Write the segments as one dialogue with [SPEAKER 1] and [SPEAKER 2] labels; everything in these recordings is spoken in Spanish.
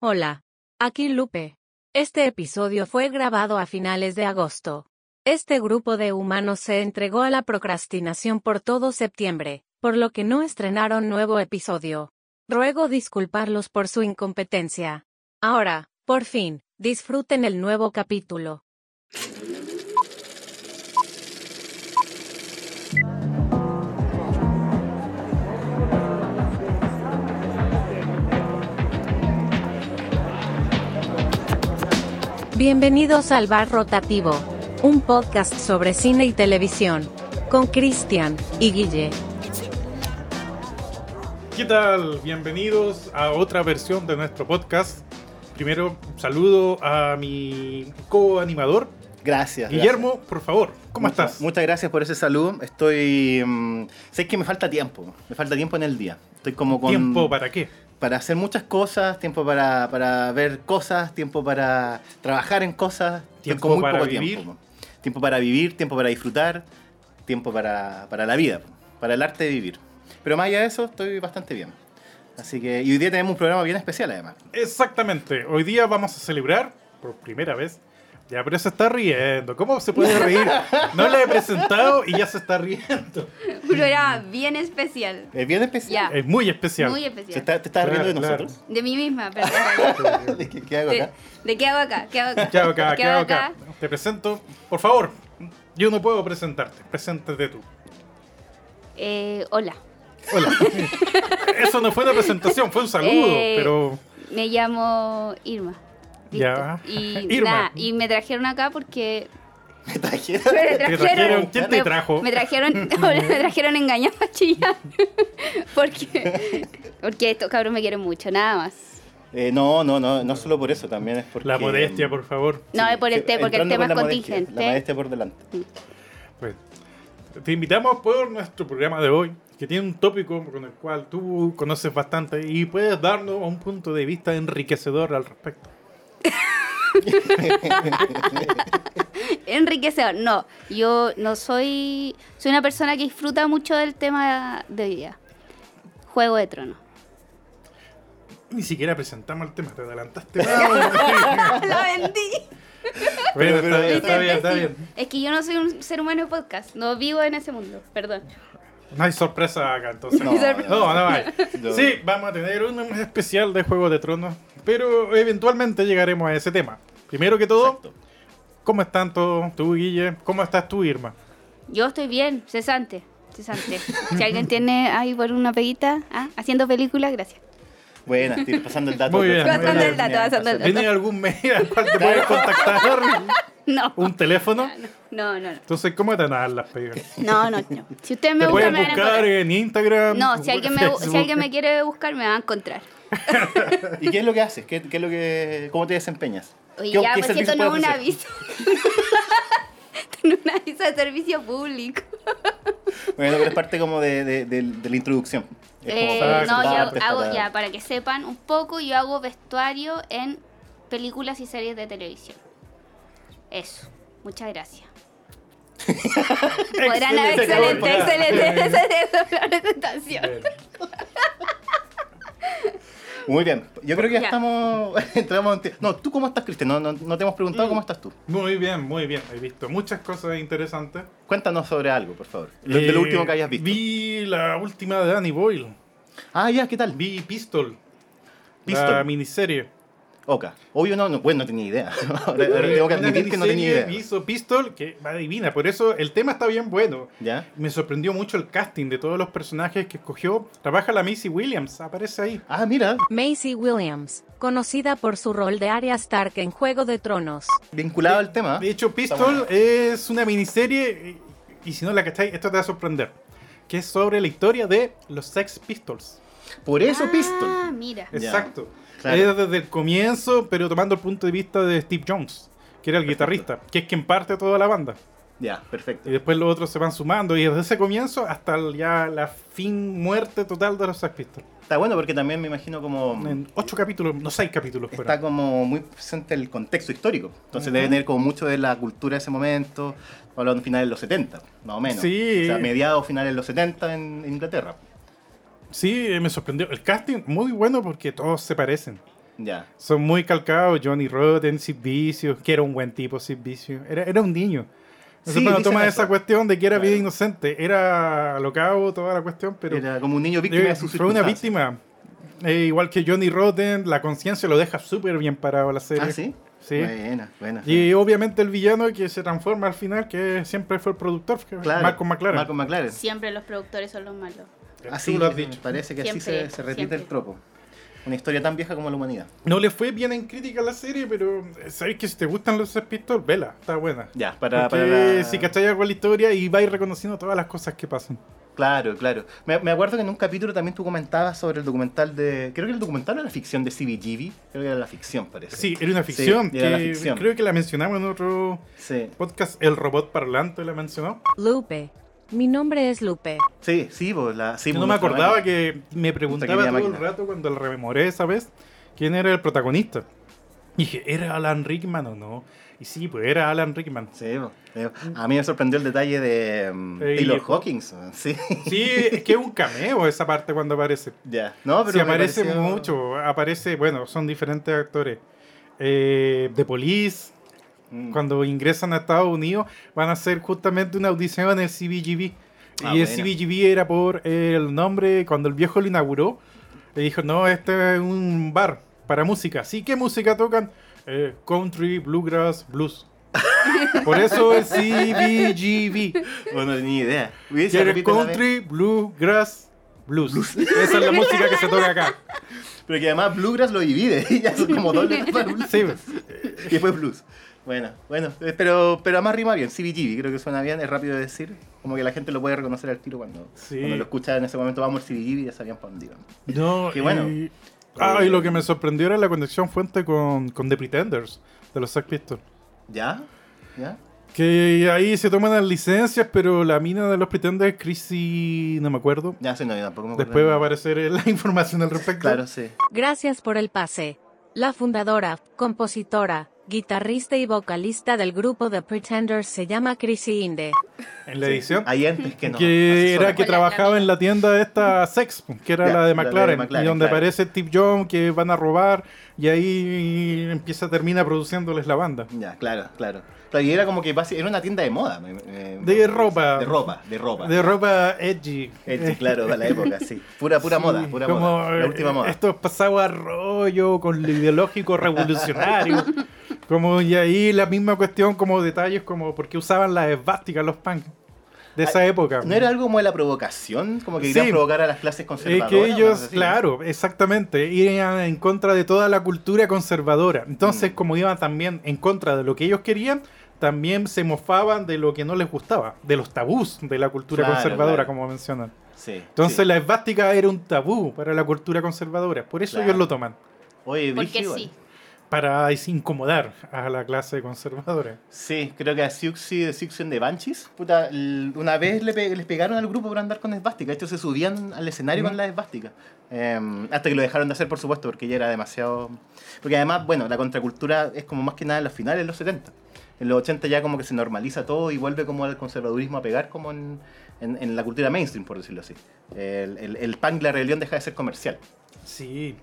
[SPEAKER 1] Hola. Aquí Lupe. Este episodio fue grabado a finales de agosto. Este grupo de humanos se entregó a la procrastinación por todo septiembre, por lo que no estrenaron nuevo episodio. Ruego disculparlos por su incompetencia. Ahora, por fin, disfruten el nuevo capítulo. Bienvenidos al Bar Rotativo, un podcast sobre cine y televisión, con Cristian y Guille.
[SPEAKER 2] ¿Qué tal? Bienvenidos a otra versión de nuestro podcast. Primero, saludo a mi co-animador,
[SPEAKER 3] Gracias.
[SPEAKER 2] Guillermo, por favor. ¿Cómo
[SPEAKER 3] Muchas-
[SPEAKER 2] estás?
[SPEAKER 3] Muchas gracias por ese saludo. Estoy. mm, sé que me falta tiempo. Me falta tiempo en el día. Estoy como con.
[SPEAKER 2] ¿Tiempo para qué?
[SPEAKER 3] para hacer muchas cosas, tiempo para, para ver cosas, tiempo para trabajar en cosas. Estoy
[SPEAKER 2] Tiempo
[SPEAKER 3] con muy
[SPEAKER 2] para
[SPEAKER 3] poco
[SPEAKER 2] vivir.
[SPEAKER 3] tiempo. Tiempo para vivir, tiempo para disfrutar, tiempo para, para la vida, para el arte de vivir. Pero más allá de eso, estoy bastante bien. Así que. Y hoy día tenemos un programa bien especial, además.
[SPEAKER 2] Exactamente. Hoy día vamos a celebrar, por primera vez. Ya, pero se está riendo. ¿Cómo se puede reír? No la he presentado y ya se está riendo.
[SPEAKER 4] Un programa bien especial.
[SPEAKER 3] Es bien especial.
[SPEAKER 4] Ya.
[SPEAKER 2] Es muy Mm. especial.
[SPEAKER 4] Muy
[SPEAKER 3] ¿Se
[SPEAKER 4] especial.
[SPEAKER 3] está- ¿Te estás riendo de
[SPEAKER 2] Claro, claro.
[SPEAKER 3] nosotros?
[SPEAKER 4] De mí misma, perdón.
[SPEAKER 3] ¿De qué, qué hago
[SPEAKER 4] De,
[SPEAKER 3] acá?
[SPEAKER 4] de qué hago acá? ¿Qué hago acá?
[SPEAKER 2] ¿Qué hago acá? ¿Qué hago acá? Te presento. Por favor, yo no puedo presentarte. Preséntate tú.
[SPEAKER 4] Eh, hola,
[SPEAKER 2] Hola. Eso no fue una presentación, fue un saludo,
[SPEAKER 4] Eh,
[SPEAKER 2] pero...
[SPEAKER 4] me llamo Irma. Listo.
[SPEAKER 2] Ya.
[SPEAKER 4] Y,
[SPEAKER 2] Irma.
[SPEAKER 4] nada, y me trajeron acá porque.
[SPEAKER 3] ¿Me traje?
[SPEAKER 4] Me
[SPEAKER 2] Te trajeron,
[SPEAKER 4] trajeron.
[SPEAKER 2] ¿Quién te
[SPEAKER 4] me-
[SPEAKER 2] trajo?
[SPEAKER 4] Me trajeron, hola, me trajeron engañada a chillar. porque, porque estos cabros me quieren mucho, nada más.
[SPEAKER 3] Eh, no, no, no, no solo por eso, también es porque... mm,
[SPEAKER 2] La modestia, por favor.
[SPEAKER 4] No, es por el
[SPEAKER 3] Sí,
[SPEAKER 4] té, porque el
[SPEAKER 3] entrando
[SPEAKER 4] tema
[SPEAKER 3] por
[SPEAKER 4] es
[SPEAKER 3] la modestia,
[SPEAKER 4] contingente.
[SPEAKER 3] La modestia por delante.
[SPEAKER 2] Pues, te invitamos por nuestro programa de hoy, que tiene un tópico con el cual tú conoces bastante y puedes darnos un punto de vista enriquecedor al respecto.
[SPEAKER 4] Enriquecedor. No, yo no soy. Soy una persona que disfruta mucho del tema de hoy día. Juego de Tronos.
[SPEAKER 2] Ni siquiera presentamos el tema, te adelantaste.
[SPEAKER 4] ¡La vendí!
[SPEAKER 2] Bueno, está bien, está
[SPEAKER 4] Literal,
[SPEAKER 2] bien, está
[SPEAKER 4] sí.
[SPEAKER 2] bien.
[SPEAKER 4] Es que yo no soy un ser humano de podcast. No vivo en ese mundo. Perdón.
[SPEAKER 2] No hay sorpresa acá, entonces.
[SPEAKER 3] No,
[SPEAKER 2] No, no hay.
[SPEAKER 3] No.
[SPEAKER 2] Sí, vamos a tener un especial de Juego de Tronos, pero eventualmente llegaremos a ese tema. Primero que todo,
[SPEAKER 3] Exacto.
[SPEAKER 2] ¿cómo están todos? Tú, Guille, ¿cómo estás tú, Irma?
[SPEAKER 4] Yo estoy bien, cesante. Cesante. Si alguien tiene ahí por una peguita, ah, haciendo películas, gracias.
[SPEAKER 3] Buena, estoy pasando el dato.
[SPEAKER 2] Muy bien.
[SPEAKER 3] Pasando
[SPEAKER 2] Pasando
[SPEAKER 3] la
[SPEAKER 2] el
[SPEAKER 4] dato,
[SPEAKER 3] línea,
[SPEAKER 4] pasando el
[SPEAKER 2] ¿Tienes algún mail al cual te puedes contactar?
[SPEAKER 4] No.
[SPEAKER 2] ¿Un teléfono?
[SPEAKER 4] No, no, no.
[SPEAKER 2] Entonces, ¿cómo te dan las pegas?
[SPEAKER 4] No, no, no. Si ustedes me
[SPEAKER 2] Te pueden
[SPEAKER 4] buscan, me van a
[SPEAKER 2] buscar
[SPEAKER 4] encontrar.
[SPEAKER 2] en Instagram.
[SPEAKER 4] No, si alguien, me, bu-
[SPEAKER 2] Facebook.
[SPEAKER 4] si alguien me quiere buscar, me va a encontrar.
[SPEAKER 3] ¿Y qué es lo que haces? ¿Qué, qué es lo que, ¿Cómo te desempeñas?
[SPEAKER 4] Oye,
[SPEAKER 3] ¿Qué-
[SPEAKER 4] ya,
[SPEAKER 3] qué
[SPEAKER 4] pues
[SPEAKER 3] servicio
[SPEAKER 4] esto no es
[SPEAKER 3] puedes
[SPEAKER 4] un
[SPEAKER 3] ofrecer?
[SPEAKER 4] aviso. Esto no es un aviso de servicio público.
[SPEAKER 3] Bueno, pero es parte como de, de- de- de la introducción. Es como
[SPEAKER 4] Eh,
[SPEAKER 3] para
[SPEAKER 4] no, yo
[SPEAKER 3] presentar,
[SPEAKER 4] hago,
[SPEAKER 3] para-
[SPEAKER 4] hago- ya, para que sepan un poco, yo hago vestuario en películas y series de televisión. Eso. Muchas gracias. Podrán haber
[SPEAKER 2] Excelente,
[SPEAKER 4] excelente, excelente,
[SPEAKER 2] excelente.
[SPEAKER 4] excelente la
[SPEAKER 2] Eh,
[SPEAKER 4] presentación.
[SPEAKER 3] Muy bien, yo creo que ya,
[SPEAKER 4] Ya.
[SPEAKER 3] estamos... entramos en te- No, ¿tú cómo estás, Cristian? No, no, no te hemos
[SPEAKER 4] Mm.
[SPEAKER 3] preguntado cómo estás tú.
[SPEAKER 2] Muy bien, muy bien. He visto muchas cosas interesantes.
[SPEAKER 3] Cuéntanos sobre algo, por favor. Lo- de lo
[SPEAKER 2] Eh,
[SPEAKER 3] último que hayas visto.
[SPEAKER 2] Vi la última de Danny Boyle.
[SPEAKER 3] Ah, ya, ¿qué tal?
[SPEAKER 2] Vi Pistol. La
[SPEAKER 3] Pistol.
[SPEAKER 2] miniserie.
[SPEAKER 3] Oca. Obvio, no, no, bueno, no tenía idea. Ahora- ahora tengo
[SPEAKER 2] Una
[SPEAKER 3] que admitir que no tenía
[SPEAKER 2] miniserie
[SPEAKER 3] idea.
[SPEAKER 2] Hizo Pistol, que va divina. Por eso el tema está bien bueno.
[SPEAKER 3] ¿Ya?
[SPEAKER 2] Me sorprendió mucho el casting de todos los personajes que escogió. Trabaja la Missy Williams, aparece ahí.
[SPEAKER 3] Ah, mira,
[SPEAKER 1] Macy Williams, conocida por su rol de Arya Stark en Juego de Tronos.
[SPEAKER 3] vinculado al tema.
[SPEAKER 2] De hecho, Pistol es una miniserie, y y si no la cacháis, esto te va a sorprender, que es sobre la historia de los Sex Pistols.
[SPEAKER 3] Por eso
[SPEAKER 4] Ah,
[SPEAKER 3] Pistol.
[SPEAKER 4] mira.
[SPEAKER 3] Ya,
[SPEAKER 2] Exacto.
[SPEAKER 3] claro.
[SPEAKER 2] Es desde el comienzo, pero tomando el punto de vista de Steve Jones, que era el guitarrista, que es quien parte toda la banda.
[SPEAKER 3] Ya, perfecto.
[SPEAKER 2] Y después los otros se van sumando, y desde ese comienzo hasta el- ya la fin muerte total de los Sex Pistols.
[SPEAKER 3] Está bueno porque también me imagino como...
[SPEAKER 2] En ocho capítulos, no seis capítulos.
[SPEAKER 3] Está
[SPEAKER 2] fueron.
[SPEAKER 3] como muy presente el contexto histórico. Entonces debe tener como mucho de la cultura de ese momento. Estamos Hablando de finales de los 70, más o menos.
[SPEAKER 2] Sí.
[SPEAKER 3] O sea, mediados, finales de los 70 en, en Inglaterra.
[SPEAKER 2] Sí, eh, me sorprendió. El casting, muy bueno porque todos se parecen.
[SPEAKER 3] Ya.
[SPEAKER 2] Son muy calcados, Johnny Rotten, Sid Vicious, que era un buen tipo Sid Vicious, era, era un niño. Entonces,
[SPEAKER 3] Sí,
[SPEAKER 2] cuando
[SPEAKER 3] dicen
[SPEAKER 2] toma
[SPEAKER 3] eso.
[SPEAKER 2] esa cuestión de que era vida
[SPEAKER 3] Claro.
[SPEAKER 2] inocente, era alocado toda la cuestión, pero
[SPEAKER 3] Era como un niño víctima
[SPEAKER 2] eh,
[SPEAKER 3] de sus
[SPEAKER 2] fue una
[SPEAKER 3] circunstancias.
[SPEAKER 2] víctima. Eh, igual que Johnny Rotten, la conciencia lo deja súper bien parado la serie.
[SPEAKER 3] Ah, sí.
[SPEAKER 2] Sí.
[SPEAKER 3] Buena, buena.
[SPEAKER 2] Y obviamente el villano que se transforma al final, que siempre fue el productor, que es
[SPEAKER 3] Claro.
[SPEAKER 2] Malcolm McLaren.
[SPEAKER 3] Malcolm McLaren.
[SPEAKER 4] Siempre los productores son los malos.
[SPEAKER 3] Así
[SPEAKER 2] Tú lo has dicho.
[SPEAKER 3] Parece que así
[SPEAKER 4] Siempre,
[SPEAKER 3] se, se repite
[SPEAKER 4] siempre.
[SPEAKER 3] el tropo. Una historia tan vieja como la humanidad.
[SPEAKER 2] No le fue bien en crítica a la serie, pero sabéis que si te gustan los Sex Pistols, vela, está buena.
[SPEAKER 3] Ya, para,
[SPEAKER 2] Porque
[SPEAKER 3] para la-
[SPEAKER 2] si cachai algo de la historia y vais reconociendo todas las cosas que pasan.
[SPEAKER 3] Claro, claro. Me, me acuerdo que en un capítulo también tú comentabas sobre el documental de. Creo que el documental era la ficción de CBGB. Creo que era la ficción, parece.
[SPEAKER 2] Sí, era una ficción.
[SPEAKER 3] era la
[SPEAKER 2] que
[SPEAKER 3] ficción.
[SPEAKER 2] Creo que la mencionamos en otro
[SPEAKER 3] Sí,
[SPEAKER 2] podcast, El Robot Parlante la mencionó.
[SPEAKER 1] Lupe. Mi nombre es Lupe.
[SPEAKER 3] sí, sí, pues, la, sí,
[SPEAKER 2] Yo no me
[SPEAKER 3] pues, nuestra
[SPEAKER 2] acordaba
[SPEAKER 3] máquina.
[SPEAKER 2] que me preguntaba
[SPEAKER 3] querida
[SPEAKER 2] todo el
[SPEAKER 3] máquina.
[SPEAKER 2] rato cuando la rememoré esa vez quién era el protagonista. Y dije, ¿era Alan Rickman o no? Y sí, pues era Alan Rickman.
[SPEAKER 3] Sí, pues, sí, pues. a mí me sorprendió el detalle de mm,
[SPEAKER 2] Eh,
[SPEAKER 3] Taylor
[SPEAKER 2] y-
[SPEAKER 3] Hawkins. man, Sí,
[SPEAKER 2] Sí, es que es un cameo esa parte cuando aparece.
[SPEAKER 3] ya. No, pero
[SPEAKER 2] Sí,
[SPEAKER 3] me
[SPEAKER 2] aparece
[SPEAKER 3] pareció-
[SPEAKER 2] mucho. Aparece, bueno, son diferentes actores. Eh, The Police,
[SPEAKER 3] Mm.
[SPEAKER 2] cuando ingresan a Estados Unidos, van a hacer justamente una audición en el CBGB.
[SPEAKER 3] Ah,
[SPEAKER 2] y el
[SPEAKER 3] buena.
[SPEAKER 2] CBGB era por eh, el nombre, cuando el viejo lo inauguró, le dijo, no, este es un bar para música. ¿Sí? ¿Qué música tocan? "Eh, country, bluegrass, blues. por eso el CBGB.
[SPEAKER 3] Bueno, ni idea. Hubiese
[SPEAKER 2] Que era
[SPEAKER 3] repetido la vez.
[SPEAKER 2] country, bluegrass, blues. Esa es la música que se toca acá.
[SPEAKER 3] Pero que además Bluegrass lo divide. y ya son como dos letras para blues.
[SPEAKER 2] Sí,
[SPEAKER 3] Y después blues. Bueno, bueno, eh, pero, pero además rima bien, CBGB, creo que suena bien, es rápido de decir. Como que la gente lo puede reconocer al tiro cuando,
[SPEAKER 2] Sí.
[SPEAKER 3] cuando lo escucha en ese momento, vamos al CBGB, ya sabían para dónde iban.
[SPEAKER 2] No,
[SPEAKER 3] Qué bueno.
[SPEAKER 2] Y, ah, y lo que me sorprendió era la conexión fuente con, con The Pretenders de los Sex Pistols.
[SPEAKER 3] ¿Ya? ¿Ya?
[SPEAKER 2] Que ahí se toman las licencias, pero la mina de los Pretenders, Chrissy, no me acuerdo.
[SPEAKER 3] Ya, sí, no, yo tampoco me acuerdo.
[SPEAKER 2] Después va a aparecer la información al respecto.
[SPEAKER 3] Claro, sí.
[SPEAKER 1] Gracias por el pase. La fundadora, compositora, guitarrista y vocalista del grupo The Pretenders se llama Chrissy Inde.
[SPEAKER 2] En la edición.
[SPEAKER 3] Ahí antes que no.
[SPEAKER 2] que
[SPEAKER 3] asesora.
[SPEAKER 2] era que
[SPEAKER 4] Con la
[SPEAKER 2] trabajaba
[SPEAKER 4] mina.
[SPEAKER 2] en la tienda de esta Sex, pues, que era
[SPEAKER 3] Ya,
[SPEAKER 2] la de
[SPEAKER 3] la de
[SPEAKER 2] McLaren,
[SPEAKER 3] McLaren,
[SPEAKER 2] y donde
[SPEAKER 3] claro.
[SPEAKER 2] aparece Steve Jobs que van a robar y ahí empieza termina produciéndoles la banda.
[SPEAKER 3] Ya, claro, claro. Claro, Y era como que basi- era una tienda de moda. me- me-
[SPEAKER 2] De ropa.
[SPEAKER 3] De ropa, de ropa.
[SPEAKER 2] De ropa edgy.
[SPEAKER 3] Eh, sí, claro, de la época, sí. Pura, pura
[SPEAKER 2] Sí,
[SPEAKER 3] moda, pura
[SPEAKER 2] como,
[SPEAKER 3] moda. La
[SPEAKER 2] eh,
[SPEAKER 3] última moda.
[SPEAKER 2] Esto pasaba a rollo con lo ideológico revolucionario. como y ahí la misma cuestión como detalles como por qué usaban las esvásticas los punk de esa época.
[SPEAKER 3] ¿No era algo como de la provocación? Como que querían
[SPEAKER 2] Sí.
[SPEAKER 3] provocar a las clases
[SPEAKER 2] Eh,
[SPEAKER 3] conservadoras.
[SPEAKER 2] que
[SPEAKER 3] o
[SPEAKER 2] ellos,
[SPEAKER 3] cosas así?
[SPEAKER 2] claro, exactamente, iban en contra de toda la cultura conservadora. Entonces,
[SPEAKER 3] Mm.
[SPEAKER 2] como iban también en contra de lo que ellos querían, también se mofaban de lo que no les gustaba, de los tabús de la cultura
[SPEAKER 3] Claro,
[SPEAKER 2] conservadora,
[SPEAKER 3] claro.
[SPEAKER 2] como mencionan.
[SPEAKER 3] Sí.
[SPEAKER 2] Entonces,
[SPEAKER 3] sí.
[SPEAKER 2] la esvástica era un tabú para la cultura conservadora, por eso
[SPEAKER 3] Claro.
[SPEAKER 2] ellos lo toman.
[SPEAKER 3] Oye,
[SPEAKER 4] Porque
[SPEAKER 3] brígido.
[SPEAKER 4] sí.
[SPEAKER 2] para es incomodar a la clase conservadora.
[SPEAKER 3] Sí, creo que a Siuxi de Siuxion de Banshees, puta, l- una vez le pe- les pegaron al grupo por andar con esvástica. Estos se subían al escenario
[SPEAKER 2] Mm.
[SPEAKER 3] con la esvástica. Em, hasta que lo dejaron de hacer, por supuesto, porque ya era demasiado. Porque además, bueno, la contracultura es como más que nada en los finales de los 70. En los 80 ya como que se normaliza todo y vuelve como al conservadurismo a pegar como en, en- en la cultura mainstream, por decirlo así. El, el, el punk, la rebelión deja de ser comercial.
[SPEAKER 2] Sí.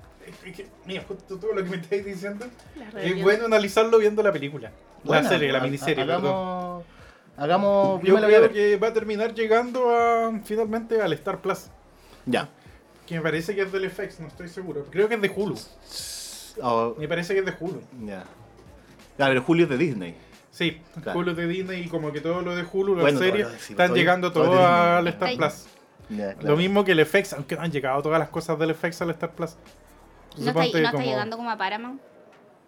[SPEAKER 2] Es que, mira, justo todo lo que me estáis diciendo
[SPEAKER 4] La
[SPEAKER 2] es
[SPEAKER 4] rebelión.
[SPEAKER 2] bueno analizarlo viendo la película.
[SPEAKER 3] Bueno,
[SPEAKER 2] la serie, la
[SPEAKER 3] ha-
[SPEAKER 2] miniserie, perdón.
[SPEAKER 3] hagamos, Hagamos.
[SPEAKER 2] Yo
[SPEAKER 3] me la voy a
[SPEAKER 2] creo
[SPEAKER 3] ver.
[SPEAKER 2] que va a terminar llegando a, finalmente al Star Plus.
[SPEAKER 3] Ya.
[SPEAKER 2] Que me parece que es del FX, no estoy seguro. Creo que es de Hulu.
[SPEAKER 3] Oh,
[SPEAKER 2] Me parece que es de Hulu.
[SPEAKER 3] Ya. Ah, pero Julio es de Disney.
[SPEAKER 2] Sí,
[SPEAKER 3] Claro.
[SPEAKER 2] Hulu de Disney y como que todo lo de Hulu, las
[SPEAKER 3] Bueno, todo
[SPEAKER 2] series,
[SPEAKER 3] lo de- sí,
[SPEAKER 2] están
[SPEAKER 3] todo-
[SPEAKER 2] llegando
[SPEAKER 3] todo
[SPEAKER 2] todo,
[SPEAKER 3] de Disney.
[SPEAKER 2] al Star
[SPEAKER 4] Ahí.
[SPEAKER 2] Plus. Lo mismo que el FX, aunque no han llegado todas las cosas del FX al Star Plus.
[SPEAKER 4] No está,
[SPEAKER 2] Suponte
[SPEAKER 4] no está
[SPEAKER 2] como-
[SPEAKER 4] llegando como a Paramount.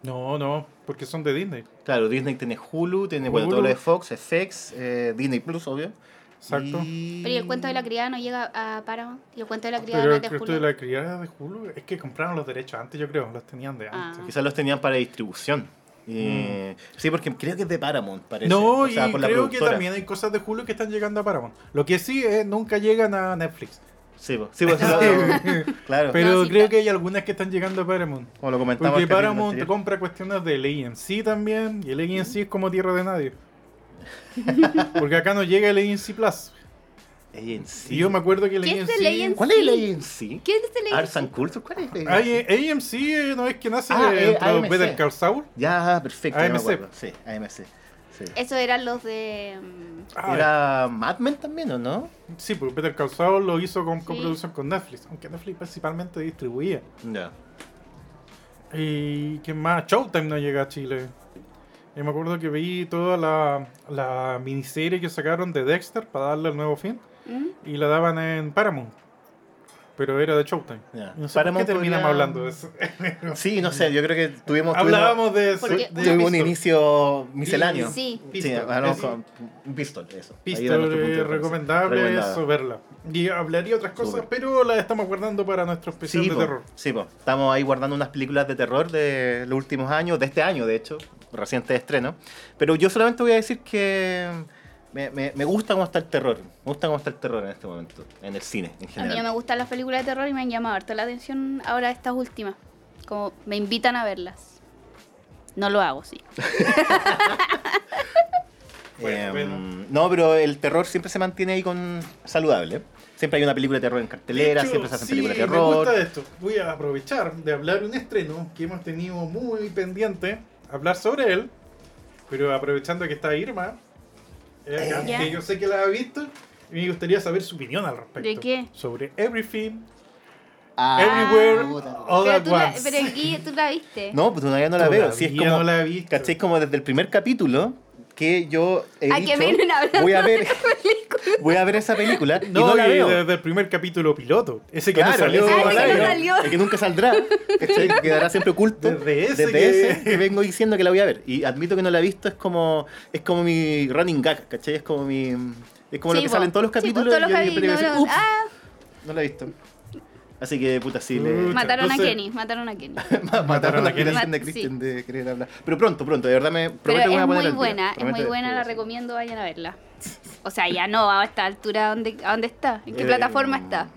[SPEAKER 2] No, no, porque son de Disney.
[SPEAKER 3] Claro, Disney tiene Hulu, tiene bueno,
[SPEAKER 2] Hulu.
[SPEAKER 3] todo lo de Fox, FX, eh, Disney Plus, obvio.
[SPEAKER 2] Exacto.
[SPEAKER 3] Y-
[SPEAKER 4] Pero ¿y el cuento
[SPEAKER 3] Mm.
[SPEAKER 4] de la criada no llega a Paramount. Y el cuento de la criada
[SPEAKER 2] Pero el
[SPEAKER 4] no es de
[SPEAKER 2] Cristo
[SPEAKER 4] Julio.
[SPEAKER 2] de la criada de Hulu es que compraron los derechos antes, yo creo, los tenían de
[SPEAKER 4] Ah.
[SPEAKER 2] antes.
[SPEAKER 3] Quizás los tenían para distribución. Eh, Sí, porque creo que es de Paramount, parece.
[SPEAKER 2] Mm. No,
[SPEAKER 3] O sea,
[SPEAKER 2] y
[SPEAKER 3] por la
[SPEAKER 2] creo que
[SPEAKER 3] productora.
[SPEAKER 2] también hay cosas de Hulu que están llegando a Paramount. Lo que sí es, nunca llegan a Netflix.
[SPEAKER 3] Sí, pues, sí, pues, eso lo- claro.
[SPEAKER 2] Pero creo
[SPEAKER 4] sí, claro.
[SPEAKER 2] que hay algunas que están llegando a Paramount.
[SPEAKER 3] como lo comentamos.
[SPEAKER 2] Porque
[SPEAKER 3] el capítulo
[SPEAKER 2] Paramount
[SPEAKER 3] anterior.
[SPEAKER 2] compra cuestiones del ANC también, y el ANC es como tierra de nadie. Porque acá no llega el ANC Plus.
[SPEAKER 3] ANC.
[SPEAKER 2] Y yo me acuerdo que el
[SPEAKER 4] ¿Qué es
[SPEAKER 2] AMC.
[SPEAKER 4] el ANC?
[SPEAKER 3] ¿Cuál es el ANC?
[SPEAKER 4] ¿Quién es el
[SPEAKER 3] ¿Arts and Culture? ¿Cuál es el
[SPEAKER 2] Ah, eh, AMC eh, no es que nace
[SPEAKER 3] Ah,
[SPEAKER 2] de
[SPEAKER 3] eh, AMC.
[SPEAKER 2] Better Call Saul.
[SPEAKER 3] Ya, perfecto. ya me
[SPEAKER 2] AMC.
[SPEAKER 3] acuerdo. Sí, AMC. sí.
[SPEAKER 4] Eso eran los de. mm,
[SPEAKER 2] Ah,
[SPEAKER 3] Era Mad Men también, ¿o no?
[SPEAKER 2] Sí, porque Better Call Saul lo hizo con
[SPEAKER 4] Sí.
[SPEAKER 2] coproducción con Netflix, aunque Netflix principalmente distribuía.
[SPEAKER 3] Ya.
[SPEAKER 2] ¿Y qué más? Showtime no llega a Chile. Yo me acuerdo que vi toda la, la miniserie que sacaron de Dexter para darle el nuevo fin
[SPEAKER 4] ¿Mm?
[SPEAKER 2] y la daban en Paramount. Pero era de Showtime.
[SPEAKER 3] Ya.
[SPEAKER 2] No sé por
[SPEAKER 3] Paramount
[SPEAKER 2] qué terminamos
[SPEAKER 3] podría-
[SPEAKER 2] hablando de eso.
[SPEAKER 3] Sí, no sé, yo creo que tuvimos, tuvimos,
[SPEAKER 2] Hablábamos de eso.
[SPEAKER 4] Porque-
[SPEAKER 2] de
[SPEAKER 3] tuvimos un
[SPEAKER 2] Pistol.
[SPEAKER 3] inicio misceláneo.
[SPEAKER 4] Sí.
[SPEAKER 3] Sí,
[SPEAKER 2] Pistol.
[SPEAKER 3] hablamos
[SPEAKER 2] Sí.
[SPEAKER 3] con un pistol, eso. Ahí era
[SPEAKER 2] Pistol
[SPEAKER 3] nuestro punto de
[SPEAKER 2] eh,
[SPEAKER 3] referencia.
[SPEAKER 2] recomendable
[SPEAKER 3] Recomendable.
[SPEAKER 2] eso, verla. Y hablaría otras cosas,
[SPEAKER 3] Súper.
[SPEAKER 2] pero las estamos guardando para nuestro especial
[SPEAKER 3] Sí,
[SPEAKER 2] de
[SPEAKER 3] po,
[SPEAKER 2] terror.
[SPEAKER 3] sí, po. estamos ahí guardando unas películas de terror de los últimos años, de este año, de hecho, reciente estreno. Pero yo solamente voy a decir que me, me- me gusta cómo está el terror. Me gusta cómo está el terror en este momento, en el cine en
[SPEAKER 4] A mí no
[SPEAKER 3] general.
[SPEAKER 4] me gustan las películas de terror y me han llamado harto la atención ahora estas últimas. Como me invitan a verlas. No lo hago, sí.
[SPEAKER 3] Eh,
[SPEAKER 2] Bueno,
[SPEAKER 3] No, pero el terror siempre se mantiene ahí con saludable. Siempre hay una película de terror en cartelera,
[SPEAKER 2] De hecho,
[SPEAKER 3] siempre se hacen
[SPEAKER 2] sí,
[SPEAKER 3] películas de
[SPEAKER 2] Me
[SPEAKER 3] terror.
[SPEAKER 2] gusta esto. Voy a aprovechar de hablar un estreno que hemos tenido muy pendiente, hablar sobre él, pero aprovechando que está Irma, eh, acá,
[SPEAKER 4] Ya.
[SPEAKER 2] que yo sé que la ha visto, y me gustaría saber su opinión al respecto.
[SPEAKER 4] ¿De qué?
[SPEAKER 2] Sobre Everything,
[SPEAKER 3] Ah,
[SPEAKER 2] Everywhere,
[SPEAKER 3] puta.
[SPEAKER 2] All
[SPEAKER 4] pero,
[SPEAKER 2] at
[SPEAKER 4] tú la,
[SPEAKER 2] Once.
[SPEAKER 4] pero aquí tú la viste.
[SPEAKER 3] No, pues todavía no la veo. Si es
[SPEAKER 2] Todavía
[SPEAKER 3] como,
[SPEAKER 2] no la he visto.
[SPEAKER 3] ¿Cachai? Como desde el primer capítulo que yo he
[SPEAKER 4] ¿A
[SPEAKER 3] dicho,
[SPEAKER 4] qué vienen hablando
[SPEAKER 3] voy a
[SPEAKER 4] de
[SPEAKER 3] ver,
[SPEAKER 4] la película?
[SPEAKER 3] voy a ver esa película y
[SPEAKER 2] No,
[SPEAKER 3] no la
[SPEAKER 2] y
[SPEAKER 3] veo.
[SPEAKER 2] desde el primer capítulo piloto. Ese que no
[SPEAKER 3] Claro,
[SPEAKER 2] salió
[SPEAKER 3] ese
[SPEAKER 4] Ah,
[SPEAKER 2] al
[SPEAKER 4] ese que no
[SPEAKER 2] aire.
[SPEAKER 4] salió.
[SPEAKER 3] el que nunca saldrá, ¿cachai? Que quedará siempre oculto.
[SPEAKER 2] Desde ese
[SPEAKER 3] Desde
[SPEAKER 2] que-
[SPEAKER 3] ese que vengo diciendo que la voy a ver. Y admito que no la he visto, es como, es como mi running gag, ¿cachai? Es como mi. Es como lo
[SPEAKER 4] Sí,
[SPEAKER 3] que
[SPEAKER 4] po.
[SPEAKER 3] sale en todos los
[SPEAKER 4] Sí, po,
[SPEAKER 3] capítulos.
[SPEAKER 4] todos los
[SPEAKER 3] y yo
[SPEAKER 4] capítulos,
[SPEAKER 3] siempre digo,
[SPEAKER 4] no,
[SPEAKER 3] "Ups,
[SPEAKER 4] ah,
[SPEAKER 3] no la he visto. Así que puta sí
[SPEAKER 2] Pucha,
[SPEAKER 3] le.
[SPEAKER 4] mataron a
[SPEAKER 2] entonces-
[SPEAKER 4] Kenny, mataron a Kenny.
[SPEAKER 3] Mataron
[SPEAKER 2] Mataron
[SPEAKER 3] la
[SPEAKER 2] a
[SPEAKER 3] generación
[SPEAKER 4] Kenny.
[SPEAKER 3] de
[SPEAKER 4] Sí.
[SPEAKER 3] Christian de querer hablar. Pero pronto, pronto, de verdad me
[SPEAKER 4] Pero
[SPEAKER 3] prometo que
[SPEAKER 4] es
[SPEAKER 3] me voy a
[SPEAKER 4] muy
[SPEAKER 3] poner al día.
[SPEAKER 4] buena, es
[SPEAKER 3] Prometo
[SPEAKER 4] muy
[SPEAKER 3] que-
[SPEAKER 4] buena, la
[SPEAKER 3] sí.
[SPEAKER 4] recomiendo, vayan a verla. O sea, ya no, a esta altura, ¿a dónde, a dónde está? ¿En qué
[SPEAKER 3] Eh,
[SPEAKER 4] plataforma está?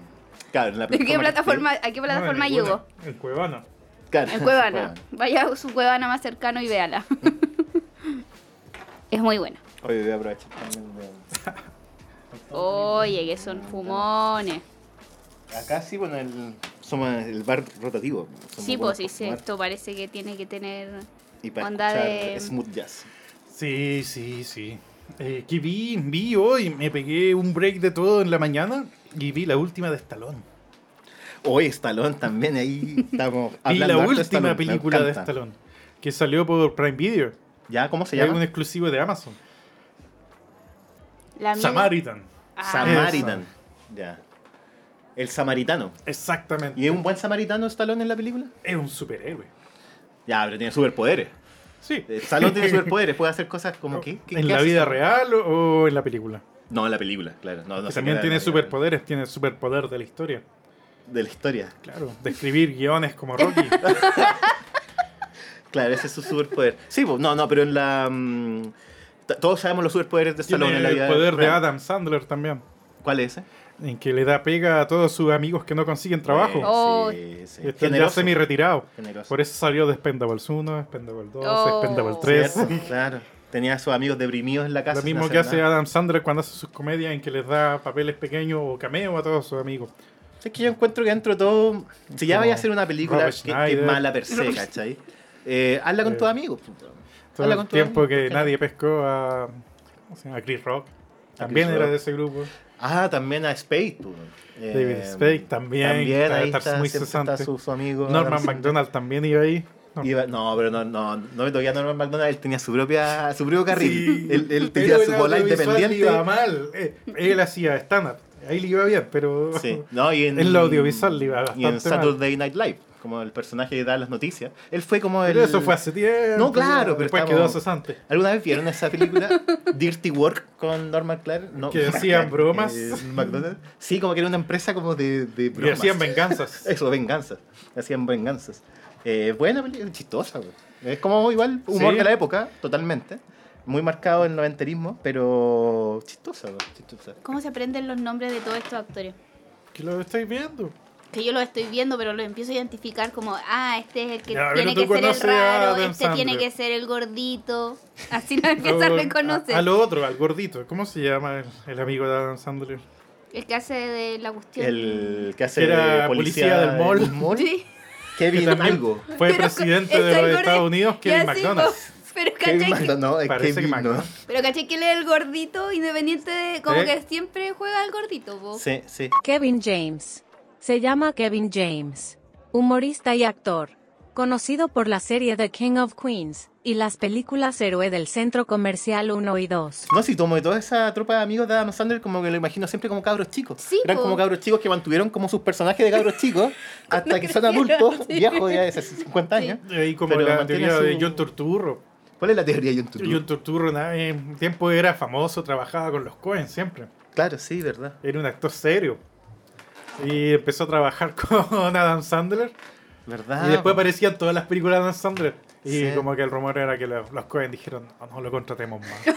[SPEAKER 3] Claro, en la
[SPEAKER 4] ¿De qué
[SPEAKER 3] que
[SPEAKER 4] plataforma, ¿A qué plataforma
[SPEAKER 2] No, ninguna.
[SPEAKER 4] llegó?
[SPEAKER 2] En Cuevana.
[SPEAKER 3] esté. Claro,
[SPEAKER 4] En Cuevana.
[SPEAKER 3] Cuevana.
[SPEAKER 4] Vaya a su Cuevana más cercano y véala. es muy buena.
[SPEAKER 3] Oye, voy a aprovechar también de-
[SPEAKER 4] Oye, que son fumones.
[SPEAKER 3] Acá sí, bueno, el- somos el bar rotativo. somos
[SPEAKER 4] Sí,
[SPEAKER 3] buenos
[SPEAKER 4] pues sí,
[SPEAKER 3] para
[SPEAKER 4] sí,
[SPEAKER 3] fumar
[SPEAKER 4] esto parece que tiene que tener...
[SPEAKER 3] Y para
[SPEAKER 4] onda
[SPEAKER 3] escuchar
[SPEAKER 4] de-
[SPEAKER 3] smooth jazz.
[SPEAKER 2] Sí, sí, sí. Eh, que vi, vi hoy, me pegué un break de todo en la mañana y vi la última de Stallone.
[SPEAKER 3] Hoy Stallone también, ahí estamos
[SPEAKER 2] Vi
[SPEAKER 3] hablando
[SPEAKER 2] la
[SPEAKER 3] harto de
[SPEAKER 2] última
[SPEAKER 3] Stallone, me
[SPEAKER 2] película de
[SPEAKER 3] encanta.
[SPEAKER 2] Stallone, que salió por Prime Video.
[SPEAKER 3] ¿Ya? ¿Cómo se
[SPEAKER 2] Es un
[SPEAKER 3] llama?
[SPEAKER 2] exclusivo de Amazon.
[SPEAKER 4] La mía-
[SPEAKER 2] Samaritan.
[SPEAKER 4] Ah,
[SPEAKER 3] Samaritan. Ya. El samaritano.
[SPEAKER 2] Exactamente.
[SPEAKER 3] ¿Y es un buen samaritano Stallone en la película?
[SPEAKER 2] Es un superhéroe.
[SPEAKER 3] Ya, pero tiene superpoderes.
[SPEAKER 2] Sí.
[SPEAKER 3] Eh, Stallone tiene superpoderes, puede hacer cosas como que...
[SPEAKER 2] ¿En la vida real o, o en la película?
[SPEAKER 3] No, en la película, claro. No, no
[SPEAKER 2] que
[SPEAKER 3] sé
[SPEAKER 2] también
[SPEAKER 3] qué era
[SPEAKER 2] tiene
[SPEAKER 3] la vida real.
[SPEAKER 2] superpoderes, tiene superpoder de la historia.
[SPEAKER 3] De la historia.
[SPEAKER 2] Claro, de escribir guiones como Rocky.
[SPEAKER 3] Claro, ese es su superpoder. Sí, po, no, no, pero en la. mm, t- todos sabemos los superpoderes de Stallone
[SPEAKER 2] tiene
[SPEAKER 3] en la vida.
[SPEAKER 2] el poder de
[SPEAKER 3] real.
[SPEAKER 2] Adam Sandler también,
[SPEAKER 3] ¿Cuál es ese?
[SPEAKER 2] en que le da pega a todos sus amigos que no consiguen trabajo.
[SPEAKER 4] Oh.
[SPEAKER 3] Sí, sí.
[SPEAKER 2] Y está ya
[SPEAKER 3] este, Generoso.
[SPEAKER 2] semi retirado.
[SPEAKER 3] Generoso.
[SPEAKER 2] Por eso salió de Spendables 1, Spendables 2,
[SPEAKER 4] Oh.
[SPEAKER 2] Spendables 3.
[SPEAKER 3] Cierto, Claro. Tenía a sus amigos deprimidos en la casa.
[SPEAKER 2] Lo
[SPEAKER 3] sin
[SPEAKER 2] mismo
[SPEAKER 3] hacer
[SPEAKER 2] que hace
[SPEAKER 3] nada.
[SPEAKER 2] Adam Sandler cuando hace sus comedias en que les da papeles pequeños o cameos a todos sus amigos.
[SPEAKER 3] Es que yo encuentro que dentro de todo. Si ya
[SPEAKER 2] Como
[SPEAKER 3] vaya a hacer una película
[SPEAKER 2] Rob
[SPEAKER 3] que, que es
[SPEAKER 2] Schneider.
[SPEAKER 3] mala per se, ¿cachai? Eh, hazla con
[SPEAKER 2] Eh.
[SPEAKER 3] tus amigos. puto.
[SPEAKER 2] Todo
[SPEAKER 3] Habla
[SPEAKER 2] el
[SPEAKER 3] con tu
[SPEAKER 2] tiempo
[SPEAKER 3] amigo,
[SPEAKER 2] que
[SPEAKER 3] ¿por qué no?
[SPEAKER 2] nadie pescó a, ¿cómo se llama? a Chris Rock. También
[SPEAKER 3] Chris
[SPEAKER 2] era
[SPEAKER 3] Rock.
[SPEAKER 2] de ese grupo.
[SPEAKER 3] Ah, también a Spade. puto. Eh,
[SPEAKER 2] David Spade también, está-
[SPEAKER 3] ahí
[SPEAKER 2] está
[SPEAKER 3] está,
[SPEAKER 2] muy
[SPEAKER 3] siempre
[SPEAKER 2] cesante.
[SPEAKER 3] está su, su amigo. Adam
[SPEAKER 2] Norman
[SPEAKER 3] Sandler.
[SPEAKER 2] McDonald también iba ahí. No.
[SPEAKER 3] Iba- no, pero no, no, no me toqué a Norman McDonald, él tenía su propia, su propio carril.
[SPEAKER 2] Sí.
[SPEAKER 3] Él, él
[SPEAKER 2] Pero
[SPEAKER 3] tenía
[SPEAKER 2] en
[SPEAKER 3] su bola
[SPEAKER 2] audiovisual le Iba
[SPEAKER 3] independiente.
[SPEAKER 2] mal. Eh, él hacía stand-up. Ahí le iba bien, pero.
[SPEAKER 3] Sí. No, y en,
[SPEAKER 2] En lo audiovisual le iba
[SPEAKER 3] Y
[SPEAKER 2] bastante
[SPEAKER 3] en
[SPEAKER 2] mal.
[SPEAKER 3] Saturday Night Live, como el personaje que da las noticias. Él fue como el.
[SPEAKER 2] Pero eso fue hace tiempo.
[SPEAKER 3] No, claro, pero
[SPEAKER 2] Después
[SPEAKER 3] estamos-
[SPEAKER 2] quedó cesante.
[SPEAKER 3] ¿Alguna vez vieron esa película Dirty Work con Norman McLaren? No.
[SPEAKER 2] Que hacían bromas.
[SPEAKER 3] Eh, McDonald. Sí, como que era una empresa como de, de
[SPEAKER 2] Y
[SPEAKER 3] bromas.
[SPEAKER 2] hacían venganzas.
[SPEAKER 3] Eso, venganzas. Hacían venganzas. Eh, buena película, chistosa. güey. Es como igual humor
[SPEAKER 2] Sí.
[SPEAKER 3] de la época, totalmente. Muy marcado el noventerismo, pero chistosa. güey, chistosa.
[SPEAKER 4] ¿Cómo se aprenden los nombres de todos estos actores?
[SPEAKER 2] que lo estáis viendo.
[SPEAKER 4] Que yo los estoy viendo, pero los empiezo a identificar como, ah, este es el que
[SPEAKER 2] Ya, pero
[SPEAKER 4] tiene
[SPEAKER 2] tú
[SPEAKER 4] que ser el
[SPEAKER 2] conoces a
[SPEAKER 4] raro,
[SPEAKER 2] Adam
[SPEAKER 4] este tiene
[SPEAKER 2] Sandler.
[SPEAKER 4] que ser el gordito. Así los empiezo a
[SPEAKER 2] Al-
[SPEAKER 4] reconocer.
[SPEAKER 2] a- Al otro, al gordito. ¿Cómo se llama el, el amigo de Adam Sandler?
[SPEAKER 4] El que hace de la cuestión.
[SPEAKER 3] El que hace
[SPEAKER 2] Que era
[SPEAKER 3] de
[SPEAKER 2] policía del mall.
[SPEAKER 5] Sí.
[SPEAKER 3] Kevin
[SPEAKER 2] Que también
[SPEAKER 3] algo.
[SPEAKER 2] Fue
[SPEAKER 5] Pero
[SPEAKER 2] presidente
[SPEAKER 5] el
[SPEAKER 2] de los
[SPEAKER 5] Cyborg
[SPEAKER 2] Estados Unidos,
[SPEAKER 5] ya
[SPEAKER 2] Kevin
[SPEAKER 5] sí,
[SPEAKER 2] McDonald's.
[SPEAKER 4] pues,
[SPEAKER 5] po. Pero
[SPEAKER 3] Kevin
[SPEAKER 5] caché que,
[SPEAKER 3] McDonald, no, es
[SPEAKER 2] Parece
[SPEAKER 3] Kevin,
[SPEAKER 2] que
[SPEAKER 3] ¿no?
[SPEAKER 2] McDonald.
[SPEAKER 5] pero caché que él es el gordito independiente de- como
[SPEAKER 2] ¿Eh?
[SPEAKER 5] que siempre juega al gordito, po.
[SPEAKER 3] Sí, sí.
[SPEAKER 1] Kevin James. Se llama Kevin James. Humorista y actor. Conocido por la serie The King of Queens y las películas Héroe del Centro Comercial 1 y 2.
[SPEAKER 3] No, si como de toda esa tropa de amigos de Adam Sandler, como que lo imagino siempre como cabros chicos.
[SPEAKER 5] Sí,
[SPEAKER 3] Eran
[SPEAKER 5] po.
[SPEAKER 3] como cabros chicos que mantuvieron como sus personajes de cabros chicos hasta que son
[SPEAKER 5] crecieron,
[SPEAKER 3] adultos,
[SPEAKER 5] sí.
[SPEAKER 3] viejos ya de 50 años.
[SPEAKER 2] Eh, Y como
[SPEAKER 3] Pero
[SPEAKER 2] la
[SPEAKER 3] mantiene
[SPEAKER 2] teoría de
[SPEAKER 3] su-
[SPEAKER 2] John Turturro.
[SPEAKER 3] ¿Cuál es la teoría de John Turturro?
[SPEAKER 2] John Turturro na- en tiempo era famoso, trabajaba con los Cohen siempre.
[SPEAKER 3] Claro, sí, verdad.
[SPEAKER 2] Era un actor serio. Y empezó a trabajar con Adam Sandler.
[SPEAKER 3] ¿Verdad?
[SPEAKER 2] y después aparecían todas las películas de Adam Sandler. Y
[SPEAKER 3] Ah, Sí.
[SPEAKER 2] como que el rumor era que los, los Cohen dijeron, "Oh, "No, no lo contratemos más.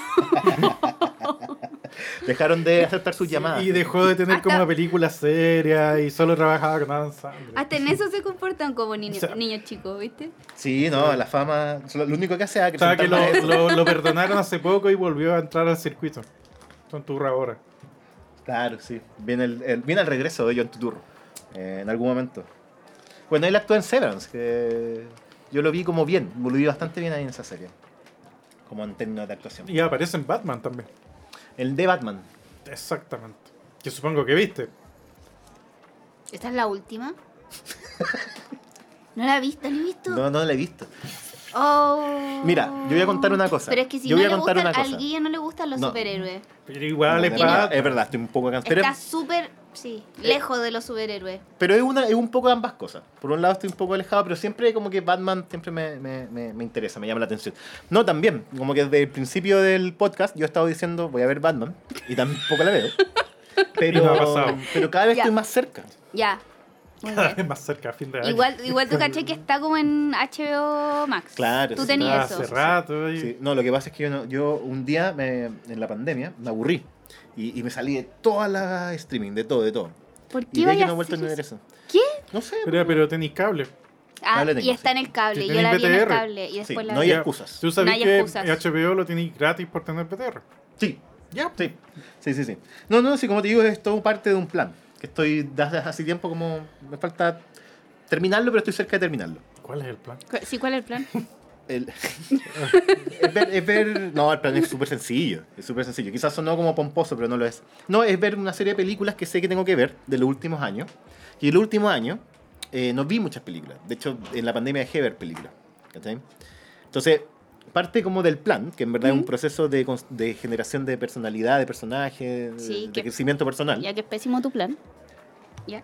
[SPEAKER 3] Dejaron de aceptar sus llamadas.
[SPEAKER 2] y dejó de tener como
[SPEAKER 5] Hasta-
[SPEAKER 2] una película seria y solo trabajaba con Adam Sandler.
[SPEAKER 5] Hasta en eso se comportan como niños,
[SPEAKER 2] O sea-
[SPEAKER 5] niños chicos, ¿viste?
[SPEAKER 3] Sí, no, la fama. Lo lo único que hace es
[SPEAKER 2] O sea, que
[SPEAKER 3] acrecentar
[SPEAKER 2] lo,
[SPEAKER 3] más eso.
[SPEAKER 2] lo- lo perdonaron hace poco y volvió a entrar al circuito. Son turra ahora.
[SPEAKER 3] Claro, sí. Viene el, el- viene el regreso de John Turturro eh, en algún momento. Bueno, él actuó en Severance, que yo lo vi como bien, lo vi bastante bien ahí en esa serie. Como en términos de actuación.
[SPEAKER 2] Y aparece en Batman también.
[SPEAKER 3] El de Batman.
[SPEAKER 2] Exactamente. Que supongo que viste.
[SPEAKER 4] ¿Esta es la última? ¿No la he visto? ¿No he visto?
[SPEAKER 3] No, no lo he visto.
[SPEAKER 4] Oh.
[SPEAKER 3] Mira, yo voy a contar una cosa.
[SPEAKER 4] Pero es que si
[SPEAKER 3] Yo
[SPEAKER 4] no
[SPEAKER 3] voy a
[SPEAKER 4] le
[SPEAKER 3] contar
[SPEAKER 4] gustan,
[SPEAKER 3] una cosa.
[SPEAKER 4] al guía no le gustan los
[SPEAKER 3] No.
[SPEAKER 4] superhéroes.
[SPEAKER 2] Pero igual es
[SPEAKER 3] es,
[SPEAKER 4] Batman.
[SPEAKER 3] verdad,
[SPEAKER 2] Batman.
[SPEAKER 3] es verdad, estoy un poco cansado. Pero, Eh.
[SPEAKER 4] Está súper, sí, lejos de los superhéroes.
[SPEAKER 3] pero es, una, es un poco ambas cosas. Por un lado estoy un poco alejado, pero siempre como que Batman siempre me, me- me- me interesa, me llama la atención. No, también, como que desde el principio del podcast yo he estado diciendo voy a ver Batman y tampoco la veo. Pero,
[SPEAKER 2] Y no ha pasado.
[SPEAKER 3] pero cada vez
[SPEAKER 5] Ya.
[SPEAKER 3] estoy más cerca.
[SPEAKER 4] Ya. Muy bien.
[SPEAKER 2] más cerca a fin de año.
[SPEAKER 4] Igual, igual tú caché que está como en HBO Max.
[SPEAKER 3] Claro,
[SPEAKER 4] Tú
[SPEAKER 3] sí,
[SPEAKER 2] Ah,
[SPEAKER 4] tenías
[SPEAKER 2] hace
[SPEAKER 4] eso.
[SPEAKER 2] rato. y-
[SPEAKER 3] Sí, no, lo que pasa es que yo, no- yo un día me- en la pandemia me aburrí y, y me salí de todas las streaming, de todo, de todo.
[SPEAKER 4] ¿Por qué
[SPEAKER 3] Y de ahí
[SPEAKER 4] vaya
[SPEAKER 3] que
[SPEAKER 4] a
[SPEAKER 3] no he vuelto a
[SPEAKER 4] hacer
[SPEAKER 3] tener
[SPEAKER 4] eso?
[SPEAKER 3] eso.
[SPEAKER 4] ¿Qué?
[SPEAKER 3] No sé.
[SPEAKER 2] Pero, pero tenéis cable.
[SPEAKER 4] Ah,
[SPEAKER 3] Cable tengo,
[SPEAKER 4] y está en el cable.
[SPEAKER 2] Sí,
[SPEAKER 4] Yo
[SPEAKER 2] tiene
[SPEAKER 4] la vi en el
[SPEAKER 2] BTR.
[SPEAKER 4] cable y después
[SPEAKER 3] Sí,
[SPEAKER 4] la
[SPEAKER 3] no
[SPEAKER 4] vi.
[SPEAKER 3] hay excusas.
[SPEAKER 2] Tú
[SPEAKER 4] No hay
[SPEAKER 2] sabías que
[SPEAKER 4] excusas.
[SPEAKER 2] HBO lo tenéis gratis por tener PTR.
[SPEAKER 3] Sí,
[SPEAKER 2] Ya.
[SPEAKER 3] sí, sí, sí, sí. No, no, sí, como te digo, es todo parte de un plan. Que estoy desde hace tiempo como... Me falta terminarlo, pero estoy cerca de terminarlo.
[SPEAKER 2] ¿Cuál es el plan?
[SPEAKER 4] Cu- Sí, ¿cuál es el plan?
[SPEAKER 3] El- es, ver, es ver- No, el plan es súper sencillo. Es súper sencillo. Quizás sonó como pomposo, pero no lo es. No, es ver una serie de películas que sé que tengo que ver de los últimos años. Y el último año eh, no vi muchas películas. De hecho, en la pandemia dejé de ver películas. ¿Cachai? Entonces, parte como del plan, que en verdad es un proceso de, cons- de generación de personalidad, de personaje, de-
[SPEAKER 4] Sí,
[SPEAKER 3] de
[SPEAKER 4] que-
[SPEAKER 3] crecimiento personal.
[SPEAKER 4] Ya que es pésimo tu plan. Ya.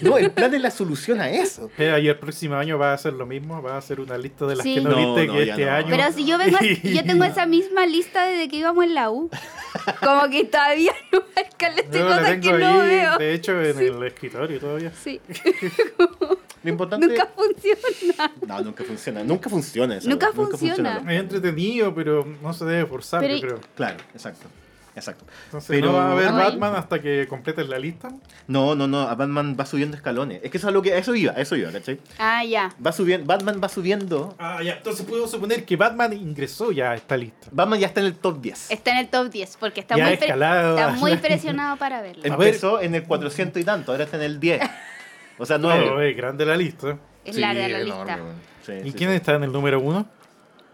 [SPEAKER 3] No, el plan es la solución a eso.
[SPEAKER 2] Eh, y el próximo año va a hacer lo mismo. Va a hacer una lista de las
[SPEAKER 4] Sí.
[SPEAKER 2] que no,
[SPEAKER 3] No,
[SPEAKER 2] viste
[SPEAKER 3] no,
[SPEAKER 2] que
[SPEAKER 3] ya
[SPEAKER 2] este
[SPEAKER 3] no.
[SPEAKER 2] año.
[SPEAKER 4] Pero si yo vengo, a- yo tengo esa misma lista desde que íbamos en la U. Como que todavía no hay caleta de
[SPEAKER 2] Yo la
[SPEAKER 4] cosas
[SPEAKER 2] tengo
[SPEAKER 4] que no
[SPEAKER 2] ahí,
[SPEAKER 4] veo.
[SPEAKER 2] de hecho, en el escritorio todavía.
[SPEAKER 4] Sí,
[SPEAKER 3] Lo importante.
[SPEAKER 4] nunca funciona.
[SPEAKER 3] No, nunca funciona. Nunca funciona eso.
[SPEAKER 4] Nunca funciona.
[SPEAKER 2] Es entretenido, pero no se debe forzar,
[SPEAKER 4] Pero-
[SPEAKER 2] yo creo.
[SPEAKER 3] Claro, exacto. Exacto.
[SPEAKER 2] Entonces,
[SPEAKER 3] Pero-
[SPEAKER 2] no va a haber
[SPEAKER 4] Ay.
[SPEAKER 2] Batman hasta que completes la lista.
[SPEAKER 3] No, no, no, a Batman va subiendo escalones. Es que eso es lo que. a Eso iba, a eso iba, ¿cachai?
[SPEAKER 4] Ah, ya.
[SPEAKER 3] Va subiendo, Batman va subiendo.
[SPEAKER 2] Ah, ya. Entonces puedo suponer que Batman ingresó ya a esta lista.
[SPEAKER 3] Batman ya está en el top 10.
[SPEAKER 4] Está en el top 10 porque está,
[SPEAKER 2] Ya
[SPEAKER 4] muy, pre-
[SPEAKER 2] escalado.
[SPEAKER 4] está muy presionado para verlo.
[SPEAKER 2] El-
[SPEAKER 3] Empezó en el 400 y tanto, ahora está en el 10. O sea,
[SPEAKER 2] No,
[SPEAKER 3] 9.
[SPEAKER 2] Oh, es grande la lista.
[SPEAKER 4] Es larga la lista.
[SPEAKER 2] ¿Y quién está en el número uno?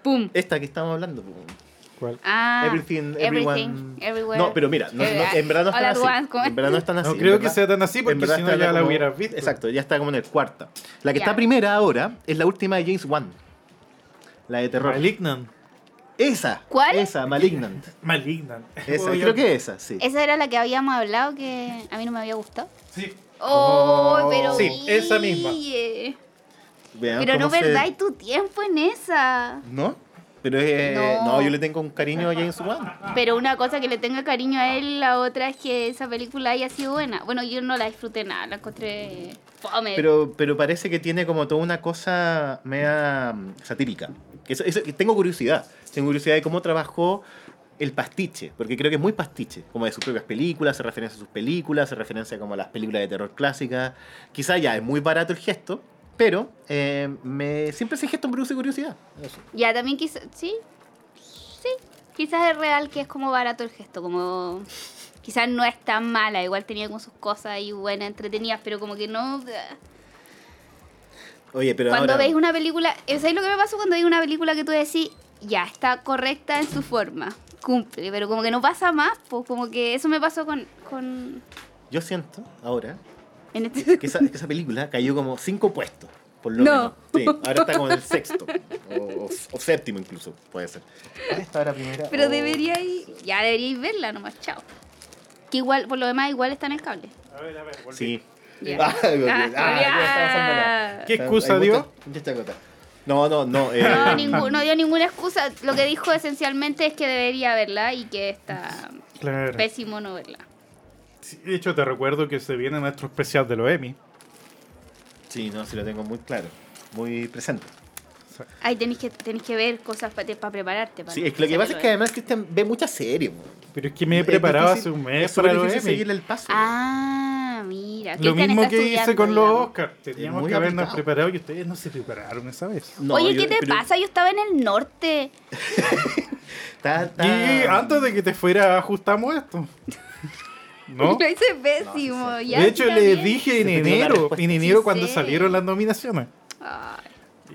[SPEAKER 4] ¡Pum!
[SPEAKER 3] Esta que estamos hablando. po.
[SPEAKER 2] ¿Cuál?
[SPEAKER 4] Ah,
[SPEAKER 3] Everything,
[SPEAKER 4] everything,
[SPEAKER 3] everyone.
[SPEAKER 4] everywhere. Eh,
[SPEAKER 3] No, pero mira, no- no, en verdad no
[SPEAKER 4] All at
[SPEAKER 3] están
[SPEAKER 4] once, ¿cómo
[SPEAKER 3] así.
[SPEAKER 4] es?
[SPEAKER 3] En verdad no
[SPEAKER 4] Ah,
[SPEAKER 3] están así.
[SPEAKER 2] No
[SPEAKER 3] en
[SPEAKER 2] creo que
[SPEAKER 3] verdad-
[SPEAKER 2] sea tan así
[SPEAKER 3] en
[SPEAKER 2] porque
[SPEAKER 3] verdad
[SPEAKER 2] si no
[SPEAKER 3] está
[SPEAKER 2] ya la
[SPEAKER 3] como-
[SPEAKER 2] hubieras visto.
[SPEAKER 3] Exacto, ya está como en el cuarta. La que
[SPEAKER 4] Ya.
[SPEAKER 3] está primera ahora es la última de James Wan. La de terror.
[SPEAKER 2] Malignant.
[SPEAKER 3] Esa.
[SPEAKER 4] ¿Cuál?
[SPEAKER 3] Esa, Malignant.
[SPEAKER 2] Malignant.
[SPEAKER 3] Esa,
[SPEAKER 2] Oye,
[SPEAKER 3] creo que esa, sí.
[SPEAKER 4] Esa era la que habíamos hablado que a mí no me había gustado.
[SPEAKER 2] Sí.
[SPEAKER 4] Oh, pero.
[SPEAKER 2] Sí, esa misma.
[SPEAKER 4] oye.
[SPEAKER 3] Vean
[SPEAKER 4] Pero no
[SPEAKER 3] cómo se-
[SPEAKER 4] perdáis tu tiempo en esa.
[SPEAKER 3] ¿No? Pero eh,
[SPEAKER 4] No.
[SPEAKER 3] no. yo le tengo un cariño a James Wan.
[SPEAKER 4] Pero una cosa que le tenga cariño a él, la otra es que esa película haya sido buena. Bueno, yo no la disfruté nada, la encontré fome.
[SPEAKER 3] Pero, pero parece que tiene como toda una cosa media mm, satírica. Que eso- eso- que tengo curiosidad. Tengo curiosidad de cómo trabajó el pastiche. Porque creo que es muy pastiche. Como de sus propias películas, se referencia a sus películas, se referencia como a las películas de terror clásicas. Quizá ya es muy barato el gesto. Pero eh, me, siempre ese gesto me produce curiosidad. Eso.
[SPEAKER 4] Ya, también quizás. Sí. Sí. Quizás es real que es como barato el gesto, como. Quizás no es tan mala, igual tenía como sus cosas ahí buenas, entretenidas, pero como que no...
[SPEAKER 3] Oye, pero
[SPEAKER 4] Cuando
[SPEAKER 3] ahora...
[SPEAKER 4] veis una película, eh, ¿sabéis lo que me pasó cuando veis una película que tú decís, ya, está correcta en su forma, cumple, pero como que no pasa más, pues como que eso me pasó con... con
[SPEAKER 3] Yo siento ahora
[SPEAKER 4] en este-
[SPEAKER 3] que esa, que esa película cayó como cinco puestos. Por lo
[SPEAKER 5] No.
[SPEAKER 3] menos. Sí, ahora está como en el sexto. O, o- o séptimo incluso, puede ser. Esta era primera.
[SPEAKER 5] Pero debería ir.
[SPEAKER 4] ya deberíais verla nomás, chao. Que igual, por lo demás, igual está en el cable.
[SPEAKER 2] A ver, a ver, volví.
[SPEAKER 3] Sí.
[SPEAKER 4] Ya.
[SPEAKER 3] Ah, volví.
[SPEAKER 4] Ah,
[SPEAKER 3] Ah, ya estaba salvada.
[SPEAKER 4] ya.
[SPEAKER 2] ¿Qué excusa
[SPEAKER 3] Hay
[SPEAKER 2] dio?
[SPEAKER 3] muchas- muchas chacotas. No, no, no. eh,
[SPEAKER 4] No, ningú- no dio ninguna excusa. Lo que dijo esencialmente es que debería verla y que está
[SPEAKER 2] Claro.
[SPEAKER 4] pésimo no verla.
[SPEAKER 2] Sí, de hecho, te recuerdo que se viene nuestro especial de los Emmy.
[SPEAKER 3] Sí, no, sí lo tengo muy claro. Muy presente.
[SPEAKER 4] Ahí tenéis que, tenéis que ver cosas para prepararte. pa
[SPEAKER 3] Sí, es que lo que pasa es que además Cristian ve muchas series. weón.
[SPEAKER 2] Pero es que me he
[SPEAKER 3] Es
[SPEAKER 2] preparado
[SPEAKER 3] difícil-
[SPEAKER 2] hace un mes
[SPEAKER 3] es súper
[SPEAKER 2] para los
[SPEAKER 3] difícil
[SPEAKER 2] Emmy.
[SPEAKER 3] seguirle el paso.
[SPEAKER 4] Ah, mira.
[SPEAKER 2] Lo
[SPEAKER 4] Cristian
[SPEAKER 2] mismo
[SPEAKER 4] está
[SPEAKER 2] que hice
[SPEAKER 4] estudiando,
[SPEAKER 2] con los
[SPEAKER 4] digamos.
[SPEAKER 2] Oscars. Teníamos
[SPEAKER 3] muy
[SPEAKER 2] que habernos
[SPEAKER 3] aplicado.
[SPEAKER 2] preparado y ustedes no se prepararon esa vez.
[SPEAKER 3] No,
[SPEAKER 4] Oye,
[SPEAKER 3] yo-
[SPEAKER 4] ¿qué te
[SPEAKER 3] pero
[SPEAKER 4] pasa? Yo estaba en el norte.
[SPEAKER 3] está- está-
[SPEAKER 2] Y antes de que te fuera, ajustamos esto. ¿No?
[SPEAKER 5] Lo hice pésimo.
[SPEAKER 3] No, sí,
[SPEAKER 5] ya,
[SPEAKER 2] de hecho,
[SPEAKER 5] está
[SPEAKER 2] le
[SPEAKER 5] bien.
[SPEAKER 2] dije en
[SPEAKER 3] Se perdió la
[SPEAKER 2] enero,
[SPEAKER 3] respuesta.
[SPEAKER 2] en enero
[SPEAKER 4] Sí
[SPEAKER 2] cuando
[SPEAKER 4] sé.
[SPEAKER 2] salieron las nominaciones.
[SPEAKER 4] Ay.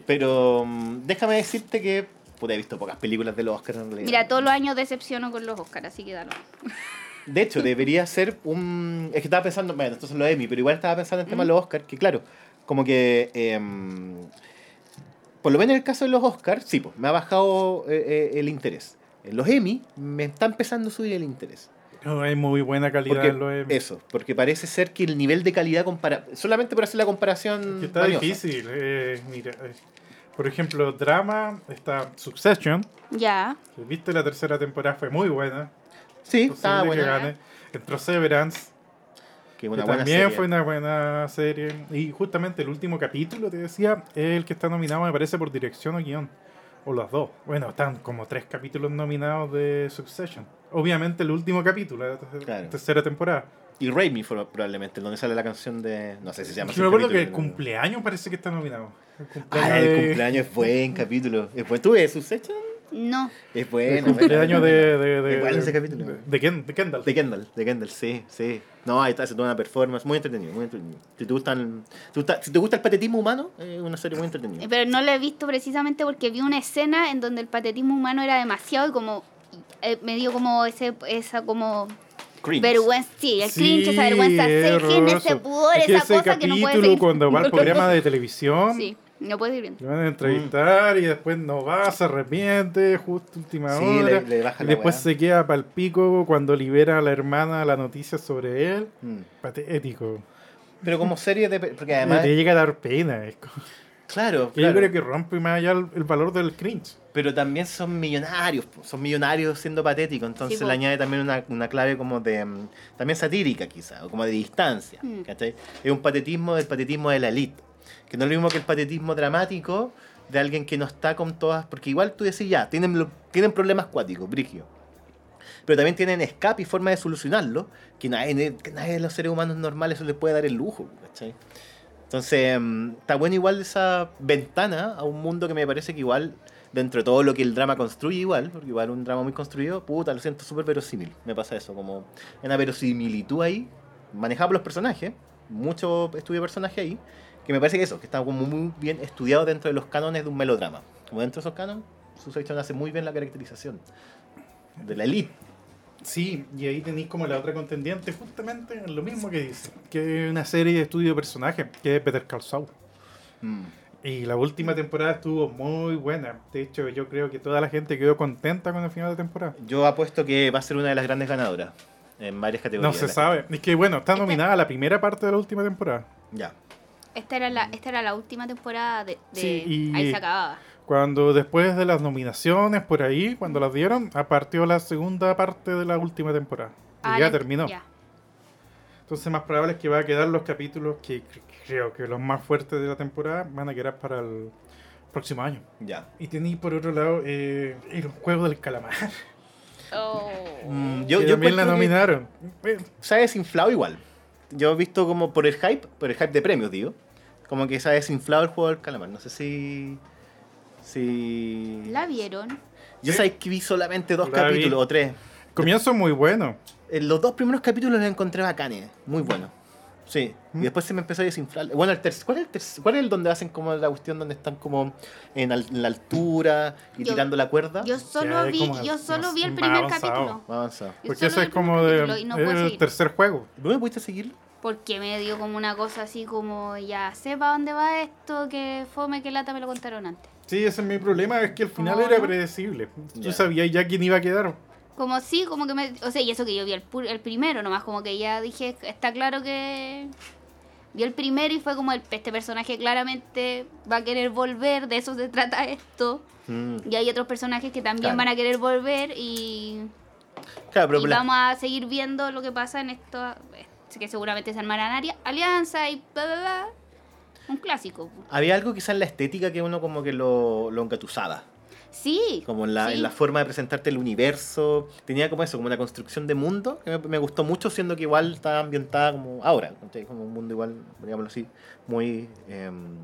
[SPEAKER 3] Pero mm, déjame decirte que puta, he visto pocas películas de los Oscars en realidad.
[SPEAKER 4] Mira, todos los años decepciono con los Oscars, así que da lo mismo.
[SPEAKER 3] De hecho, debería ser un. Es que estaba pensando, bueno, esto son los Emmy, pero igual estaba pensando en el tema de los Oscars, que claro, como que. em, por lo menos en el caso de los Oscars, sí, pues, me ha bajado eh, eh, el interés. En los Emmy me está empezando a subir el interés.
[SPEAKER 2] No hay muy buena calidad
[SPEAKER 3] Porque,
[SPEAKER 2] en los Emmy.
[SPEAKER 3] eso, porque parece ser que el nivel de calidad compara solamente por hacer la comparación
[SPEAKER 2] Que está
[SPEAKER 3] valiosa.
[SPEAKER 2] difícil. eh, mira, eh, por ejemplo, drama está Succession.
[SPEAKER 4] Ya.
[SPEAKER 2] que Viste la tercera temporada fue muy buena.
[SPEAKER 3] Sí,
[SPEAKER 2] Posible
[SPEAKER 3] está
[SPEAKER 2] que
[SPEAKER 3] buena.
[SPEAKER 2] gane. En Perseverance,
[SPEAKER 3] Que
[SPEAKER 2] que
[SPEAKER 3] una buena
[SPEAKER 2] también
[SPEAKER 3] serie.
[SPEAKER 2] fue una buena serie. Y justamente el último capítulo, te decía, es el que está nominado, me parece, por dirección o guión. O las dos. Bueno, están como tres capítulos nominados de Succession. Obviamente el último capítulo, la ter-
[SPEAKER 3] Claro.
[SPEAKER 2] tercera temporada.
[SPEAKER 3] Y Raimi fue probablemente, donde sale la canción de. No sé si se llama.
[SPEAKER 2] Yo
[SPEAKER 3] así
[SPEAKER 2] me
[SPEAKER 3] el
[SPEAKER 2] acuerdo que el
[SPEAKER 3] capítulo, pero-
[SPEAKER 2] cumpleaños parece que está nominado. El cumpleaños,
[SPEAKER 3] Ah, el
[SPEAKER 2] de-
[SPEAKER 3] cumpleaños es buen capítulo. Es buen. ¿Tú ves Succession?
[SPEAKER 4] No.
[SPEAKER 3] Es
[SPEAKER 2] el
[SPEAKER 3] bueno.
[SPEAKER 2] cumpleaños
[SPEAKER 3] bueno.
[SPEAKER 2] de, de, de,
[SPEAKER 3] Igual ese capítulo.
[SPEAKER 2] de- de Ken- de Kendall.
[SPEAKER 3] De Kendall, de Kendall, sí, sí. No, ahí está, se tuvo una performance muy entretenido, muy entretenido. Si te, gustan, te gusta, si te gusta el patetismo humano, es una serie muy entretenida.
[SPEAKER 4] Pero no lo he visto precisamente porque vi una escena en donde el patetismo humano era demasiado y como eh, me dio como ese esa como
[SPEAKER 3] Cringe.
[SPEAKER 4] vergüenza, sí, el
[SPEAKER 2] Sí,
[SPEAKER 4] cringe, esa vergüenza
[SPEAKER 2] es
[SPEAKER 4] ajena, ese
[SPEAKER 2] horroroso.
[SPEAKER 4] pudor,
[SPEAKER 2] Es que
[SPEAKER 4] esa
[SPEAKER 2] ese
[SPEAKER 4] cosa que
[SPEAKER 2] capítulo
[SPEAKER 4] no puede seguir.
[SPEAKER 2] cuando va al programa de televisión,
[SPEAKER 4] Sí, no puedes ir viendo.
[SPEAKER 2] lo van a entrevistar y después no va, se arrepiente, justo última
[SPEAKER 3] Sí,
[SPEAKER 2] hora.
[SPEAKER 3] le- le baja
[SPEAKER 2] y
[SPEAKER 3] la
[SPEAKER 2] después
[SPEAKER 3] weá.
[SPEAKER 2] se queda pal pico cuando libera a la hermana la noticia sobre él.
[SPEAKER 3] Mm.
[SPEAKER 2] Patético.
[SPEAKER 3] Pero como serie de... Porque
[SPEAKER 2] Además,
[SPEAKER 3] además... Eh,
[SPEAKER 2] te llega a dar pena. es como-
[SPEAKER 3] Claro,
[SPEAKER 2] que Yo
[SPEAKER 3] claro.
[SPEAKER 2] creo que rompe más allá el, el valor del cringe.
[SPEAKER 3] Pero también son millonarios, po, son millonarios siendo patéticos, entonces
[SPEAKER 4] Sí, po.
[SPEAKER 3] le añade también una, una clave como de... mm, También satírica quizá, o como de distancia,
[SPEAKER 4] Mm.
[SPEAKER 3] ¿cachai? Es un patetismo del patetismo de la elite, que no es lo mismo que el patetismo dramático de alguien que no está con todas, porque igual tú decís ya, tienen, lo- tienen problemas cuáticos, brigio. Pero también tienen escape y forma de solucionarlo, que nadie, que nadie de los seres humanos normales se les puede dar el lujo, ¿cachai? Entonces, mm, está bueno igual esa ventana a un mundo que me parece que igual, dentro de todo lo que el drama construye igual, porque igual un drama muy construido, puta, lo siento súper verosímil. Me pasa eso, como una verosimilitud ahí, manejada por los personajes, mucho estudio de personaje ahí, que me parece que eso, que está como muy bien estudiado dentro de los cánones de un melodrama. Como dentro de esos cánones, Susan hace muy bien la caracterización de la elite.
[SPEAKER 2] Sí, y ahí tenéis como la otra contendiente, justamente en lo mismo que dice, que es una serie de estudio de personajes, que es Peter Call Saul.
[SPEAKER 3] Mm.
[SPEAKER 2] Y la última temporada estuvo muy buena. De hecho, yo creo que toda la gente quedó contenta con el final de temporada.
[SPEAKER 3] Yo apuesto que va a ser una de las grandes ganadoras en varias
[SPEAKER 2] No
[SPEAKER 3] categorías.
[SPEAKER 2] se sabe. Es que bueno, está nominada a la primera parte de la última temporada.
[SPEAKER 3] Ya.
[SPEAKER 4] Esta era la esta era la última temporada de, de-
[SPEAKER 2] Sí, y- pues
[SPEAKER 4] ahí se acababa.
[SPEAKER 2] Cuando después de las nominaciones por ahí, cuando las dieron, ah, partió la segunda parte de la última temporada. Y
[SPEAKER 4] Ah,
[SPEAKER 2] ya
[SPEAKER 4] la-
[SPEAKER 2] terminó.
[SPEAKER 4] ya.
[SPEAKER 2] Entonces más probable es que va a quedar los capítulos que cre- creo que los más fuertes de la temporada van a quedar para el próximo año.
[SPEAKER 3] Ya.
[SPEAKER 2] Y tenéis por otro lado eh, el juego del calamar.
[SPEAKER 4] Oh.
[SPEAKER 3] Mm,
[SPEAKER 2] Yo,
[SPEAKER 3] yo,
[SPEAKER 2] que
[SPEAKER 3] yo
[SPEAKER 2] también la
[SPEAKER 3] encuentro que
[SPEAKER 2] nominaron. Eh, Bueno,
[SPEAKER 3] se ha desinflado igual. Yo he visto como por el hype, por el hype de premios, digo. Como que se ha desinflado el juego del calamar. No sé si. Si.
[SPEAKER 4] ¿La vieron?
[SPEAKER 3] Yo sabéis que vi solamente dos
[SPEAKER 2] La vi.
[SPEAKER 3] capítulos o tres.
[SPEAKER 2] Comienzo muy bueno.
[SPEAKER 3] en los dos primeros capítulos los encontré bacanes, muy buenos. Sí,
[SPEAKER 2] ¿Mm?
[SPEAKER 3] y después se me empezó a desinflar. Bueno, el tercer, ¿cuál es el tercer? ¿Cuál es el donde hacen como la cuestión donde están como en, al- en la altura y
[SPEAKER 4] Yo-
[SPEAKER 3] tirando la cuerda?
[SPEAKER 4] Yo solo
[SPEAKER 2] Ya,
[SPEAKER 4] vi,
[SPEAKER 2] como
[SPEAKER 4] yo
[SPEAKER 2] más-
[SPEAKER 4] solo vi el
[SPEAKER 2] más
[SPEAKER 4] primer
[SPEAKER 2] avanzado.
[SPEAKER 4] capítulo.
[SPEAKER 3] Avanza.
[SPEAKER 4] Yo
[SPEAKER 2] Porque
[SPEAKER 4] solo
[SPEAKER 2] eso
[SPEAKER 4] vi
[SPEAKER 2] es
[SPEAKER 4] el
[SPEAKER 2] como
[SPEAKER 4] primer
[SPEAKER 2] de,
[SPEAKER 4] capítulo y no
[SPEAKER 2] es
[SPEAKER 4] puedo
[SPEAKER 2] el
[SPEAKER 4] seguir.
[SPEAKER 2] tercer juego.
[SPEAKER 3] ¿No me pudiste seguirlo?
[SPEAKER 4] Porque me dio como una cosa así como, ya sepa dónde va esto, que fome, que lata, me lo contaron antes.
[SPEAKER 2] Sí, ese es mi problema, es que el final
[SPEAKER 4] ¿Cómo
[SPEAKER 2] era
[SPEAKER 4] no?
[SPEAKER 2] predecible. Tú
[SPEAKER 3] Ya.
[SPEAKER 2] sabías ya quién iba a quedar.
[SPEAKER 4] Como sí, como que me... O sea, y eso que yo vi el, pu- el primero nomás, como que ya dije, está claro que... Vi el primero y fue como, el, este personaje claramente va a querer volver, de eso se trata esto.
[SPEAKER 3] Mm.
[SPEAKER 4] Y hay otros personajes que también
[SPEAKER 3] Claro.
[SPEAKER 4] van a querer volver y,
[SPEAKER 3] Claro, pero
[SPEAKER 4] y
[SPEAKER 3] la-
[SPEAKER 4] vamos a seguir viendo lo que pasa en esto, así que seguramente se armarán aria- alianza y bla, bla, bla. Un clásico.
[SPEAKER 3] había algo quizás en la estética que uno como que lo, lo engatusaba.
[SPEAKER 4] Sí.
[SPEAKER 3] Como en la,
[SPEAKER 4] sí.
[SPEAKER 3] en la forma de presentarte el universo. Tenía como eso, como una construcción de mundo que me, me gustó mucho, siendo que igual está ambientada como ahora. ¿cachai? Como un mundo igual, digámoslo así, muy em,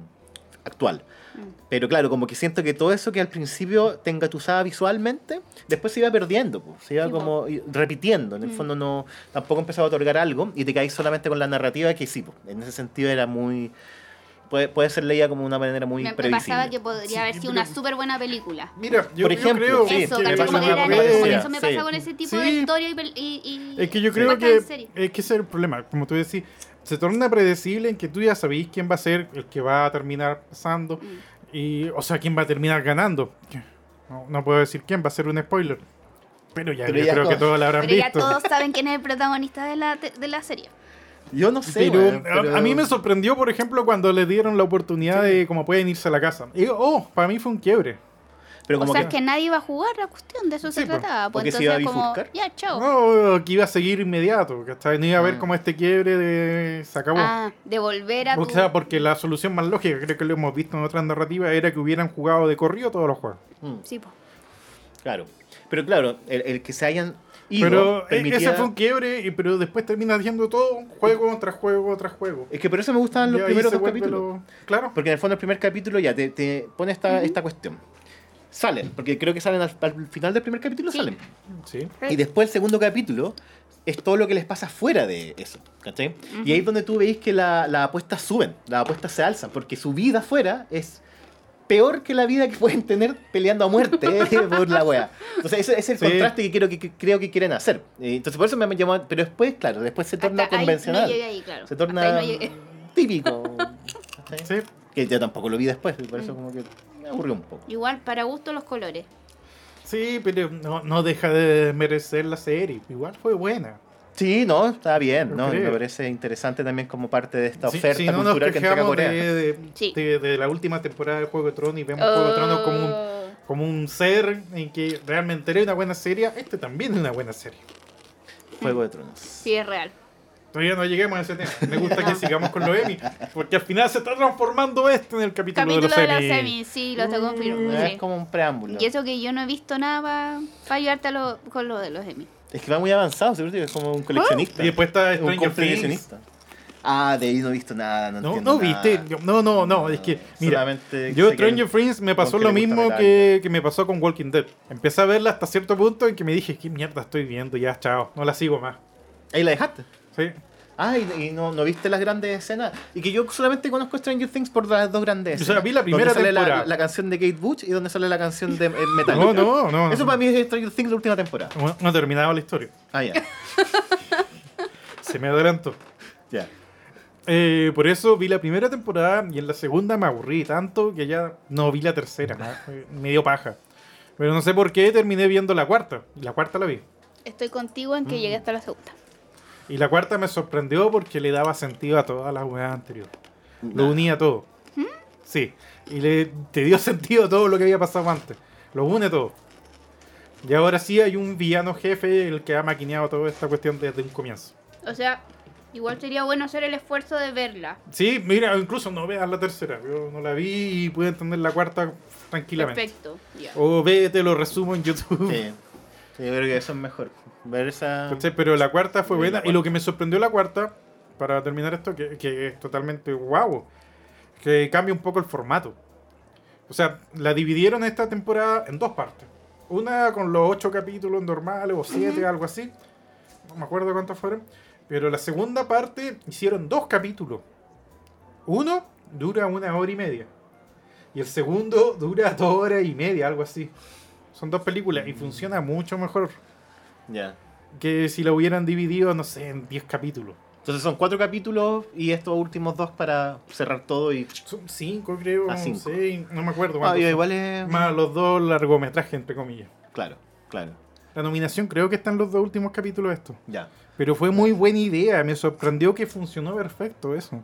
[SPEAKER 3] actual.
[SPEAKER 4] Mm.
[SPEAKER 3] Pero claro, como que siento que todo eso que al principio te engatusaba visualmente, después se iba perdiendo, po. se iba
[SPEAKER 4] Sí, po.
[SPEAKER 3] como i- repitiendo. En el
[SPEAKER 4] Mm.
[SPEAKER 3] fondo no tampoco empezaba a otorgar algo y te caís solamente con la narrativa que sí, po. en ese sentido era muy. Puede, puede ser leída como de una manera muy
[SPEAKER 4] Me, me
[SPEAKER 3] previsible.
[SPEAKER 4] pasaba que podría
[SPEAKER 2] Sí,
[SPEAKER 4] haber sido
[SPEAKER 2] pero-
[SPEAKER 4] una súper buena película.
[SPEAKER 2] Mira, yo,
[SPEAKER 3] Por
[SPEAKER 2] yo
[SPEAKER 3] ejemplo,
[SPEAKER 2] creo
[SPEAKER 3] sí,
[SPEAKER 4] eso,
[SPEAKER 3] que me
[SPEAKER 4] ¿cachai? Como
[SPEAKER 3] pasa una
[SPEAKER 4] que era-
[SPEAKER 3] parecida,
[SPEAKER 4] por eso me
[SPEAKER 3] sí.
[SPEAKER 4] pasa con ese tipo de
[SPEAKER 2] Sí.
[SPEAKER 4] historia y, pel- y, y-
[SPEAKER 2] Es que yo
[SPEAKER 4] y
[SPEAKER 2] creo
[SPEAKER 4] falta
[SPEAKER 2] que
[SPEAKER 4] en serie.
[SPEAKER 2] es que ese es el problema, como tú decís, se torna predecible en que tú ya sabís quién va a ser el que va a terminar pasando
[SPEAKER 4] Mm.
[SPEAKER 2] y o sea, quién va a terminar ganando. No, no puedo decir quién va a ser un spoiler. Pero ya
[SPEAKER 3] Pero
[SPEAKER 2] yo
[SPEAKER 3] ya
[SPEAKER 2] creo que
[SPEAKER 3] todos-
[SPEAKER 2] todos la habrán
[SPEAKER 4] Pero ya
[SPEAKER 2] visto.
[SPEAKER 4] todos saben quién es el protagonista de la, te- de la serie.
[SPEAKER 3] Yo no sé.
[SPEAKER 2] pero, eh,
[SPEAKER 3] weón,
[SPEAKER 2] a-
[SPEAKER 3] pero-
[SPEAKER 2] a mí me sorprendió, por ejemplo, cuando le dieron la oportunidad de como pueden irse a la casa. Y, oh, para mí fue un quiebre.
[SPEAKER 3] pero
[SPEAKER 4] O
[SPEAKER 3] como
[SPEAKER 4] sea,
[SPEAKER 3] que,
[SPEAKER 4] que nadie iba a jugar la cuestión, de eso
[SPEAKER 2] Sí,
[SPEAKER 4] se
[SPEAKER 2] po.
[SPEAKER 4] trataba. Pues
[SPEAKER 3] Porque se iba a
[SPEAKER 4] entonces como,
[SPEAKER 3] bifurcar.
[SPEAKER 4] ya, chao.
[SPEAKER 2] No, Oh, que iba a seguir inmediato, ¿cachai? No iba a haber
[SPEAKER 3] Mm.
[SPEAKER 2] como este quiebre de se acabó.
[SPEAKER 4] Ah, de volver a
[SPEAKER 2] O
[SPEAKER 4] tu...
[SPEAKER 2] sea, porque la solución más lógica, creo que lo hemos visto en otras narrativas, era que hubieran jugado de corrido todos los juegos.
[SPEAKER 3] Mm,
[SPEAKER 4] Sí, pues, po.
[SPEAKER 3] claro. Pero claro, el, el que se hayan ido
[SPEAKER 2] pero e-
[SPEAKER 3] permitía-
[SPEAKER 2] ese fue un quiebre, y- pero después termina haciendo todo juego tras juego tras juego.
[SPEAKER 3] Es que por eso me gustaban los
[SPEAKER 2] Y ahí
[SPEAKER 3] primeros
[SPEAKER 2] se
[SPEAKER 3] dos
[SPEAKER 2] vuelve
[SPEAKER 3] capítulos.
[SPEAKER 2] lo- Claro.
[SPEAKER 3] Porque en el fondo el primer capítulo ya te, te pone esta, esta cuestión. Salen, porque creo que salen al, al final del primer capítulo,
[SPEAKER 4] Sí.
[SPEAKER 3] salen.
[SPEAKER 2] Sí.
[SPEAKER 3] Y después el segundo capítulo es todo lo que les pasa fuera de eso. ¿cachai? Y ahí es donde tú veis que la- las apuestas suben, las apuestas se alzan, porque su vida afuera es peor que la vida que pueden tener peleando a muerte eh, por la wea. Entonces ese ese es el
[SPEAKER 2] Sí.
[SPEAKER 3] contraste que, quiero, que, que creo que quieren hacer. Eh, Entonces por eso me llamó, pero después, claro, después se torna
[SPEAKER 4] Hasta ahí
[SPEAKER 3] convencional.
[SPEAKER 4] no llegué ahí, claro.
[SPEAKER 3] Se
[SPEAKER 4] Hasta
[SPEAKER 3] torna
[SPEAKER 4] ahí no llegué.
[SPEAKER 3] típico. ¿cachai?
[SPEAKER 2] Sí.
[SPEAKER 3] Que yo tampoco lo vi después, por
[SPEAKER 4] Mm.
[SPEAKER 3] eso como que me aburrió un poco.
[SPEAKER 4] Igual, para gusto los colores.
[SPEAKER 2] Sí, pero no, no deja de merecer la serie. Igual fue buena.
[SPEAKER 3] Sí, no, está bien, ¿no?
[SPEAKER 2] Ok.
[SPEAKER 3] Me parece interesante también como parte de esta
[SPEAKER 2] Si-
[SPEAKER 3] oferta
[SPEAKER 2] si no nos
[SPEAKER 3] cultural que entrega
[SPEAKER 2] quejamos
[SPEAKER 3] Corea.
[SPEAKER 2] de, de-
[SPEAKER 4] Sí.
[SPEAKER 2] de- de la última temporada de Juego de Tronos y vemos Juego de Tronos como un,
[SPEAKER 4] Oh.
[SPEAKER 2] como un ser en que realmente era una buena serie, este también es una buena serie.
[SPEAKER 3] Juego de Tronos.
[SPEAKER 4] Sí, es real.
[SPEAKER 2] Todavía no lleguemos a ese tema. Me gusta que sigamos con los Emmy, porque al final se está transformando esto en el capítulo, de
[SPEAKER 4] Capítulo
[SPEAKER 2] los
[SPEAKER 4] de
[SPEAKER 2] Emmy.
[SPEAKER 4] la semi, sí, lo te confirmo.
[SPEAKER 3] Ah,
[SPEAKER 4] sí.
[SPEAKER 3] Es como un preámbulo.
[SPEAKER 4] Y eso que yo no he visto nada para ayudarte a lo- con lo de los Emmy.
[SPEAKER 3] Es que va muy avanzado, seguro que es como un coleccionista.
[SPEAKER 2] Y después está
[SPEAKER 3] un
[SPEAKER 2] Stranger Things.
[SPEAKER 3] coleccionista. Ah, de ahí no he visto nada, no,
[SPEAKER 2] No,
[SPEAKER 3] entiendo
[SPEAKER 2] no
[SPEAKER 3] nada.
[SPEAKER 2] viste, Yo- no, no, no, es que, mira,
[SPEAKER 3] Solamente
[SPEAKER 2] yo
[SPEAKER 3] sé que-
[SPEAKER 2] Stranger Things me pasó
[SPEAKER 3] que
[SPEAKER 2] lo
[SPEAKER 3] le gusta
[SPEAKER 2] mismo
[SPEAKER 3] ver
[SPEAKER 2] que, que me pasó con Walking Dead. Empecé a verla hasta cierto punto en que me dije, qué mierda estoy viendo, ya, chao, no la sigo más.
[SPEAKER 3] Ahí la dejaste.
[SPEAKER 2] ¿Sí?
[SPEAKER 3] Ah, y, y no, no viste las grandes escenas. Y que yo solamente conozco Stranger Things por las dos grandes
[SPEAKER 2] O sea,
[SPEAKER 3] escenas.
[SPEAKER 2] vi la primera
[SPEAKER 3] donde sale la-
[SPEAKER 2] temporada.
[SPEAKER 3] La, canción de Kate Bush y donde sale la canción de eh, Metallica.
[SPEAKER 2] No, no, no.
[SPEAKER 3] Eso
[SPEAKER 2] no.
[SPEAKER 3] para mí es Stranger Things la última temporada.
[SPEAKER 2] Bueno, No terminaba la historia.
[SPEAKER 3] Ah, ya.
[SPEAKER 2] Se me adelantó.
[SPEAKER 3] Ya.
[SPEAKER 2] Eh, por eso vi la primera temporada y en la segunda me aburrí tanto que ya no vi la tercera. me- Me dio paja. Pero no sé por qué terminé viendo la cuarta. La cuarta la vi.
[SPEAKER 4] Estoy contigo en que
[SPEAKER 2] Mm.
[SPEAKER 4] llegué hasta la segunda.
[SPEAKER 2] Y la cuarta me sorprendió porque le daba sentido a todas las weas anteriores. Lo
[SPEAKER 3] Nah.
[SPEAKER 2] unía todo. Sí. Y le, te dio sentido a todo lo que había pasado antes. Lo une todo. Y ahora sí hay un villano jefe el que ha maquineado toda esta cuestión desde un comienzo.
[SPEAKER 4] O sea, igual sería bueno hacer el esfuerzo de verla.
[SPEAKER 2] Sí, mira, incluso no veas la tercera. Yo no la vi y pude entender la cuarta tranquilamente. Oh,
[SPEAKER 4] Perfecto. ya.
[SPEAKER 2] O ve, te lo resumo en YouTube.
[SPEAKER 3] Sí. Sí, yo creo que eso es mejor. Ver esa.
[SPEAKER 2] ¿Cachai? Pero la cuarta fue
[SPEAKER 3] Sí, la
[SPEAKER 2] buena. Y
[SPEAKER 3] cuarta.
[SPEAKER 2] lo que me sorprendió la cuarta, para terminar esto, que, que es totalmente guau, que cambia un poco el formato. O sea, la dividieron esta temporada en dos partes. Una con los ocho capítulos normales o siete, algo así. no me acuerdo cuántas fueron, pero la segunda parte hicieron dos capítulos. Uno dura una hora y media. Y el segundo dura dos horas y media, algo así. Son dos películas y funciona mucho mejor
[SPEAKER 3] Ya.
[SPEAKER 2] que si lo hubieran dividido, no sé, en 10 capítulos.
[SPEAKER 3] Entonces son cuatro capítulos y estos últimos dos para cerrar todo y.
[SPEAKER 2] Son cinco, creo.
[SPEAKER 3] Ah, cinco.
[SPEAKER 2] seis, no me acuerdo.
[SPEAKER 3] Ah,
[SPEAKER 2] cuántos
[SPEAKER 3] y
[SPEAKER 2] son.
[SPEAKER 3] igual es.
[SPEAKER 2] Más los dos largometrajes, entre comillas.
[SPEAKER 3] Claro, claro.
[SPEAKER 2] La nominación creo que está en los dos últimos capítulos de esto.
[SPEAKER 3] Ya.
[SPEAKER 2] Pero fue muy buena idea, me sorprendió que funcionó perfecto eso.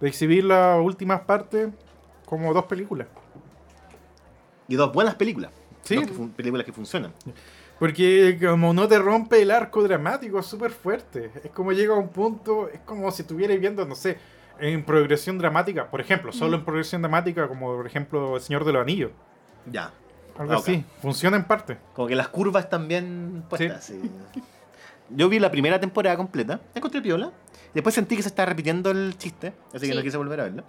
[SPEAKER 2] De exhibir las últimas partes como dos películas.
[SPEAKER 3] Y dos buenas películas.
[SPEAKER 2] Sí.
[SPEAKER 3] Dos que fun- películas que funcionan.
[SPEAKER 2] Porque como no te rompe el arco dramático, es súper fuerte. Es como llega a un punto, es como si estuvieras viendo, no sé, en progresión dramática, por ejemplo,
[SPEAKER 3] Mm.
[SPEAKER 2] solo en progresión dramática, como por ejemplo El Señor de los Anillos.
[SPEAKER 3] Ya.
[SPEAKER 2] Algo
[SPEAKER 3] Ah, ok.
[SPEAKER 2] así. Funciona en parte.
[SPEAKER 3] Como que las curvas también puestas. sí. Yo vi la primera temporada completa, la encontré piola. Después sentí que se estaba repitiendo el chiste, así que
[SPEAKER 4] Sí.
[SPEAKER 3] no quise volver a verla.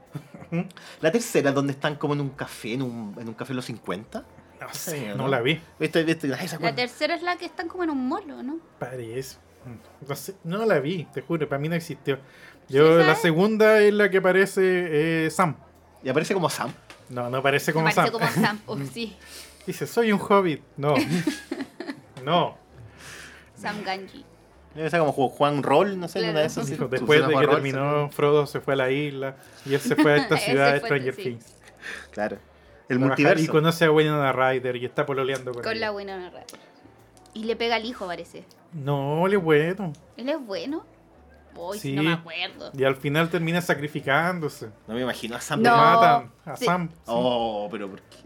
[SPEAKER 3] la tercera, donde están como en un café, en un, en un café de los 50.
[SPEAKER 2] No
[SPEAKER 3] Ah, Sí,
[SPEAKER 2] sé,
[SPEAKER 3] ¿no?
[SPEAKER 2] no la vi.
[SPEAKER 3] ¿Viste? ¿Viste? Ay, esa
[SPEAKER 4] La
[SPEAKER 3] cual-
[SPEAKER 4] tercera es la que están como en un molo, ¿no?
[SPEAKER 2] Parece. No, sé, no la vi, te juro, para mí no existió. Yo,
[SPEAKER 4] ¿Sí,
[SPEAKER 2] la
[SPEAKER 4] sabes?
[SPEAKER 2] segunda es la que aparece eh, Sam.
[SPEAKER 3] Y aparece como Sam.
[SPEAKER 2] No, no aparece como
[SPEAKER 4] Parece
[SPEAKER 2] Sam.
[SPEAKER 4] como Sam. Oh, sí,
[SPEAKER 2] Dice, soy un hobbit. No. no.
[SPEAKER 4] Sam Ganji.
[SPEAKER 3] Debe ser como Ju- Juan Roll, no sé,
[SPEAKER 4] Claro.
[SPEAKER 3] una de esas. Ah, sí.
[SPEAKER 2] Dijo,
[SPEAKER 3] Su-
[SPEAKER 2] después
[SPEAKER 3] su-
[SPEAKER 2] de
[SPEAKER 3] Juan
[SPEAKER 2] que
[SPEAKER 3] Roll,
[SPEAKER 2] terminó, Frodo se fue a la isla y él se fue a esta
[SPEAKER 4] Ese
[SPEAKER 2] ciudad de
[SPEAKER 4] fue,
[SPEAKER 2] Stranger
[SPEAKER 4] sí.
[SPEAKER 2] Things.
[SPEAKER 3] sí. Claro.
[SPEAKER 2] Trabajar Y
[SPEAKER 3] El multiverso.
[SPEAKER 2] conoce a Winona Ryder y está pololeando con,
[SPEAKER 4] Con
[SPEAKER 2] ella.
[SPEAKER 4] la buena narradora. Y le pega al hijo, parece.
[SPEAKER 2] No, le bueno.
[SPEAKER 4] ¿Él es bueno? Uy,
[SPEAKER 2] Sí.
[SPEAKER 4] no me acuerdo.
[SPEAKER 2] Y al final termina sacrificándose.
[SPEAKER 3] No me imagino a Sam.
[SPEAKER 2] Lo
[SPEAKER 4] No.
[SPEAKER 3] pero-
[SPEAKER 2] matan a
[SPEAKER 4] Sí.
[SPEAKER 2] Sam.
[SPEAKER 3] Oh, pero ¿por qué?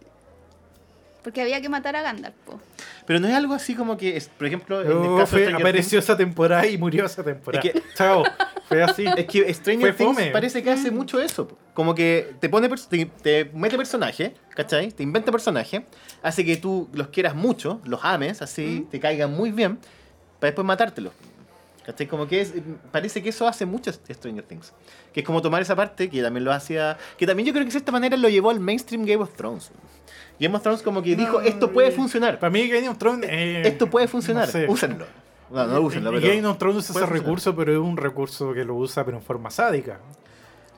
[SPEAKER 4] Porque había que matar a Gandalf, po.
[SPEAKER 3] Pero no es algo así como que, es- por ejemplo, en
[SPEAKER 2] No,
[SPEAKER 3] el caso de
[SPEAKER 2] fue-
[SPEAKER 3] Stranger
[SPEAKER 2] apareció esa temporada y murió esa temporada.
[SPEAKER 3] Es que-
[SPEAKER 2] Chao. Fue así.
[SPEAKER 3] Es que Stranger
[SPEAKER 2] Fue
[SPEAKER 3] Things
[SPEAKER 2] fome.
[SPEAKER 3] parece que hace mucho eso. po. Como que te pone pers- te, te mete personaje, ¿cachai? Te inventa personaje, hace que tú los quieras mucho, los ames, así, te caigan muy bien, para después matártelos. ¿Cachai? Como que es, parece que eso hace mucho Stranger Things. Que es como tomar esa parte que también lo hacía. Que también yo creo que de cierta manera lo llevó al mainstream Game of Thrones. Game of Thrones como que dijo, esto puede funcionar.
[SPEAKER 2] Para mí Game of Thrones... eh,
[SPEAKER 3] Esto puede funcionar.
[SPEAKER 2] no sé.
[SPEAKER 3] Úsenlo. No, no úsenlo, pero.
[SPEAKER 2] Game of Thrones usa
[SPEAKER 3] puede
[SPEAKER 2] ese
[SPEAKER 3] funcionar.
[SPEAKER 2] recurso, pero es un recurso que lo usa pero en forma sádica.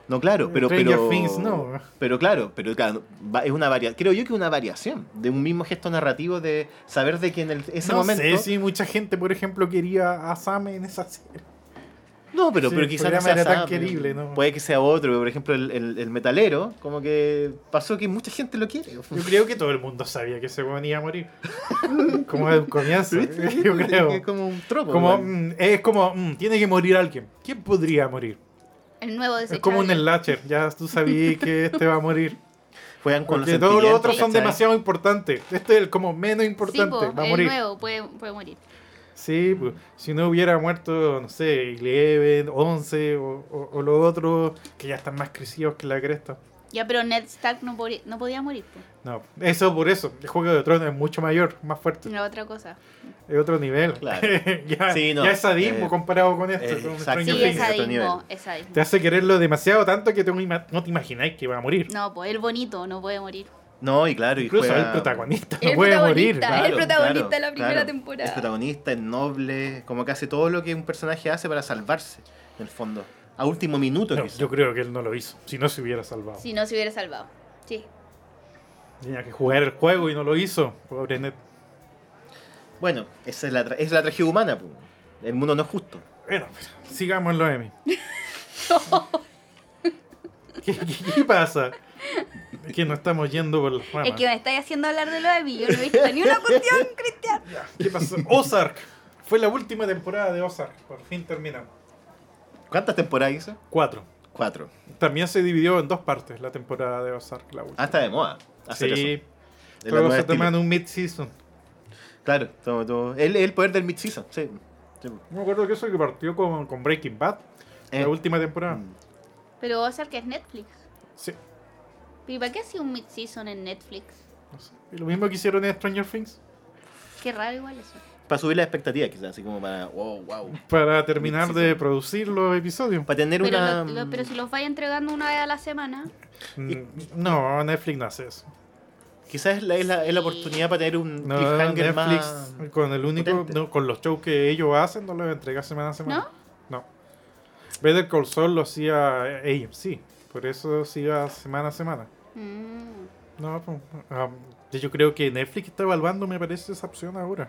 [SPEAKER 3] No, claro, pero.
[SPEAKER 2] Stranger
[SPEAKER 3] pero
[SPEAKER 2] Things, no.
[SPEAKER 3] Pero claro, pero claro, va- es una variación. Creo yo que una variación de un mismo gesto narrativo de saber de que en el- ese
[SPEAKER 2] no
[SPEAKER 3] momento.
[SPEAKER 2] sé si mucha gente, por ejemplo, quería a Sam en esa serie.
[SPEAKER 3] No, pero,
[SPEAKER 2] Sí,
[SPEAKER 3] pero
[SPEAKER 2] el
[SPEAKER 3] quizás no
[SPEAKER 2] programa
[SPEAKER 3] sea
[SPEAKER 2] era tan
[SPEAKER 3] Sam,
[SPEAKER 2] querible, ¿no?
[SPEAKER 3] Puede que sea otro, por ejemplo, el, el- el metalero, como que pasó que mucha gente lo quiere.
[SPEAKER 2] Yo creo que todo el mundo sabía que ese weón iba a morir. Como al comienzo, yo
[SPEAKER 3] Es
[SPEAKER 2] creo.
[SPEAKER 3] como un tropo.
[SPEAKER 2] Como,
[SPEAKER 3] igual.
[SPEAKER 2] mm, es como, mm, tiene que morir alguien. ¿Quién podría morir?
[SPEAKER 4] El nuevo
[SPEAKER 2] Es como un
[SPEAKER 4] desechable.
[SPEAKER 2] slasher, ya tú sabías que este va a morir.
[SPEAKER 3] Juegan con
[SPEAKER 2] Porque
[SPEAKER 3] los
[SPEAKER 2] todos los
[SPEAKER 3] sentimientos,
[SPEAKER 2] otros son
[SPEAKER 3] ¿cachai?
[SPEAKER 2] demasiado importantes. Este es el como menos
[SPEAKER 4] Sí,
[SPEAKER 2] importante,
[SPEAKER 4] po,
[SPEAKER 2] va a
[SPEAKER 4] el
[SPEAKER 2] morir.
[SPEAKER 4] nuevo puede, puede morir.
[SPEAKER 2] Sí, pues, si no hubiera muerto, no sé, Eleven, 11 o, o- o los otros que ya están más crecidos que la cresta.
[SPEAKER 4] Ya, pero Ned Stark no, podri- no podía morir, po.
[SPEAKER 2] No, eso por eso. El juego de Tronos es mucho mayor, más fuerte.
[SPEAKER 4] Era otra cosa.
[SPEAKER 2] Es otro nivel.
[SPEAKER 3] Claro.
[SPEAKER 2] ya,
[SPEAKER 3] Sí, no,
[SPEAKER 2] ya es sadismo
[SPEAKER 3] eh,
[SPEAKER 2] comparado con esto.
[SPEAKER 3] eh,
[SPEAKER 2] con
[SPEAKER 3] exacto.
[SPEAKER 2] Stranger
[SPEAKER 4] Sí,
[SPEAKER 3] pienso
[SPEAKER 4] es
[SPEAKER 2] Things.
[SPEAKER 3] esa- otro
[SPEAKER 4] sadismo,
[SPEAKER 3] nivel.
[SPEAKER 4] es sadismo.
[SPEAKER 2] Te hace quererlo demasiado tanto que tú no ima- no te imagináis que va a morir.
[SPEAKER 4] No, pues el bonito no puede morir.
[SPEAKER 3] No, y claro, y
[SPEAKER 2] Incluso
[SPEAKER 3] juega-
[SPEAKER 2] el protagonista no
[SPEAKER 5] El
[SPEAKER 2] puede morir.
[SPEAKER 5] protagonista. el protagonista de la primera temporada.
[SPEAKER 3] El protagonista, el noble, como que hace todo lo que un personaje hace para salvarse, en el fondo. A último minuto,
[SPEAKER 2] No,
[SPEAKER 3] quizá.
[SPEAKER 2] yo creo que él no lo hizo. Si no se hubiera salvado.
[SPEAKER 4] Si no se hubiera salvado. Sí.
[SPEAKER 2] Tenía que jugar el juego y no lo hizo. Pobre Ned.
[SPEAKER 3] Bueno, esa es la, tra- es la tragedia humana. pu. El mundo no es justo.
[SPEAKER 2] Bueno, pero sigamos en los Emmy. ¿Qué, qué- qué pasa? Es que nos estamos yendo por las ramas.
[SPEAKER 5] Es que me estáis haciendo hablar de lo de mí. Yo no he visto ni una cuestión, Cristian.
[SPEAKER 2] ¿Qué pasó? Ozark. Fue la última temporada de Ozark. Por fin terminamos.
[SPEAKER 3] ¿Cuántas temporadas hizo?
[SPEAKER 2] Cuatro.
[SPEAKER 3] Cuatro.
[SPEAKER 2] También se dividió en dos partes la temporada de Ozark, la última.
[SPEAKER 3] Ah, está de moda. Hacer
[SPEAKER 2] sí,
[SPEAKER 3] eso. Es la
[SPEAKER 2] todos
[SPEAKER 3] nueva
[SPEAKER 2] se
[SPEAKER 3] estilo.
[SPEAKER 2] toman un mid-season.
[SPEAKER 3] Claro, todo, todo. El, el poder del mid-season. Sí. Sí, pu.
[SPEAKER 2] No Me acuerdo que eso que partió con, con Breaking Bad,
[SPEAKER 3] Eh,
[SPEAKER 2] la última temporada.
[SPEAKER 3] mm.
[SPEAKER 4] Pero Ozark que es Netflix.
[SPEAKER 2] Sí,
[SPEAKER 4] ¿Y para qué hacía un mid-season en Netflix?
[SPEAKER 2] no sé. Y lo mismo que hicieron en Stranger Things.
[SPEAKER 4] Qué raro igual eso.
[SPEAKER 3] Para subir la expectativa, quizás, así como para. Wow, wow.
[SPEAKER 2] Para terminar de
[SPEAKER 3] Mid-season.
[SPEAKER 2] producir los episodios.
[SPEAKER 3] Para tener
[SPEAKER 4] Pero,
[SPEAKER 3] una. mm,
[SPEAKER 4] lo- lo- pero si los vaya entregando una vez a la semana.
[SPEAKER 2] Mm, No, Netflix no hace eso.
[SPEAKER 3] Quizás es la, es la, es la oportunidad para tener un
[SPEAKER 2] No,
[SPEAKER 3] cliffhanger
[SPEAKER 2] Netflix
[SPEAKER 3] más.
[SPEAKER 2] con el único
[SPEAKER 3] potente.
[SPEAKER 2] no, con los shows que ellos hacen no los entrega semana a semana.
[SPEAKER 4] ¿No?
[SPEAKER 2] No. Better Call Saul lo hacía AMC, por eso se iba semana a semana.
[SPEAKER 4] Mm.
[SPEAKER 2] No, pues, am, yo creo que Netflix está evaluando, me parece, esa opción ahora.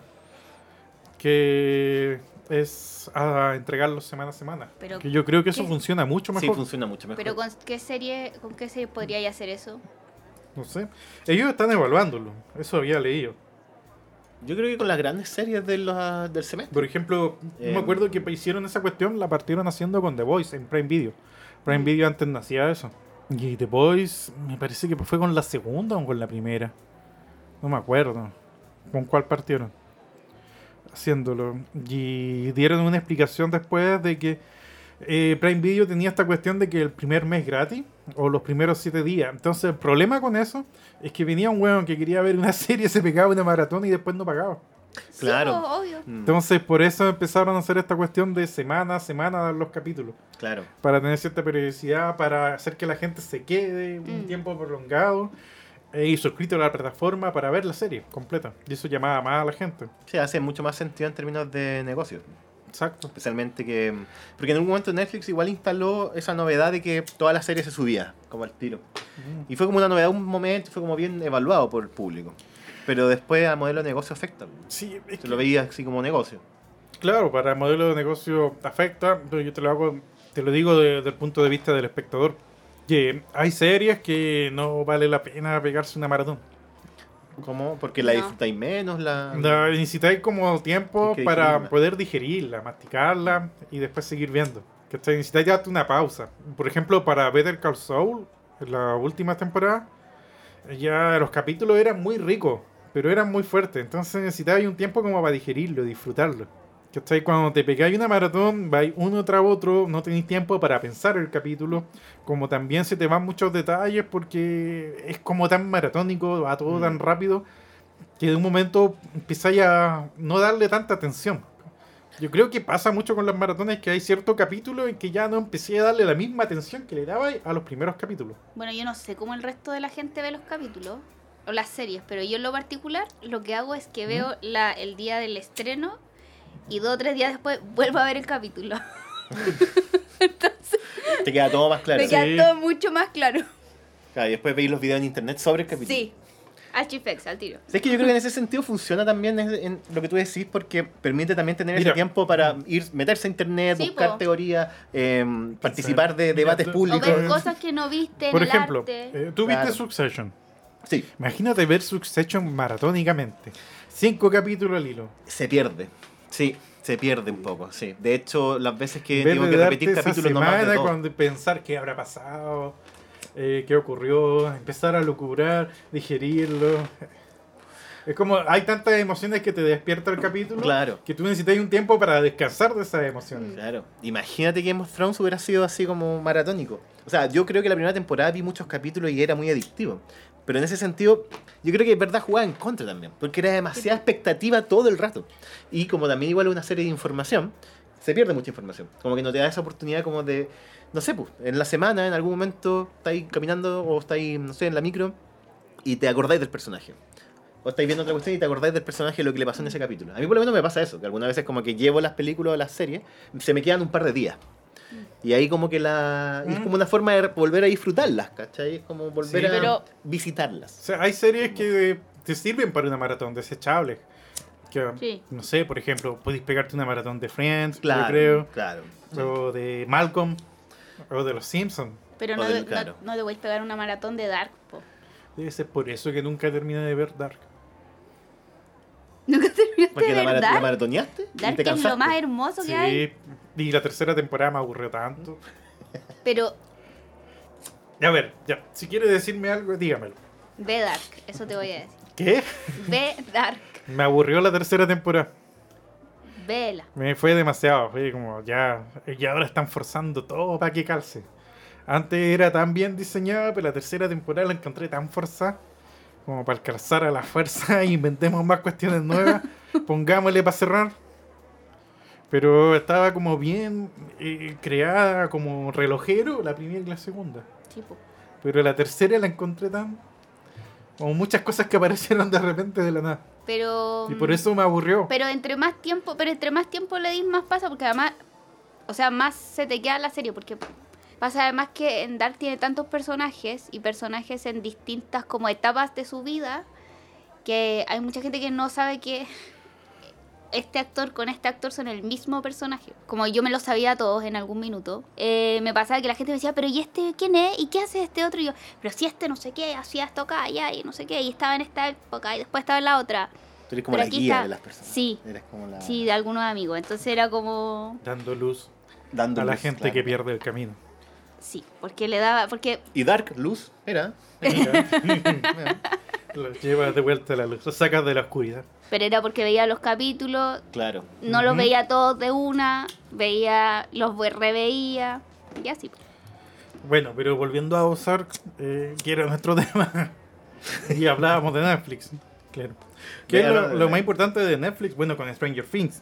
[SPEAKER 2] Que es a entregarlos semana a semana.
[SPEAKER 4] Pero,
[SPEAKER 2] que yo creo que eso
[SPEAKER 4] ¿qué?
[SPEAKER 2] funciona mucho
[SPEAKER 3] Sí,
[SPEAKER 2] mejor.
[SPEAKER 3] funciona mucho mejor.
[SPEAKER 4] Pero con qué serie, con qué serie podría hacer eso?
[SPEAKER 2] no sé. Ellos están evaluándolo, eso había leído.
[SPEAKER 3] Yo creo que con las grandes series de la- del semestre.
[SPEAKER 2] Por ejemplo, no
[SPEAKER 3] Em.
[SPEAKER 2] me acuerdo que hicieron esa cuestión, la partieron haciendo con The Voice en Prime Video. Prime Video antes no hacía eso. Y The Voice me parece que fue con la segunda o con la primera. No me acuerdo. ¿Con cuál partieron? Haciéndolo. Y dieron una explicación después de que eh, Prime Video tenía esta cuestión de que el primer mes gratis o los primeros siete días. Entonces el problema con eso es que venía un hueón que quería ver una serie, se pegaba una maratón y después no pagaba.
[SPEAKER 3] Claro.
[SPEAKER 4] Sí, pues, obvio.
[SPEAKER 3] Mm,
[SPEAKER 2] Entonces, por eso empezaron a hacer esta cuestión de semana a semana dar los capítulos.
[SPEAKER 3] claro.
[SPEAKER 2] Para tener cierta periodicidad, para hacer que la gente se quede un
[SPEAKER 4] Mm.
[SPEAKER 2] tiempo prolongado eh, y suscrito a la plataforma para ver la serie completa. Y eso llamaba más a la gente.
[SPEAKER 3] Sí, hace mucho más sentido en términos de negocios.
[SPEAKER 2] Exacto.
[SPEAKER 3] Especialmente que. Porque en un momento Netflix igual instaló esa novedad de que toda la serie se subía, como al tiro. Y fue como una novedad, un momento, fue como bien evaluado por el público. Pero después al modelo de negocio afecta.
[SPEAKER 2] Sí, es
[SPEAKER 3] Se
[SPEAKER 2] que-
[SPEAKER 3] lo veía así como negocio.
[SPEAKER 2] claro, para el modelo de negocio afecta, pero yo te lo hago, te lo digo desde el punto de vista del espectador. Que hay series que no vale la pena pegarse una maratón.
[SPEAKER 3] ¿Cómo? Porque la
[SPEAKER 4] No.
[SPEAKER 3] disfrutáis menos, la.
[SPEAKER 2] No, necesitáis como tiempo
[SPEAKER 3] Hay que
[SPEAKER 2] para
[SPEAKER 3] digerirla.
[SPEAKER 2] poder digerirla, masticarla y después seguir viendo. Que necesitáis darte una pausa. Por ejemplo, para Better Call Saul, en la última temporada, ya los capítulos eran muy ricos, pero eran muy fuertes. Entonces necesitabas un tiempo como para digerirlo, disfrutarlo. ¿Cachai? Cuando te pegáis una maratón, vais uno tras otro, no tenéis tiempo para pensar el capítulo, como también se te van muchos detalles porque es como tan maratónico, va todo
[SPEAKER 3] Mm.
[SPEAKER 2] tan rápido, que de un momento empezáis a no darle tanta atención. Yo creo que pasa mucho con las maratones que hay cierto capítulo en que ya no empecé a darle la misma atención que le daba a los primeros capítulos.
[SPEAKER 4] Bueno, yo no sé cómo el resto de la gente ve los capítulos o las series, pero yo en lo particular lo que hago es que veo la, el día del estreno y dos o tres días después vuelvo a ver el capítulo.
[SPEAKER 3] Te queda todo más claro.
[SPEAKER 5] Me queda
[SPEAKER 2] Sí.
[SPEAKER 5] todo mucho más claro.
[SPEAKER 3] Claro, y después veis los videos en internet sobre el capítulo.
[SPEAKER 5] Sí.
[SPEAKER 4] HFX, E al tiro.
[SPEAKER 3] Es que yo creo que en ese sentido funciona también en- en lo que tú decís porque permite también tener
[SPEAKER 2] Mira.
[SPEAKER 3] ese tiempo para ir meterse a internet,
[SPEAKER 4] Sí,
[SPEAKER 3] buscar
[SPEAKER 4] po.
[SPEAKER 3] teorías, em, participar de
[SPEAKER 2] Mira,
[SPEAKER 3] debates
[SPEAKER 2] tú-
[SPEAKER 4] O
[SPEAKER 3] públicos.
[SPEAKER 4] ver cosas que no viste en
[SPEAKER 2] Por
[SPEAKER 4] el
[SPEAKER 2] ejemplo,
[SPEAKER 4] arte.
[SPEAKER 2] eh, tú viste
[SPEAKER 3] Claro.
[SPEAKER 2] Succession.
[SPEAKER 3] Sí,
[SPEAKER 2] Imagínate ver Succession maratónicamente. Cinco capítulos al hilo.
[SPEAKER 3] se pierde. Sí, se pierde un poco, sí. De hecho, las veces que
[SPEAKER 2] Ver
[SPEAKER 3] tengo
[SPEAKER 2] de
[SPEAKER 3] que repetir
[SPEAKER 2] darte esa
[SPEAKER 3] capítulos nomás de
[SPEAKER 2] semana
[SPEAKER 3] dos.
[SPEAKER 2] cuando pensar qué habrá pasado, eh, qué ocurrió, empezar a lucubrar, digerirlo. Es como hay tantas emociones que te despierta el capítulo
[SPEAKER 3] Claro.
[SPEAKER 2] que tú necesitas un tiempo para descansar de esas emociones.
[SPEAKER 3] Claro. Imagínate que Game of Thrones hubiera sido así como maratónico. O sea, yo creo que la primera temporada vi muchos capítulos y era muy adictivo. Pero en ese sentido, yo creo que es verdad jugaba en contra también. Porque era demasiada expectativa todo el rato. Y como también igual es una serie de información, se pierde mucha información. Como que no te da esa oportunidad como de, no sé, pues, en la semana, en algún momento, estáis caminando o estáis, no sé, en la micro y te acordáis del personaje. O estáis viendo otra cuestión y te acordáis del personaje y lo que le pasó en ese capítulo. A mí por lo menos me pasa eso, que algunas veces como que llevo las películas o las series, se me quedan un par de días. Y ahí como que la...
[SPEAKER 4] Mm.
[SPEAKER 3] y es como una forma de volver a disfrutarlas, ¿cachai? Es como volver
[SPEAKER 2] Sí.
[SPEAKER 3] a
[SPEAKER 4] Pero-
[SPEAKER 2] O
[SPEAKER 3] visitarlas.
[SPEAKER 2] sea, hay series que te sirven para una maratón desechables. Que,
[SPEAKER 4] Sí.
[SPEAKER 2] No sé, por ejemplo, podéis pegarte una maratón de Friends,
[SPEAKER 3] Claro,
[SPEAKER 2] yo creo,
[SPEAKER 3] claro.
[SPEAKER 2] o de Malcolm, o de Los Simpsons.
[SPEAKER 4] Pero
[SPEAKER 3] o
[SPEAKER 4] no,
[SPEAKER 3] del-
[SPEAKER 4] de- no-
[SPEAKER 3] claro.
[SPEAKER 4] no te voy a pegar una maratón de Dark. po.
[SPEAKER 2] Debe ser por eso que nunca terminé de ver Dark.
[SPEAKER 4] Nunca terminaste
[SPEAKER 3] Porque
[SPEAKER 4] de
[SPEAKER 3] la,
[SPEAKER 4] ver
[SPEAKER 3] mara- la
[SPEAKER 4] Dark.
[SPEAKER 3] maratoneaste y
[SPEAKER 4] Dark
[SPEAKER 3] te
[SPEAKER 4] es lo
[SPEAKER 3] cansaste.
[SPEAKER 4] más hermoso que hay.
[SPEAKER 2] Sí, y la tercera temporada me aburrió tanto.
[SPEAKER 4] Pero
[SPEAKER 2] A ver, ya, si quiere decirme algo, dígamelo.
[SPEAKER 4] ve Dark, eso te voy a decir.
[SPEAKER 2] ¿Qué?
[SPEAKER 4] Ve Dark,
[SPEAKER 2] Me aburrió la tercera temporada.
[SPEAKER 4] vela.
[SPEAKER 2] Me fue demasiado, fue como ya, y ahora están forzando todo para que calce. Antes era tan bien diseñada, pero la tercera temporada la encontré tan forzada como para alcanzar a la fuerza, inventemos más cuestiones nuevas, pongámosle para cerrar. Pero estaba como bien eh, creada como relojero la primera y la segunda.
[SPEAKER 4] Sí, po.
[SPEAKER 2] Pero la tercera la encontré tan O muchas cosas que aparecieron de repente de la nada.
[SPEAKER 4] Pero.
[SPEAKER 2] Y por eso me aburrió.
[SPEAKER 4] Pero entre más tiempo, pero entre más tiempo le dis más pasa porque además, o sea, más se te queda la serie porque pasa además que en Dark tiene tantos personajes y personajes en distintas como etapas de su vida que hay mucha gente que no sabe que este actor con este actor son el mismo personaje. Como yo me lo sabía a todos en algún minuto, eh, me pasaba que la gente me decía, pero ¿y este quién es? ¿Y qué hace este otro? Y yo, pero si este no sé qué, hacía esto acá, allá, y no sé qué, y estaba en esta época, y después estaba en la otra.
[SPEAKER 3] Tú eres como
[SPEAKER 4] Pero
[SPEAKER 3] la
[SPEAKER 4] aquí
[SPEAKER 3] guía
[SPEAKER 4] está-
[SPEAKER 3] de las personas.
[SPEAKER 4] sí.
[SPEAKER 3] Eres como la.
[SPEAKER 4] Sí, de algunos amigos. Entonces era como.
[SPEAKER 2] Dando luz
[SPEAKER 3] dando
[SPEAKER 2] a la
[SPEAKER 3] luz,
[SPEAKER 2] gente
[SPEAKER 3] claro.
[SPEAKER 2] que pierde el camino.
[SPEAKER 4] Sí, porque le daba. Porque.
[SPEAKER 3] Y Dark, luz, era.
[SPEAKER 2] Los lleva de vuelta a la luz. Los sacas de la oscuridad.
[SPEAKER 4] Pero era porque veía los capítulos,
[SPEAKER 3] claro.
[SPEAKER 4] no los veía todos de una, veía, los ve- reveía. Y así. pues.
[SPEAKER 2] Bueno, pero volviendo a Ozark, eh, que era nuestro tema, y hablábamos de Netflix, claro. ¿Qué es
[SPEAKER 3] Hablamos
[SPEAKER 2] lo,
[SPEAKER 3] de
[SPEAKER 2] lo
[SPEAKER 3] Netflix.
[SPEAKER 2] más importante de Netflix? Bueno, con Stranger Things.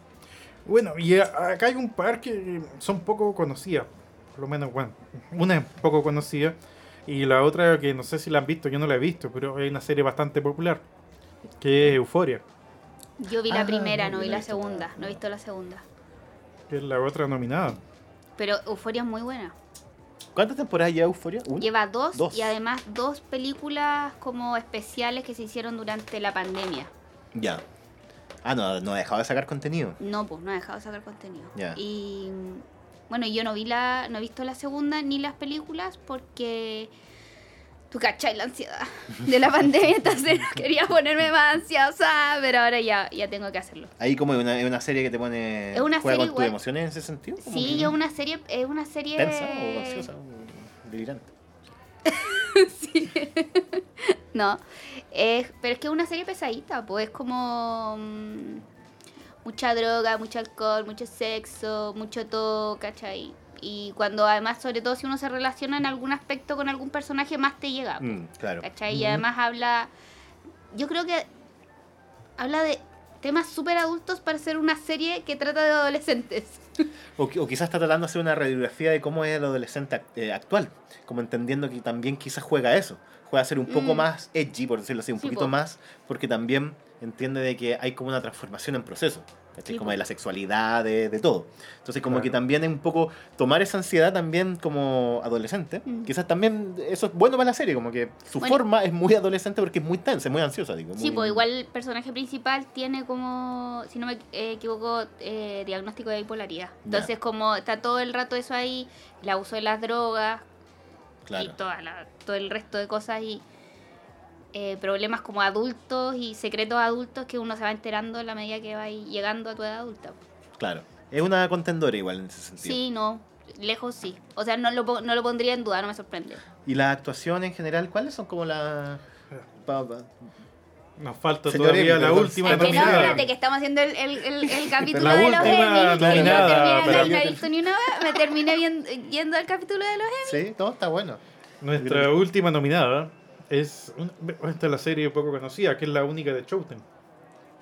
[SPEAKER 2] Bueno, y a- acá hay un par que son poco conocidas, por lo menos, bueno, una es poco conocida, y la otra que no sé si la han visto, yo no la he visto, pero es una serie bastante popular, que es Euphoria,
[SPEAKER 4] Yo vi la
[SPEAKER 3] Ah,
[SPEAKER 4] primera, no vi
[SPEAKER 3] yo
[SPEAKER 4] la
[SPEAKER 3] he visto la-
[SPEAKER 4] segunda, no he visto la segunda.
[SPEAKER 2] que es la otra nominada.
[SPEAKER 4] Pero Euforia es muy buena.
[SPEAKER 3] ¿Cuántas temporadas lleva Euforia? ¿Una?
[SPEAKER 4] Lleva dos,
[SPEAKER 3] Dos.
[SPEAKER 4] y además dos películas como especiales que se hicieron durante la pandemia.
[SPEAKER 3] Ya. Ah, no, no ha dejado de sacar contenido.
[SPEAKER 4] No, pues no ha dejado de sacar contenido.
[SPEAKER 3] Ya.
[SPEAKER 4] Y mm, bueno, yo no vi la, no he visto la segunda ni las películas porque tú cachai la ansiedad de la pandemia, entonces quería ponerme más ansiosa, pero ahora ya, ya tengo que hacerlo.
[SPEAKER 3] Ahí como es una, es una serie que te pone...
[SPEAKER 4] Es una
[SPEAKER 3] juega
[SPEAKER 4] serie
[SPEAKER 3] con
[SPEAKER 4] igual.
[SPEAKER 3] tus emociones en ese sentido. como
[SPEAKER 4] Sí,
[SPEAKER 3] que
[SPEAKER 4] es una serie, es una serie
[SPEAKER 3] Tensa o ansiosa o delirante.
[SPEAKER 4] No, es- pero es que es una serie pesadita, pues es como mm, mucha droga, mucho alcohol, mucho sexo, mucho todo, ¿cachai? Y cuando además, sobre todo si uno se relaciona en algún aspecto con algún personaje, más te llega,
[SPEAKER 3] Mm, claro.
[SPEAKER 4] ¿cachai? Y además habla, yo creo que habla de temas súper adultos para ser una serie que trata de adolescentes.
[SPEAKER 3] O, qui- o quizás está tratando de hacer una radiografía de cómo es el adolescente act- eh, actual. Como entendiendo que también quizás juega a eso. Juega a ser un poco
[SPEAKER 4] Mm.
[SPEAKER 3] más edgy, por decirlo así, un
[SPEAKER 4] Sí,
[SPEAKER 3] poquito
[SPEAKER 4] po.
[SPEAKER 3] más, porque también entiende de que hay como una transformación en proceso. ¿cachai?
[SPEAKER 4] Sí,
[SPEAKER 3] como
[SPEAKER 4] po.
[SPEAKER 3] de la sexualidad, de, de todo. Entonces como
[SPEAKER 2] Claro.
[SPEAKER 3] que también es un poco tomar esa ansiedad también como adolescente.
[SPEAKER 4] Mm.
[SPEAKER 3] Quizás también eso es bueno para la serie, como que su
[SPEAKER 4] Bueno.
[SPEAKER 3] forma es muy adolescente porque es muy tensa, es muy ansiosa, digo.
[SPEAKER 4] Sí,
[SPEAKER 3] muy-
[SPEAKER 4] pues igual el personaje principal tiene como, si no me eh, equivoco, eh, diagnóstico de bipolaridad. Entonces, como está todo el rato eso ahí, el abuso de las drogas y
[SPEAKER 3] Claro.
[SPEAKER 4] toda la- todo el resto de cosas y eh, problemas como adultos y secretos adultos que uno se va enterando a la medida que va ahí llegando a tu edad adulta.
[SPEAKER 3] Claro. Es una contendora igual en ese sentido.
[SPEAKER 4] Sí, no, lejos sí. O sea, no lo, po- no lo pondría en duda, no me sorprende.
[SPEAKER 3] ¿Y la actuación en general? ¿Cuáles son como la...? pa- pa-
[SPEAKER 2] Eh. Nos falta
[SPEAKER 3] Señor
[SPEAKER 2] todavía
[SPEAKER 3] Emmy,
[SPEAKER 2] la
[SPEAKER 3] perdón.
[SPEAKER 2] última
[SPEAKER 4] Es que no,
[SPEAKER 2] nominada.
[SPEAKER 4] espérate, que estamos haciendo el, el- el- el capítulo de los
[SPEAKER 2] última
[SPEAKER 4] Emmy. y
[SPEAKER 2] nominada,
[SPEAKER 4] no termina-
[SPEAKER 2] pero-
[SPEAKER 4] no he visto ni una vez, me terminé viendo- yendo al capítulo de los Emmy.
[SPEAKER 3] Sí, todo está bueno.
[SPEAKER 2] Nuestra última nominada es un- esta es la serie poco conocida, que es la única de Showtime,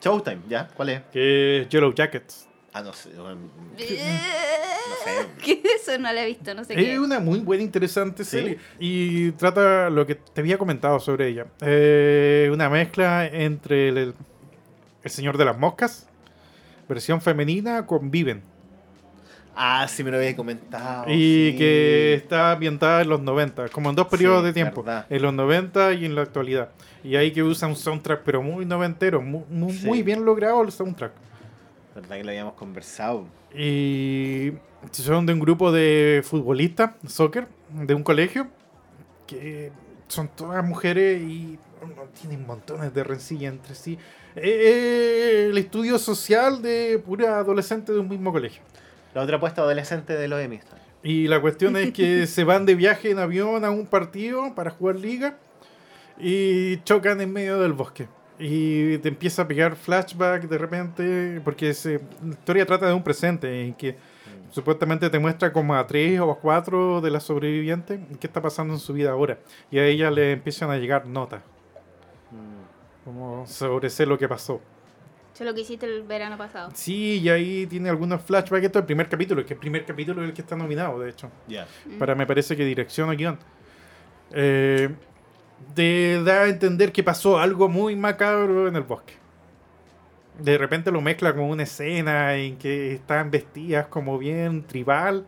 [SPEAKER 3] Showtime, ¿ya? ¿Cuál es?
[SPEAKER 2] que es Yellow Jackets.
[SPEAKER 3] Ah, no sé. No
[SPEAKER 4] ¿Qué
[SPEAKER 3] sé.
[SPEAKER 4] es eso? No la he visto, no sé qué.
[SPEAKER 2] Es una muy buena, interesante
[SPEAKER 3] Sí.
[SPEAKER 2] serie y trata lo que te había comentado sobre ella. Eh, una mezcla entre el, el Señor de las Moscas, versión femenina, con Viven.
[SPEAKER 3] Ah, sí me lo había comentado.
[SPEAKER 2] y
[SPEAKER 3] Oh, sí.
[SPEAKER 2] que está ambientada en los 90, como en dos periodos
[SPEAKER 3] Sí,
[SPEAKER 2] de tiempo,
[SPEAKER 3] verdad.
[SPEAKER 2] en los 90 y en la actualidad. Y ahí que usa un soundtrack, pero muy noventero, mu- mu- muy,
[SPEAKER 3] Sí.
[SPEAKER 2] bien logrado el soundtrack.
[SPEAKER 3] Verdad que lo habíamos conversado.
[SPEAKER 2] Y son de un grupo de futbolistas, soccer, de un colegio, que son todas mujeres y uno, tienen montones de rencilla entre sí. Eh, eh, el estudio social de pura adolescente de un mismo colegio.
[SPEAKER 3] La otra apuesta adolescente de los Emmy. está.
[SPEAKER 2] Y la cuestión es que se van de viaje en avión a un partido para jugar liga y chocan en medio del bosque. Y te empieza a pegar flashback de repente, porque se, la historia trata de un presente en que supuestamente te muestra como a tres o a cuatro de las sobrevivientes qué está pasando en su vida ahora. Y a ellas le empiezan a llegar notas
[SPEAKER 3] Mm.
[SPEAKER 2] como sobre sé lo que pasó.
[SPEAKER 4] Eso es lo que hiciste el verano pasado.
[SPEAKER 2] Sí, y ahí tiene algunos flashbacks. Esto es el primer capítulo, que el primer capítulo es el que está nominado, de hecho.
[SPEAKER 3] Ya.
[SPEAKER 4] Mm.
[SPEAKER 2] para me parece que dirección o guión. Eh, te da a entender que pasó algo muy macabro en el bosque. De repente lo mezcla con una escena en que están vestidas como bien tribal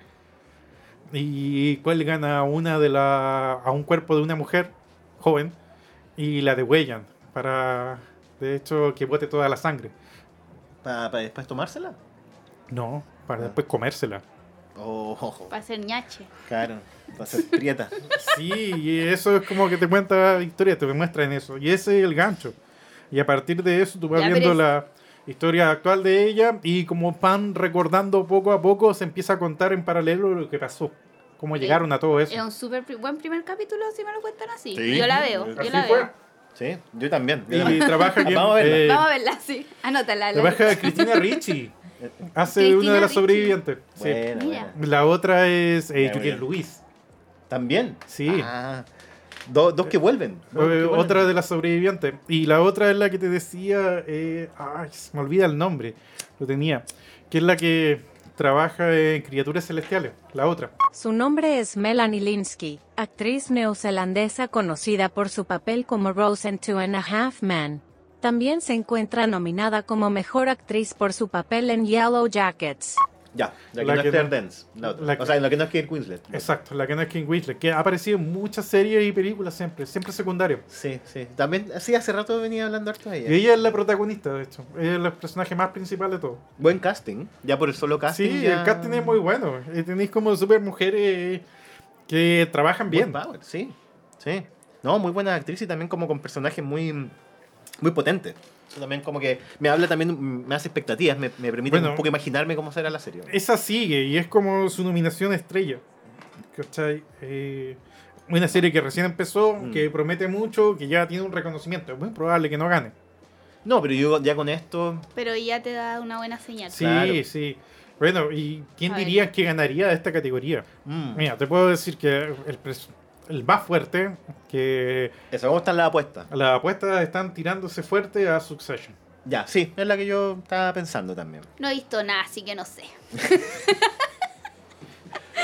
[SPEAKER 2] y cuelgan a una de la a un cuerpo de una mujer joven y la degüellan para de hecho que bote toda la sangre.
[SPEAKER 3] ¿Para después tomársela?
[SPEAKER 2] No, para
[SPEAKER 3] Ah.
[SPEAKER 2] después comérsela.
[SPEAKER 3] Oh, ojo.
[SPEAKER 4] Para ser ñache.
[SPEAKER 3] Claro, va a ser prieta.
[SPEAKER 2] Sí, y eso es como que te cuenta la historia, te muestran eso. Y ese es el gancho. Y a partir de eso tú vas
[SPEAKER 4] Ya, pero
[SPEAKER 2] viendo
[SPEAKER 4] es-
[SPEAKER 2] la historia actual de ella y como van recordando poco a poco se empieza a contar en paralelo lo que pasó, cómo
[SPEAKER 4] Eh,
[SPEAKER 2] llegaron a todo eso.
[SPEAKER 4] Es un súper pri- buen primer capítulo, si me lo cuentan así.
[SPEAKER 3] Sí.
[SPEAKER 4] Yo la veo, yo
[SPEAKER 2] Así
[SPEAKER 4] la
[SPEAKER 2] fue.
[SPEAKER 4] veo.
[SPEAKER 3] Sí, yo también. yo
[SPEAKER 2] Y
[SPEAKER 3] también.
[SPEAKER 2] trabaja bien,
[SPEAKER 3] Vamos a verla.
[SPEAKER 2] eh,
[SPEAKER 5] Vamos a verla, sí. Anótala. la-
[SPEAKER 2] trabaja Cristina Ricci. Hace una
[SPEAKER 4] Cristina
[SPEAKER 2] de las
[SPEAKER 4] Ricci.
[SPEAKER 2] sobrevivientes. Sí.
[SPEAKER 3] Buena,
[SPEAKER 4] Mira.
[SPEAKER 3] buena.
[SPEAKER 2] La otra es eh,
[SPEAKER 3] Ya,
[SPEAKER 2] Juliette
[SPEAKER 3] bueno.
[SPEAKER 2] Luis.
[SPEAKER 3] ¿También?
[SPEAKER 2] Sí.
[SPEAKER 3] Ah, do- dos que vuelven. Dos que
[SPEAKER 2] Eh,
[SPEAKER 3] vuelven.
[SPEAKER 2] otra de las sobrevivientes. Y la otra es la que te decía. eh, ay, se me olvida el nombre. Lo tenía. Que es la que trabaja en criaturas celestiales. La otra.
[SPEAKER 1] Su nombre es Melanie Linsky, actriz neozelandesa conocida por su papel como Rose en Two and a Half Men. También se encuentra nominada como mejor actriz por su papel en Yellow Jackets.
[SPEAKER 3] Ya, la que
[SPEAKER 2] La
[SPEAKER 3] no
[SPEAKER 2] que
[SPEAKER 3] es Claire
[SPEAKER 2] no-
[SPEAKER 3] Dance. La otra.
[SPEAKER 2] la que-
[SPEAKER 3] o sea, la que no es Kate Winslet. la otra.
[SPEAKER 2] Exacto, la que no es King Whistler. Que ha aparecido en muchas series y películas siempre. Siempre secundario.
[SPEAKER 3] Sí, sí. También, sí, hace rato venía hablando harto de ella.
[SPEAKER 2] Y ella es la protagonista, de hecho. Ella es el personaje más principal de todo.
[SPEAKER 3] Buen casting. Ya por el solo casting.
[SPEAKER 2] Sí,
[SPEAKER 3] ya-
[SPEAKER 2] el casting es muy bueno. Eh, Tenéis como super mujeres que trabajan
[SPEAKER 3] Buen
[SPEAKER 2] bien.
[SPEAKER 3] power, sí. Sí. No, muy buena actriz y también como con personajes muy, muy potentes. Eso también como que me habla también, me hace expectativas, me, me permite
[SPEAKER 2] Bueno. Eh.
[SPEAKER 3] un poco imaginarme cómo será la serie.
[SPEAKER 2] Esa sigue y es como su nominación estrella. ¿Cachai? Eh, una serie que recién empezó,
[SPEAKER 3] Mm.
[SPEAKER 2] que promete mucho, que ya tiene un reconocimiento. Es muy probable que no gane.
[SPEAKER 3] No, pero yo ya con esto,
[SPEAKER 4] Pero ya te da una buena señal.
[SPEAKER 2] Sí,
[SPEAKER 3] Claro.
[SPEAKER 2] sí. Bueno, ¿y quién
[SPEAKER 4] A ver.
[SPEAKER 2] diría que ganaría de esta categoría?
[SPEAKER 3] mm,
[SPEAKER 2] Mira, te puedo decir que el, pres- el más fuerte, que
[SPEAKER 3] eso, ¿cómo están las apuestas?
[SPEAKER 2] las apuestas están tirándose fuerte a Succession.
[SPEAKER 3] Ya, sí, es la que yo estaba pensando también.
[SPEAKER 4] No he visto nada, así que no sé.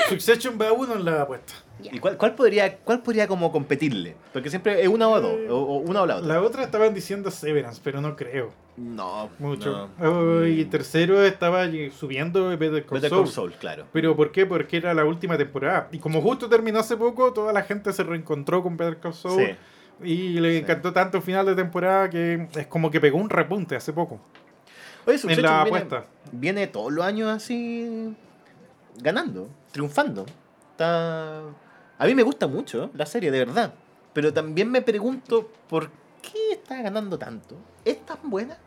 [SPEAKER 2] Succession va uno en la apuesta.
[SPEAKER 4] Ya.
[SPEAKER 3] ¿Y cuál, cuál podría, cuál podría como competirle? Porque siempre es una o dos, o, o una o la otra.
[SPEAKER 2] Eh, La otra estaban diciendo Severance, pero no creo.
[SPEAKER 3] No,
[SPEAKER 2] Mucho.
[SPEAKER 3] no. Mm.
[SPEAKER 2] Oh, y tercero estaba ll- subiendo Better Call
[SPEAKER 3] Better
[SPEAKER 2] Saul.
[SPEAKER 3] Call Saul, claro.
[SPEAKER 2] ¿Pero por qué? Porque era la última temporada. Y como justo terminó hace poco, toda la gente se reencontró con Better Call Saul.
[SPEAKER 3] Sí.
[SPEAKER 2] Y le encantó tanto el final de temporada que es como que pegó un repunte hace poco.
[SPEAKER 3] Oye, Succession
[SPEAKER 2] la
[SPEAKER 3] viene,
[SPEAKER 2] apuesta.
[SPEAKER 3] viene todos los años así ganando, triunfando. Está... A mí me gusta mucho la serie, de verdad. Pero también me pregunto por qué está ganando tanto. ¿Es tan buena? Eh,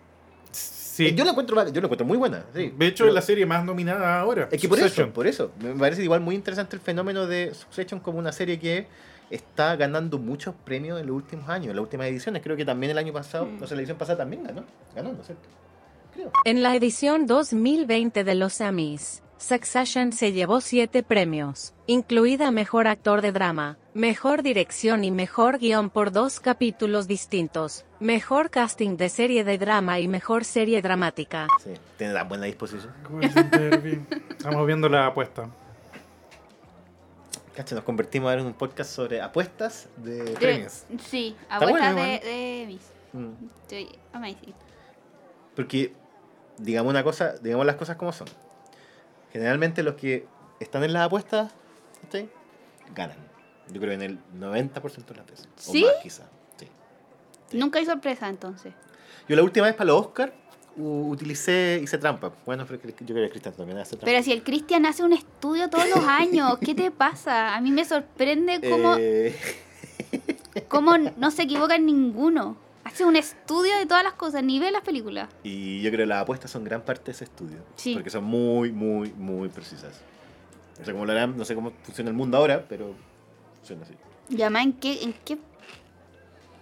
[SPEAKER 2] Sí.
[SPEAKER 3] Yo la encuentro, yo la encuentro muy buena. sí.
[SPEAKER 2] de hecho,
[SPEAKER 3] Pero-
[SPEAKER 2] es la serie más nominada ahora.
[SPEAKER 3] Es que por eso,
[SPEAKER 2] Succession.
[SPEAKER 3] por eso. Me parece igual muy interesante el fenómeno de Succession como una serie que está ganando muchos premios en los últimos años, en las últimas ediciones. Creo que también el año pasado, no sé, la edición pasada también ganó. Ganó, ¿no es cierto? Creo.
[SPEAKER 1] En la edición 2020 de los Emmys, Succession se llevó siete premios, incluida Mejor Actor de Drama, Mejor Dirección y Mejor Guión por dos capítulos distintos, Mejor Casting de Serie de Drama y Mejor Serie Dramática.
[SPEAKER 3] Sí. Tiene la buena disposición.
[SPEAKER 2] Golden Derby. Estamos viendo la apuesta.
[SPEAKER 3] Cacha, nos convertimos ahora en un podcast sobre apuestas de
[SPEAKER 4] De-
[SPEAKER 3] premios.
[SPEAKER 4] sí, apuestas
[SPEAKER 3] bueno,
[SPEAKER 4] de,
[SPEAKER 3] igual.
[SPEAKER 4] de mis.
[SPEAKER 3] Mm.
[SPEAKER 4] Estoy amazing.
[SPEAKER 3] Porque, digamos una cosa, digamos las cosas como son. Generalmente los que están en las apuestas, ¿cachai? Ganan. Yo creo en el 90% de las veces.
[SPEAKER 4] ¿Sí?
[SPEAKER 3] O más quizá. Sí.
[SPEAKER 4] Nunca hay sorpresa entonces.
[SPEAKER 3] Yo la última vez para los Oscar u- utilicé, hice trampa. Bueno, pero yo creo que Cristian también hace trampa.
[SPEAKER 4] Pero si el Cristian hace un estudio todos los años, ¿qué te pasa? A mí me sorprende cómo,
[SPEAKER 3] Eh,
[SPEAKER 4] cómo no se equivoca en ninguno. Hace un estudio de todas las cosas, ni ve las películas.
[SPEAKER 3] y yo creo que las apuestas son gran parte de ese estudio.
[SPEAKER 4] Sí.
[SPEAKER 3] Porque son muy, muy, muy precisas. No sé cómo lo harán, no sé cómo funciona el mundo ahora, pero funciona así.
[SPEAKER 4] Y además, ¿en qué, en qué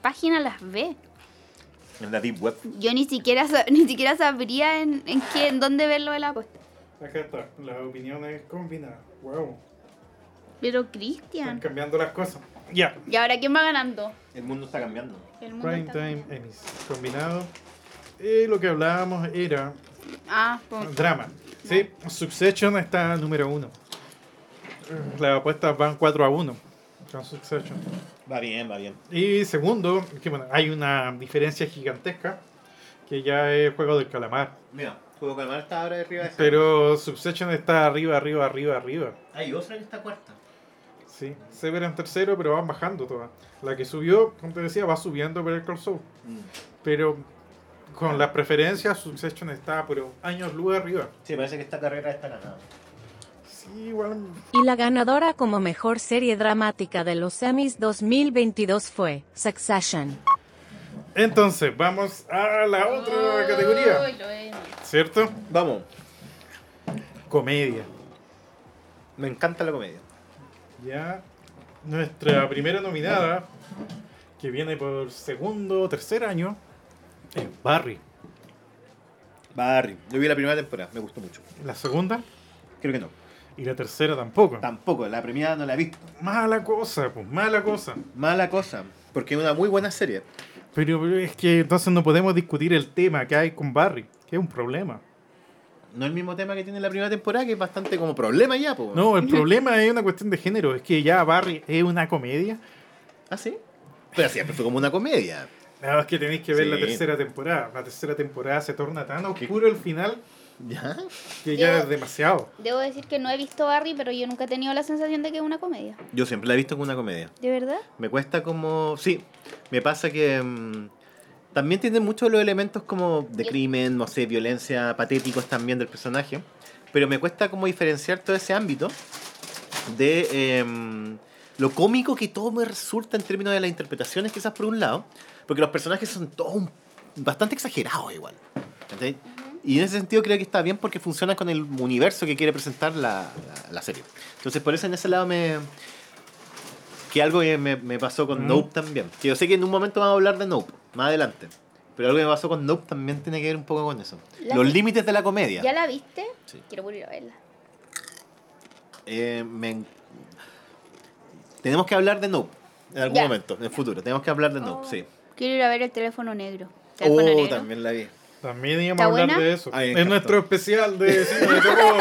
[SPEAKER 4] página las ve?
[SPEAKER 3] En la Deep Web.
[SPEAKER 4] Yo ni siquiera, sa- ni siquiera sabría en, en, qué, en dónde ver lo de la apuesta.
[SPEAKER 2] Acá está. Las opiniones combinadas. Wow.
[SPEAKER 4] Pero
[SPEAKER 2] Están
[SPEAKER 4] Cristian.
[SPEAKER 2] cambiando las cosas. Ya.
[SPEAKER 4] ¿Y ahora quién va ganando?
[SPEAKER 3] El mundo está cambiando.
[SPEAKER 4] El mundo
[SPEAKER 2] Prime
[SPEAKER 4] está-
[SPEAKER 2] Time Emmys. Combinado. Eh, lo que hablábamos era
[SPEAKER 4] Ah, pues,
[SPEAKER 2] drama. Sí, Succession está número uno. Las apuestas van 4 a 1 con Succession.
[SPEAKER 3] Va bien, va bien.
[SPEAKER 2] Y segundo, que bueno, hay una diferencia gigantesca, que ya es Juego del Calamar.
[SPEAKER 6] Mira, Juego Calamar está ahora arriba de esa.
[SPEAKER 2] Pero Subsection está arriba, arriba, arriba, arriba.
[SPEAKER 6] Hay otra que está cuarta.
[SPEAKER 2] Sí, Sever en tercero, pero van bajando todas. La que subió, como te decía, va subiendo por el Soul. Pero con las preferencias, Succession está pero años luz arriba.
[SPEAKER 6] Sí, parece que esta carrera está ganada.
[SPEAKER 2] Sí, igual.
[SPEAKER 1] Y la ganadora como mejor serie dramática de los Emmys 2022 fue Succession.
[SPEAKER 2] Entonces, vamos a la otra categoría,
[SPEAKER 7] Uy, lo he-
[SPEAKER 2] ¿cierto?
[SPEAKER 3] Vamos.
[SPEAKER 2] Comedia.
[SPEAKER 3] Me encanta la comedia.
[SPEAKER 2] Ya nuestra primera nominada, que viene por segundo o tercer año, es Barry.
[SPEAKER 3] Barry. Yo vi la primera temporada, me gustó mucho.
[SPEAKER 2] La segunda
[SPEAKER 3] Creo que no.
[SPEAKER 2] y la tercera tampoco.
[SPEAKER 3] Tampoco, la primera no la he visto.
[SPEAKER 2] Mala cosa, pues, mala cosa.
[SPEAKER 3] Mala cosa, porque es una muy buena serie.
[SPEAKER 2] Pero es que entonces no podemos discutir el tema que hay con Barry, que es un problema.
[SPEAKER 3] No el mismo tema que tiene la primera temporada, que es bastante como problema ya, po.
[SPEAKER 2] No, el problema es una cuestión de género, es que ya Barry es una comedia.
[SPEAKER 3] ¿Ah, sí? Pero siempre fue como una comedia.
[SPEAKER 2] Nada más que tenéis que ver la
[SPEAKER 3] Sí.
[SPEAKER 2] tercera temporada. La tercera temporada se torna tan oscuro el final
[SPEAKER 3] ¿Ya?
[SPEAKER 2] que ya
[SPEAKER 4] Yo-
[SPEAKER 2] es demasiado.
[SPEAKER 4] Debo decir que no he visto Barry, pero yo nunca he tenido la sensación de que es una comedia.
[SPEAKER 3] Yo siempre la he visto como una comedia.
[SPEAKER 4] ¿De verdad?
[SPEAKER 3] Me cuesta como... Sí, me pasa que... mm, también tiene muchos los elementos como de
[SPEAKER 4] Yo-
[SPEAKER 3] crimen, no sé, violencia, patéticos también del personaje. Pero me cuesta como diferenciar todo ese ámbito de em, lo cómico que todo me resulta en términos de las interpretaciones, quizás por un lado. Porque los personajes son todos un- bastante exagerados igual. ¿entendés? Y en ese sentido creo que está bien porque funciona con el universo que quiere presentar la, la- la serie. Entonces por eso en ese lado me... Que algo que me, me pasó con
[SPEAKER 2] Mm.
[SPEAKER 3] Nope también. Que yo sé que en un momento vamos a hablar de Nope, más adelante. Pero algo que me pasó con Nope también tiene que ver un poco con eso.
[SPEAKER 4] La-
[SPEAKER 3] Los límites de la comedia.
[SPEAKER 4] ¿Ya la viste?
[SPEAKER 3] Sí.
[SPEAKER 4] Quiero volver a verla.
[SPEAKER 3] Eh, me en- Tenemos que hablar de Nope en algún
[SPEAKER 4] Ya. Oh,
[SPEAKER 3] momento, en el futuro. Tenemos que hablar de Nope, sí.
[SPEAKER 4] Quiero ir a ver el teléfono negro.
[SPEAKER 3] Oh,
[SPEAKER 2] Uh,
[SPEAKER 4] ¿Teléfono negro?
[SPEAKER 3] también la vi.
[SPEAKER 2] También íbamos
[SPEAKER 4] ¿Está
[SPEAKER 2] a hablar
[SPEAKER 4] buena?
[SPEAKER 2] de eso.
[SPEAKER 3] Ay, me
[SPEAKER 2] es
[SPEAKER 3] encantó.
[SPEAKER 2] nuestro especial de cine de terror.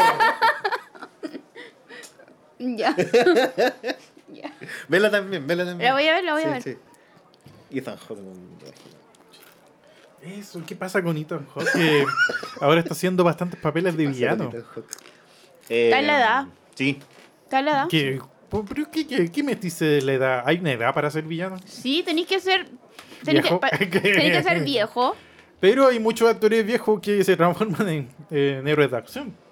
[SPEAKER 4] Ya. ya.
[SPEAKER 3] Vela también, vela también.
[SPEAKER 4] La voy a ver, la voy a ver.
[SPEAKER 3] Y Ethan Hawke con-
[SPEAKER 2] Eso, ¿qué pasa con Ethan Hawke? Que ahora está haciendo bastantes papeles de villano.
[SPEAKER 3] Ethan Hawke. Eh,
[SPEAKER 4] Está en la edad.
[SPEAKER 3] Sí.
[SPEAKER 4] ¿Está la edad?
[SPEAKER 2] ¿Qué, pero qué, qué, qué mestiza de la edad? ¿Hay una edad para ser villano?
[SPEAKER 4] Sí, tenéis que ser. Tenéis que,
[SPEAKER 2] Viejo.
[SPEAKER 4] pa- tenéis que ser viejo.
[SPEAKER 2] Pero hay muchos actores viejos que se transforman en, en héroes de acción.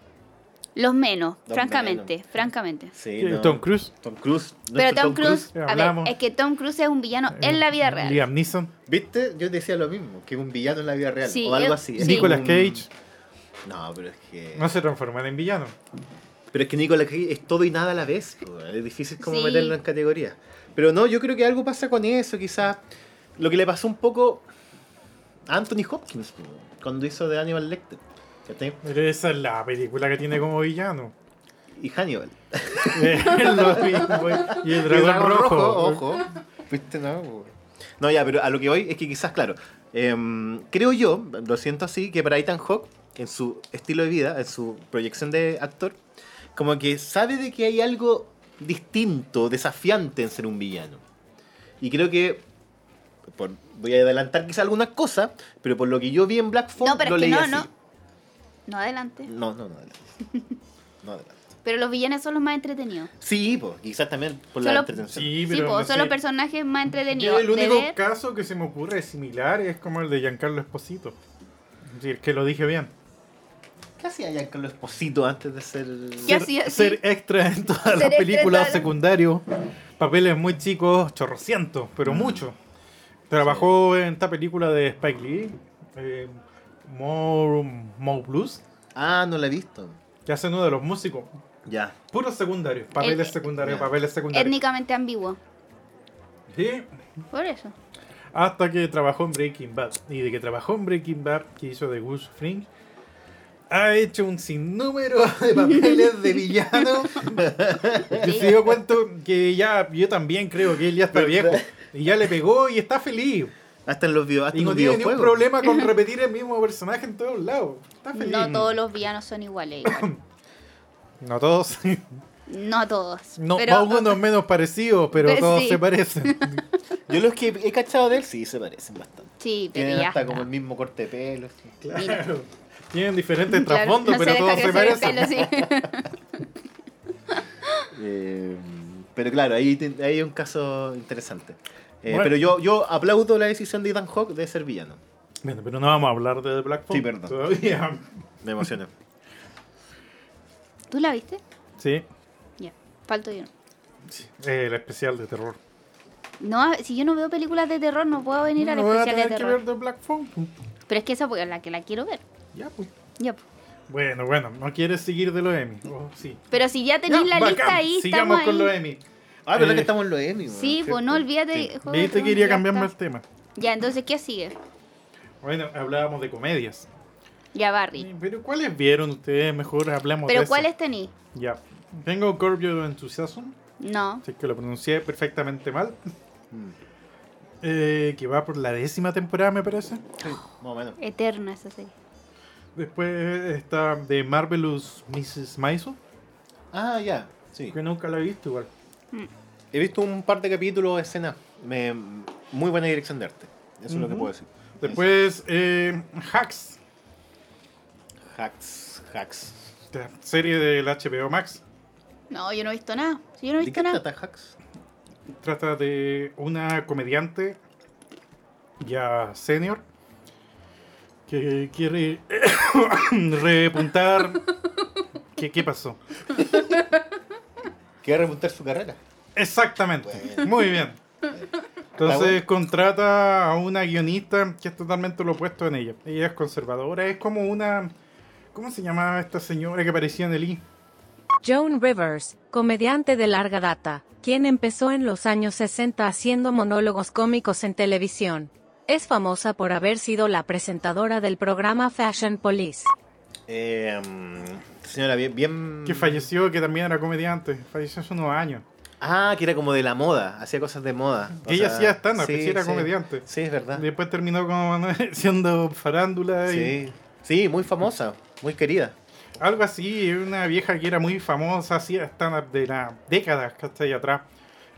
[SPEAKER 4] Los menos,
[SPEAKER 3] Los
[SPEAKER 4] francamente,
[SPEAKER 3] menos.
[SPEAKER 4] francamente.
[SPEAKER 3] sí
[SPEAKER 2] Que
[SPEAKER 3] no.
[SPEAKER 2] Tom Cruise,
[SPEAKER 3] Tom Cruise.
[SPEAKER 4] Pero
[SPEAKER 3] nuestro
[SPEAKER 4] Tom, Cruise,
[SPEAKER 2] Cruise,
[SPEAKER 4] a
[SPEAKER 2] hablamos. Eh,
[SPEAKER 4] ver, es que Tom Cruise es un villano en la vida real.
[SPEAKER 2] Liam Neeson,
[SPEAKER 3] ¿Viste? Yo decía lo mismo, que es un villano en la vida real.
[SPEAKER 4] Sí,
[SPEAKER 3] o algo
[SPEAKER 4] es-
[SPEAKER 3] así.
[SPEAKER 4] sí.
[SPEAKER 3] Es
[SPEAKER 2] Nicolas
[SPEAKER 3] un-
[SPEAKER 2] Cage,
[SPEAKER 3] No, pero es que.
[SPEAKER 2] no se transforman en villanos.
[SPEAKER 3] Pero es que Nicolas Cage es todo y nada a la vez. po. Es difícil como
[SPEAKER 4] Sí.
[SPEAKER 3] meterlo en categoría. Pero no, yo creo que algo pasa con eso, quizás. Lo que le pasó un poco a Anthony Hopkins po, cuando hizo de Hannibal Lecter. ¿cachai?
[SPEAKER 2] Pero esa es la película que tiene como villano.
[SPEAKER 3] Y Hannibal.
[SPEAKER 2] Eh, lo mismo, y el dragón, rojo.
[SPEAKER 3] ojo. Viste, no, po. No, ya, pero a lo que voy es que quizás, claro. em, creo yo, lo siento así, que para Ethan Hawke, en su estilo de vida, en su proyección de actor, como que sabe de que hay algo distinto, desafiante en ser un villano. Y creo que. por- voy a adelantar quizá algunas cosas, pero por lo que yo vi en Black Phone,
[SPEAKER 4] No, pero
[SPEAKER 3] lo
[SPEAKER 4] es que
[SPEAKER 3] leí
[SPEAKER 4] no,
[SPEAKER 3] así.
[SPEAKER 4] no. No adelante.
[SPEAKER 3] No, no, no adelante. No adelante.
[SPEAKER 4] Pero los villanos son los más entretenidos.
[SPEAKER 3] Sí, pues, quizás también por la
[SPEAKER 4] Solo-
[SPEAKER 3] entretención.
[SPEAKER 2] Sí,
[SPEAKER 4] Sí,
[SPEAKER 2] pero
[SPEAKER 4] po,
[SPEAKER 2] no
[SPEAKER 4] son
[SPEAKER 2] sé.
[SPEAKER 4] los personajes más
[SPEAKER 2] Yo
[SPEAKER 4] entretenidos.
[SPEAKER 2] el
[SPEAKER 4] de
[SPEAKER 2] único
[SPEAKER 4] ver.
[SPEAKER 2] caso que se me ocurre similar es como el de Giancarlo Esposito. Es decir, que lo dije bien.
[SPEAKER 3] ¿Qué hacía Giancarlo Esposito antes de ser.?
[SPEAKER 4] ¿Qué hacía? Sí.
[SPEAKER 2] Ser extra en todas las
[SPEAKER 4] extra en
[SPEAKER 2] películas
[SPEAKER 4] todas las-
[SPEAKER 2] secundarios. Papeles muy chicos, chorrocientos, pero
[SPEAKER 4] Mm.
[SPEAKER 2] mucho. Trabajó en esta película de Spike Lee, eh, More, More Blues,
[SPEAKER 3] Ah, no la he visto.
[SPEAKER 2] que hace uno de los músicos.
[SPEAKER 3] Ya.
[SPEAKER 2] Puros secundarios, papeles
[SPEAKER 4] El-
[SPEAKER 2] secundarios,
[SPEAKER 3] Ya.
[SPEAKER 2] papeles secundarios.
[SPEAKER 4] Étnicamente ambiguo.
[SPEAKER 2] Sí,
[SPEAKER 4] Por eso.
[SPEAKER 2] hasta que trabajó en Breaking Bad. Y de que trabajó en Breaking Bad, que hizo de Gus Fring, ha hecho un sinnúmero de papeles de villano. yo se dio cuenta que ya, yo también creo que él ya está viejo. Y ya le pegó y está feliz.
[SPEAKER 3] Hasta en los, video, hasta
[SPEAKER 2] Y
[SPEAKER 3] en
[SPEAKER 2] no
[SPEAKER 3] los
[SPEAKER 2] tiene ningún
[SPEAKER 3] videojuegos.
[SPEAKER 2] problema con repetir el mismo personaje en Ah, todos lados. Está feliz.
[SPEAKER 4] No todos los villanos son iguales. igual.
[SPEAKER 2] No todos.
[SPEAKER 4] No a todos.
[SPEAKER 2] No,
[SPEAKER 8] Pero-
[SPEAKER 2] algunos menos parecidos, pero
[SPEAKER 4] Pues
[SPEAKER 2] todos
[SPEAKER 4] sí.
[SPEAKER 2] se parecen.
[SPEAKER 3] Yo los que he cachado de él sí se parecen bastante.
[SPEAKER 4] Sí, pero
[SPEAKER 3] Tienen
[SPEAKER 4] ya.
[SPEAKER 3] hasta
[SPEAKER 4] está.
[SPEAKER 3] como el mismo corte de pelo. sí.
[SPEAKER 4] Mira,
[SPEAKER 2] Tienen diferentes
[SPEAKER 4] claro,
[SPEAKER 2] trasfondos,
[SPEAKER 4] no
[SPEAKER 2] Este pero
[SPEAKER 4] deja
[SPEAKER 2] todos se
[SPEAKER 4] crecer el
[SPEAKER 2] parecen.
[SPEAKER 4] pelo, sí.
[SPEAKER 3] Eh, pero claro, ahí, te- ahí hay un caso interesante. Eh,
[SPEAKER 2] Bueno.
[SPEAKER 3] Pero yo, yo aplaudo la decisión de Ethan Hawke de ser villano.
[SPEAKER 2] Bueno, pero no vamos a hablar de The Black Phone
[SPEAKER 3] Sí, perdón.
[SPEAKER 2] Todavía.
[SPEAKER 3] Me emociona.
[SPEAKER 4] ¿Tú la viste?
[SPEAKER 2] Sí,
[SPEAKER 4] Ya. Falto yo.
[SPEAKER 2] eh, el especial de terror.
[SPEAKER 4] No, si yo no veo películas de terror, no puedo venir al
[SPEAKER 2] No voy a
[SPEAKER 4] especial de
[SPEAKER 2] tener que
[SPEAKER 4] terror.
[SPEAKER 2] ver The Black Phone.
[SPEAKER 4] Pero es que esa es la que la quiero ver.
[SPEAKER 2] Ya, pues.
[SPEAKER 4] Ya. po.
[SPEAKER 2] Bueno, bueno, no quieres seguir de los Emmy. Oh, sí.
[SPEAKER 4] Pero si ya tenéis
[SPEAKER 2] Ya,
[SPEAKER 4] la
[SPEAKER 2] bacán,
[SPEAKER 4] lista ahí,
[SPEAKER 2] Sigamos
[SPEAKER 4] estamos
[SPEAKER 2] con los
[SPEAKER 4] ahí.
[SPEAKER 2] Emmy.
[SPEAKER 3] Ah, ¿verdad
[SPEAKER 2] Eh,
[SPEAKER 3] que estamos en los Emmy? weón?
[SPEAKER 4] Sí, pues
[SPEAKER 3] ¿Cierto?
[SPEAKER 4] no olvídate.
[SPEAKER 3] Sí.
[SPEAKER 4] Juego de
[SPEAKER 2] Viste
[SPEAKER 4] Tronos,
[SPEAKER 2] que quería
[SPEAKER 4] ya
[SPEAKER 2] cambiarme el
[SPEAKER 4] está.
[SPEAKER 2] tema.
[SPEAKER 4] Ya, entonces, ¿qué sigue?
[SPEAKER 2] Bueno, hablábamos de comedias.
[SPEAKER 4] Ya, Barry.
[SPEAKER 2] Eh, Pero ¿cuáles vieron ustedes? Mejor hablamos de
[SPEAKER 4] ¿Pero
[SPEAKER 2] eso.
[SPEAKER 4] cuáles tenéis?
[SPEAKER 2] Ya. Tengo Curb Your Enthusiasm,
[SPEAKER 4] No.
[SPEAKER 2] si es que lo pronuncié perfectamente mal. Eh, que va por la décima temporada, me parece.
[SPEAKER 3] Sí, más o menos.
[SPEAKER 4] Eterna esa serie.
[SPEAKER 2] Después está de Marvelous Mrs. Maisel,
[SPEAKER 3] Ah, ya. Sí.
[SPEAKER 2] que nunca la he visto igual.
[SPEAKER 3] He visto un par de capítulos de escena. Me- muy buena dirección de arte. Eso es lo que
[SPEAKER 2] Ujú.
[SPEAKER 3] puedo decir.
[SPEAKER 2] Después, eh, Hacks,
[SPEAKER 3] Hacks. Hacks.
[SPEAKER 2] la serie del HBO Max.
[SPEAKER 4] No, yo no he visto nada. Si yo no he
[SPEAKER 3] ¿De
[SPEAKER 4] visto
[SPEAKER 3] qué
[SPEAKER 4] nada.
[SPEAKER 3] trata Hacks?
[SPEAKER 2] Trata de una comediante ya senior que quiere repuntar. ¿Qué, ¿Qué pasó?
[SPEAKER 3] Que va a remontar su carrera.
[SPEAKER 2] Exactamente.
[SPEAKER 3] Bueno.
[SPEAKER 2] Muy bien.
[SPEAKER 3] Está
[SPEAKER 2] Entonces
[SPEAKER 3] bueno.
[SPEAKER 2] contrata a una guionista que es totalmente lo opuesto en ella. Ella es conservadora, es como una. ¿Cómo se llamaba esta señora que aparecía en el I?
[SPEAKER 1] Joan Rivers, comediante de larga data, quien empezó en los años 60 haciendo monólogos cómicos en televisión. Es famosa por haber sido la presentadora del programa Fashion Police.
[SPEAKER 3] Eh, mm, señora, bien, bien.
[SPEAKER 2] Que falleció, que también era comediante. Falleció hace unos años.
[SPEAKER 3] Ah, que era como de la moda. Hacía cosas de moda. O
[SPEAKER 2] Ella
[SPEAKER 3] sea,
[SPEAKER 2] hacía stand-up, que sí era comediante.
[SPEAKER 3] Sí, es verdad.
[SPEAKER 2] Después terminó como siendo farándula y
[SPEAKER 3] Sí. sí, muy famosa. Muy querida.
[SPEAKER 2] algo así. Una vieja que era muy famosa, hacía stand-up de las décadas que hasta allá atrás.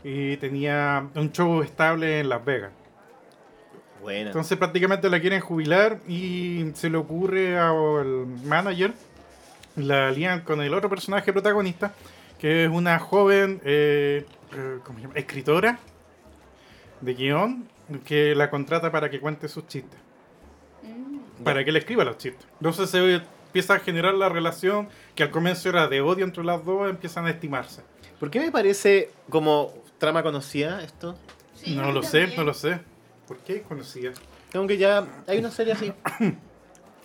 [SPEAKER 2] Y tenía un show estable en Las Vegas.
[SPEAKER 3] Buena.
[SPEAKER 2] Entonces prácticamente la quieren jubilar y se le ocurre al manager, la alían con el otro personaje protagonista, que es una joven eh, eh, ¿cómo se llama? escritora de guión, que la contrata para que cuente sus chistes. Para que le escriba los chistes. Entonces se empieza a generar la relación que al comienzo era de odio entre las dos, empiezan a estimarse.
[SPEAKER 3] ¿Por qué me parece como trama conocida esto?
[SPEAKER 2] no lo sé, no lo sé. ¿Por qué conocía?
[SPEAKER 3] Tengo que ya. Hay una serie así.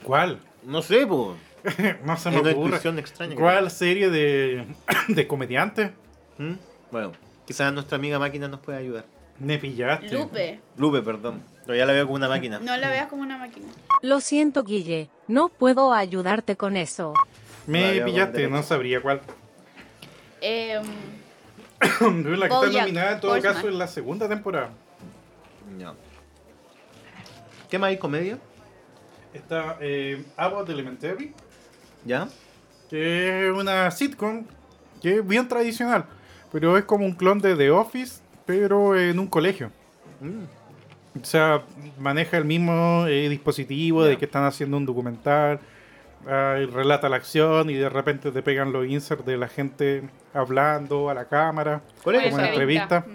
[SPEAKER 2] ¿Cuál?
[SPEAKER 3] No sé, po.
[SPEAKER 2] no se
[SPEAKER 3] Es
[SPEAKER 2] me
[SPEAKER 3] una
[SPEAKER 2] ocurre.
[SPEAKER 3] descripción extraña.
[SPEAKER 2] ¿Cuál serie de, de comediantes
[SPEAKER 3] ¿Mm? Bueno, quizás nuestra amiga máquina nos puede ayudar.
[SPEAKER 2] me pillaste?
[SPEAKER 8] Lupe.
[SPEAKER 3] Lupe, perdón. Pero ya la veo como una máquina.
[SPEAKER 8] No la veas como una máquina.
[SPEAKER 1] Lo siento, Guille, no puedo ayudarte con eso.
[SPEAKER 2] Me
[SPEAKER 3] Vaya,
[SPEAKER 2] pillaste,
[SPEAKER 3] vamos,
[SPEAKER 2] no
[SPEAKER 3] derecho.
[SPEAKER 2] sabría cuál.
[SPEAKER 8] Eh,
[SPEAKER 4] Em,
[SPEAKER 2] la que está
[SPEAKER 4] Bojack
[SPEAKER 2] nominada en todo
[SPEAKER 4] Horseman.
[SPEAKER 2] caso en la segunda temporada.
[SPEAKER 3] No. ¿Qué más hay comedia?
[SPEAKER 2] Está eh, Abbott Elementary,
[SPEAKER 3] ¿Ya?
[SPEAKER 2] que es una sitcom que es bien tradicional, pero es como un clon de The Office, pero en un colegio.
[SPEAKER 3] Mm.
[SPEAKER 2] O sea, maneja el mismo eh, dispositivo de que están haciendo un documental, ah, y relata la acción y de repente te pegan los inserts de la gente hablando a la cámara.
[SPEAKER 4] Pues,
[SPEAKER 3] ¿Cuál es
[SPEAKER 2] Como una
[SPEAKER 3] esa?
[SPEAKER 2] entrevista.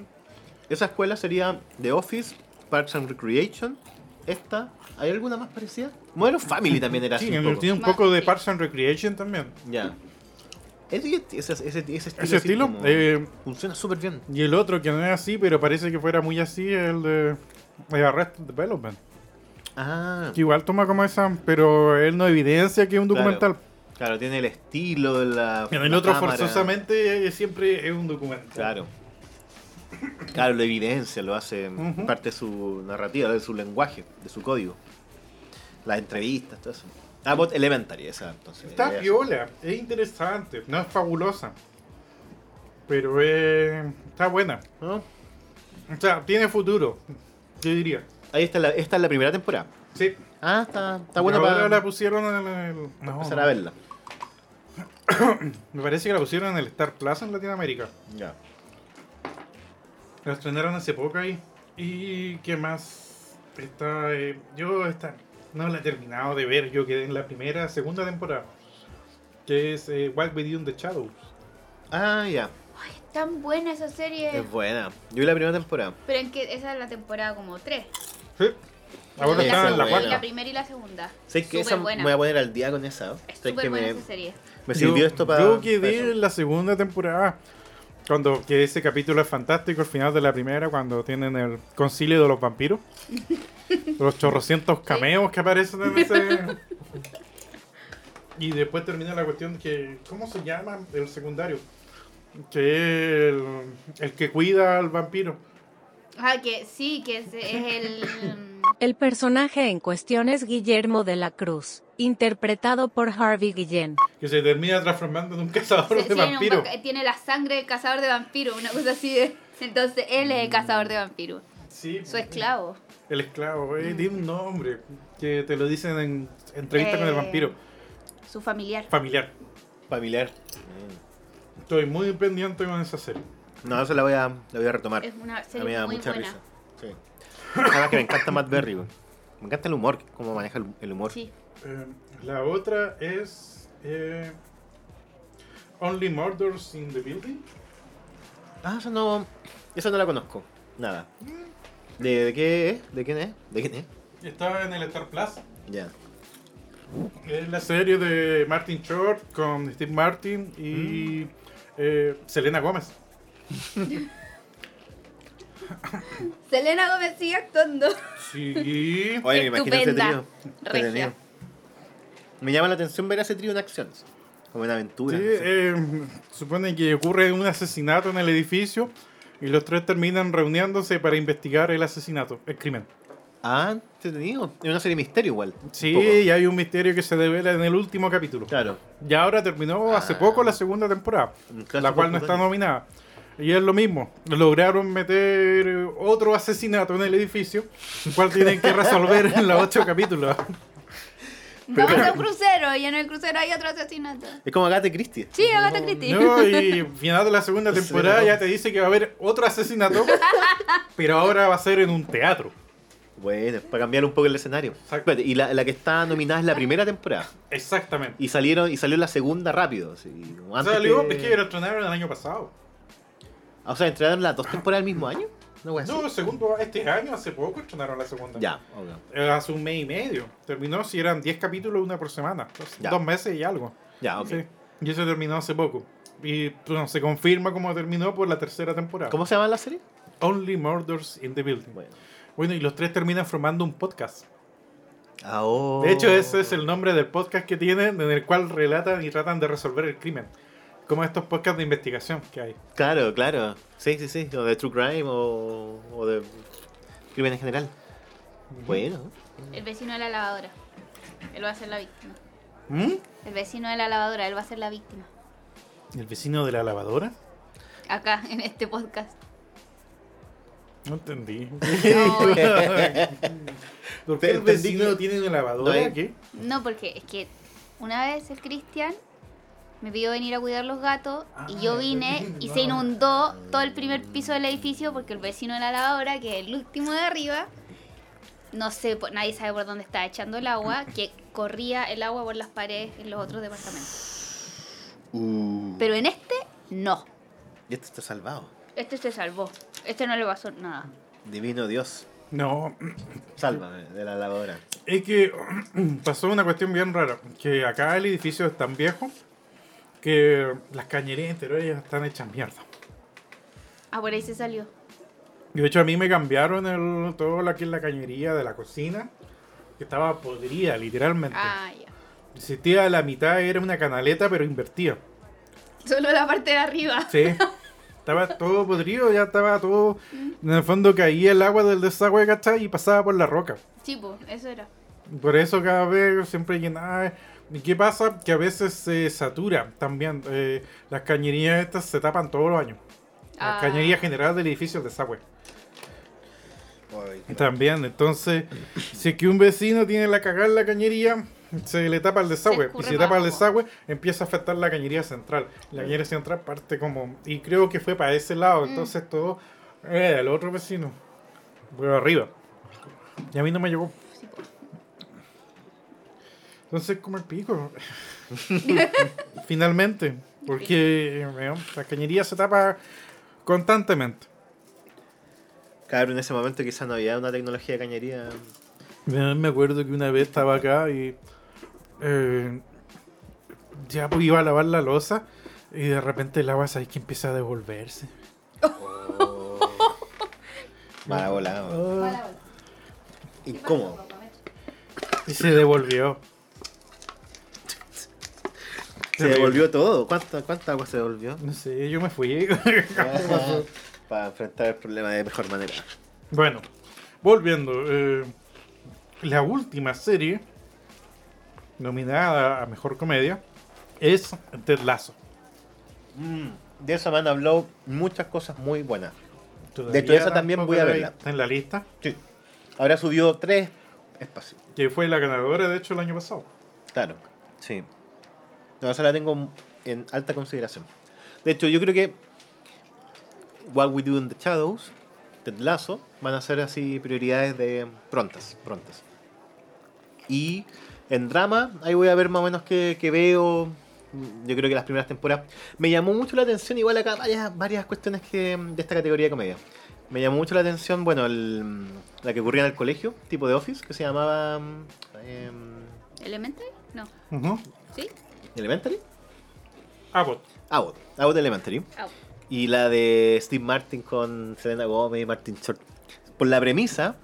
[SPEAKER 3] Esa escuela sería The Office, Parks and Recreation. Esta. ¿Hay alguna más parecida? Modern Family también era
[SPEAKER 2] Sí,
[SPEAKER 3] así. un
[SPEAKER 2] tiene
[SPEAKER 3] poco.
[SPEAKER 2] un poco de Parks and Recreation también.
[SPEAKER 3] Ya. Ese, ese, ese- ese estilo,
[SPEAKER 2] Ese
[SPEAKER 3] así
[SPEAKER 2] estilo.
[SPEAKER 3] como-
[SPEAKER 2] eh,
[SPEAKER 3] funciona súper bien.
[SPEAKER 2] y el otro que no es así, pero parece que fuera muy así, el de de Arrested Development.
[SPEAKER 3] Ah,
[SPEAKER 2] Que igual toma como esa, pero él no evidencia que es un
[SPEAKER 3] Claro.
[SPEAKER 2] documental.
[SPEAKER 3] claro, tiene el estilo, la.
[SPEAKER 2] En el
[SPEAKER 3] la
[SPEAKER 2] otro
[SPEAKER 3] cámara.
[SPEAKER 2] forzosamente eh, siempre es un documental.
[SPEAKER 3] Claro. Claro, lo evidencia, lo hace
[SPEAKER 2] Ujú.
[SPEAKER 3] parte de su narrativa, de su lenguaje, de su código. Las entrevistas, todo eso. Ah, bot elementary, esa entonces.
[SPEAKER 2] Está
[SPEAKER 3] esa.
[SPEAKER 2] viola, es interesante, no es fabulosa. Pero eh, está buena.
[SPEAKER 3] ¿No?
[SPEAKER 2] O sea, tiene futuro, yo diría.
[SPEAKER 3] Ahí está la, esta es la primera temporada.
[SPEAKER 2] Sí.
[SPEAKER 3] Ah, está, está buena
[SPEAKER 2] Ahora
[SPEAKER 3] para
[SPEAKER 2] la pusieron en el... no,
[SPEAKER 3] empezar
[SPEAKER 2] no.
[SPEAKER 3] a verla.
[SPEAKER 2] Me parece que la pusieron en el Star Plaza en Latinoamérica.
[SPEAKER 3] Ya.
[SPEAKER 2] La estrenaron hace poco ahí. ¿Y qué más? Está, eh, yo esta, no la he terminado de ver. Yo quedé en la primera, segunda temporada. Que es eh, Walk With You in the Shadows.
[SPEAKER 3] Ah, ya.
[SPEAKER 4] Ay, es tan buena esa serie.
[SPEAKER 3] Es buena. Yo vi la primera temporada.
[SPEAKER 4] Pero en que esa es la temporada como 3.
[SPEAKER 2] Sí. Ahora
[SPEAKER 3] Esa
[SPEAKER 2] está en la
[SPEAKER 3] buena.
[SPEAKER 4] la
[SPEAKER 2] cuarta.
[SPEAKER 4] primera y la segunda.
[SPEAKER 3] Sé que esa me
[SPEAKER 4] Superbuena.
[SPEAKER 3] voy a poner al día con esa. ¿eh?
[SPEAKER 4] Es
[SPEAKER 3] Sé
[SPEAKER 4] súper
[SPEAKER 3] que
[SPEAKER 4] buena
[SPEAKER 3] me,
[SPEAKER 4] esa serie.
[SPEAKER 3] me sirvió
[SPEAKER 2] yo,
[SPEAKER 3] Pues esto para.
[SPEAKER 2] Yo
[SPEAKER 3] para
[SPEAKER 2] quedé
[SPEAKER 3] eso.
[SPEAKER 2] en la segunda temporada. Cuando que ese capítulo es fantástico, el final de la primera, cuando tienen el concilio de los vampiros. los chorrocientos cameos que aparecen en ese. Y después termina la cuestión que. ¿Cómo se llama el secundario? Que el, el que cuida al vampiro.
[SPEAKER 4] Ah, que sí, que es, es el.
[SPEAKER 1] El personaje en cuestión es Guillermo de la Cruz, interpretado por Harvey Guillén.
[SPEAKER 2] Que se termina transformando en un cazador
[SPEAKER 4] se-
[SPEAKER 2] de
[SPEAKER 4] tiene, un
[SPEAKER 2] vampiros.
[SPEAKER 4] vaca- tiene la sangre del cazador de vampiros, una cosa así de. Entonces él es el cazador de vampiros,
[SPEAKER 2] Sí,
[SPEAKER 4] eh, su esclavo.
[SPEAKER 2] El esclavo, eh, tiene un nombre que te lo dicen en entrevista con el
[SPEAKER 4] Eh.
[SPEAKER 2] vampiro.
[SPEAKER 4] Su familiar.
[SPEAKER 2] Familiar.
[SPEAKER 3] Familiar.
[SPEAKER 2] Estoy muy pendiente con esa serie.
[SPEAKER 3] No, esa la voy a, la voy a retomar.
[SPEAKER 4] Es una
[SPEAKER 3] a mí me
[SPEAKER 4] serie
[SPEAKER 3] da
[SPEAKER 4] muy
[SPEAKER 3] mucha
[SPEAKER 4] buena.
[SPEAKER 3] risa. Sí. Además que me encanta Matt Berry, güey. Me encanta el humor, cómo maneja el- el humor.
[SPEAKER 4] Sí.
[SPEAKER 2] Eh, la otra es eh, Only Murders in the Building.
[SPEAKER 3] Ah, esa no. Esa no la conozco. Nada. ¿De, de qué es? ¿De quién es? ¿De quién es?
[SPEAKER 2] Está en el Star Plus.
[SPEAKER 3] Ya.
[SPEAKER 2] Es la serie de Martin Short con Steve Martin y eh, Selena Gómez.
[SPEAKER 4] Selena Gómez sigue actuando.
[SPEAKER 2] Sí.
[SPEAKER 3] Oye, me imagino ese
[SPEAKER 4] Estupenda.
[SPEAKER 3] trío.
[SPEAKER 4] Regia.
[SPEAKER 3] Entretenido. Me llama la atención ver a ese trío en acción. Como en
[SPEAKER 2] Sí,
[SPEAKER 3] aventura. no sé.
[SPEAKER 2] eh, supone que ocurre un asesinato en el edificio y los tres terminan reuniéndose para investigar el asesinato, el crimen.
[SPEAKER 3] Ah, entretenido. Es una serie de misterio igual. un
[SPEAKER 2] Sí,
[SPEAKER 3] poco.
[SPEAKER 2] y hay un misterio que se devela en el último capítulo.
[SPEAKER 3] Claro.
[SPEAKER 2] Y ahora terminó hace
[SPEAKER 3] Ah.
[SPEAKER 2] poco la segunda temporada,
[SPEAKER 3] Un clásico
[SPEAKER 2] la cual no está
[SPEAKER 3] portugués.
[SPEAKER 2] nominada. Y es lo mismo, lograron meter eh, otro asesinato en el edificio, el cual tienen que resolver en los ocho capítulos.
[SPEAKER 4] Vamos a un crucero y en el crucero hay otro asesinato.
[SPEAKER 3] Es como Agatha Christie.
[SPEAKER 4] Sí, Agatha Christie.
[SPEAKER 2] No, y final de la segunda
[SPEAKER 3] Sí,
[SPEAKER 2] temporada
[SPEAKER 3] no.
[SPEAKER 2] ya te dice que va a haber otro asesinato, pero ahora va a ser en un teatro.
[SPEAKER 3] Bueno, para cambiar un poco el escenario.
[SPEAKER 2] Exacto.
[SPEAKER 3] Espérate, Y la, la que está nominada es la primera temporada.
[SPEAKER 2] Exactamente.
[SPEAKER 3] Y salieron y salió la segunda rápido. así, antes
[SPEAKER 2] Salió,
[SPEAKER 3] que-
[SPEAKER 2] es que lo estrenaron el año pasado.
[SPEAKER 3] Ah, O sea, entrenaron las dos temporadas del mismo año. No, voy a
[SPEAKER 2] No, segundo, este año, hace poco estrenaron la segunda.
[SPEAKER 3] Pues Ya, ok.
[SPEAKER 2] Eh, Hace un mes y medio. Terminó si eran 10 capítulos, una por semana. Entonces,
[SPEAKER 3] Ya.
[SPEAKER 2] Dos meses y algo.
[SPEAKER 3] Ya, Ah, ok.
[SPEAKER 2] Sí. Y eso terminó hace poco. Y bueno, se confirma cómo terminó por la tercera temporada.
[SPEAKER 3] ¿Cómo se llama la serie?
[SPEAKER 2] Only Murders in the Building. Bueno.
[SPEAKER 3] Bueno.
[SPEAKER 2] y los tres terminan formando un podcast.
[SPEAKER 3] Ah, oh.
[SPEAKER 2] De hecho, ese es el nombre del podcast que tienen, en el cual relatan y tratan de resolver el crimen. Como estos podcasts de investigación que hay.
[SPEAKER 3] Claro, claro. Sí, sí, sí. O de True Crime o, o de crimen en general. Bueno.
[SPEAKER 4] El vecino de la lavadora. Él va a ser la víctima.
[SPEAKER 2] ¿Mm?
[SPEAKER 4] El vecino de la lavadora, él va a ser la víctima.
[SPEAKER 2] ¿El vecino de la lavadora?
[SPEAKER 4] Acá, en este podcast.
[SPEAKER 2] No entendí.
[SPEAKER 4] No,
[SPEAKER 2] ¿Por
[SPEAKER 3] Te
[SPEAKER 2] qué el
[SPEAKER 3] entendí
[SPEAKER 2] vecino
[SPEAKER 3] que-
[SPEAKER 2] tiene una lavadora?
[SPEAKER 3] No hay-
[SPEAKER 2] ¿Qué?
[SPEAKER 4] no, porque es que una vez el Cristian me pidió venir a cuidar los gatos y yo vine y se inundó todo el primer piso del edificio porque el vecino de la lavadora, que es el último de arriba, no sé, por- nadie sabe por dónde estaba echando el agua, que corría el agua por las paredes en los otros departamentos.
[SPEAKER 3] Uh,
[SPEAKER 4] Pero en este, no.
[SPEAKER 3] Y este está salvado.
[SPEAKER 4] Este se salvó. Este no le pasó nada.
[SPEAKER 3] Divino Dios.
[SPEAKER 2] No,
[SPEAKER 3] Sálvame de la lavadora.
[SPEAKER 2] Es que pasó una cuestión bien rara, que acá el edificio es tan viejo que las cañerías interiores están hechas mierda.
[SPEAKER 4] Ah, por ahí se salió.
[SPEAKER 2] Y de hecho a mí me cambiaron el, todo lo que es la cañería de la cocina, que estaba podrida literalmente.
[SPEAKER 4] Ah, ya.
[SPEAKER 2] Existía a la mitad, era una canaleta pero invertida.
[SPEAKER 4] Solo la parte de arriba.
[SPEAKER 2] Sí. Estaba todo podrido, ya estaba todo... En el fondo caía el agua del desagüe, ¿cachai? Y pasaba por la roca.
[SPEAKER 4] Tipo, eso era.
[SPEAKER 2] Por eso cada vez siempre llenaba. ¿Y qué pasa? Que a veces se satura también. eh, las cañerías estas se tapan todos los años. La
[SPEAKER 4] Ah.
[SPEAKER 2] cañería general del edificio del desagüe. También, entonces, si es que un vecino tiene la cagada en la cañería, se le tapa el desagüe. Y
[SPEAKER 9] escurre
[SPEAKER 2] si se tapa el
[SPEAKER 9] más
[SPEAKER 2] desagüe, empieza a afectar la cañería central. La cañería central parte como. Y creo que fue para ese lado.
[SPEAKER 9] Mm.
[SPEAKER 2] Entonces todo. Eh, el otro vecino. Pero arriba. Y a mí no me llegó.
[SPEAKER 9] pues.
[SPEAKER 2] Entonces, como el pico. Finalmente. Porque weón, la cañería se tapa constantemente.
[SPEAKER 3] Cabrón, en ese momento quizás no había una tecnología de cañería.
[SPEAKER 2] Yo Me acuerdo que una vez estaba acá y eh, ya pues, iba a lavar la losa y de repente el agua ahí que empieza a devolverse.
[SPEAKER 3] Mala volada.
[SPEAKER 4] Ah.
[SPEAKER 3] Incómodo.
[SPEAKER 2] Y se devolvió.
[SPEAKER 3] Se devolvió todo. ¿Cuánta, cuánta agua se devolvió?
[SPEAKER 2] No sé, yo me fui.
[SPEAKER 3] Para enfrentar el problema de mejor manera.
[SPEAKER 2] bueno, volviendo. eh, la última serie nominada a Mejor Comedia es Ted Lasso.
[SPEAKER 3] De eso me han hablado muchas cosas muy buenas.
[SPEAKER 2] Todavía
[SPEAKER 3] hecho, esa también
[SPEAKER 2] tampoco
[SPEAKER 3] voy a
[SPEAKER 2] la-
[SPEAKER 3] verla.
[SPEAKER 2] Está en la lista.
[SPEAKER 3] Sí. Ahora subió tres espacios.
[SPEAKER 2] Que fue la ganadora, de hecho, el año pasado.
[SPEAKER 3] Claro. Sí. No, esa la tengo en alta consideración. De hecho, yo creo que What We Do in the Shadows, Ted Lasso, van a ser así prioridades de prontas, prontas. Y en drama, ahí voy a ver más o menos qué, qué veo. Yo creo que las primeras temporadas. Me llamó mucho la atención, igual acá varias, varias cuestiones que, de esta categoría de comedia. Me llamó mucho la atención, bueno, el- la que ocurría en el colegio, tipo de office, que se llamaba... em,
[SPEAKER 4] ¿Elementary? No.
[SPEAKER 2] Ujú.
[SPEAKER 4] ¿Sí?
[SPEAKER 3] Elementary.
[SPEAKER 2] Abbott.
[SPEAKER 3] Abbott. Abbott Elementary.
[SPEAKER 4] Abbott.
[SPEAKER 3] Y la de Steve Martin con Selena Gomez y Martin Short. Por la premisa,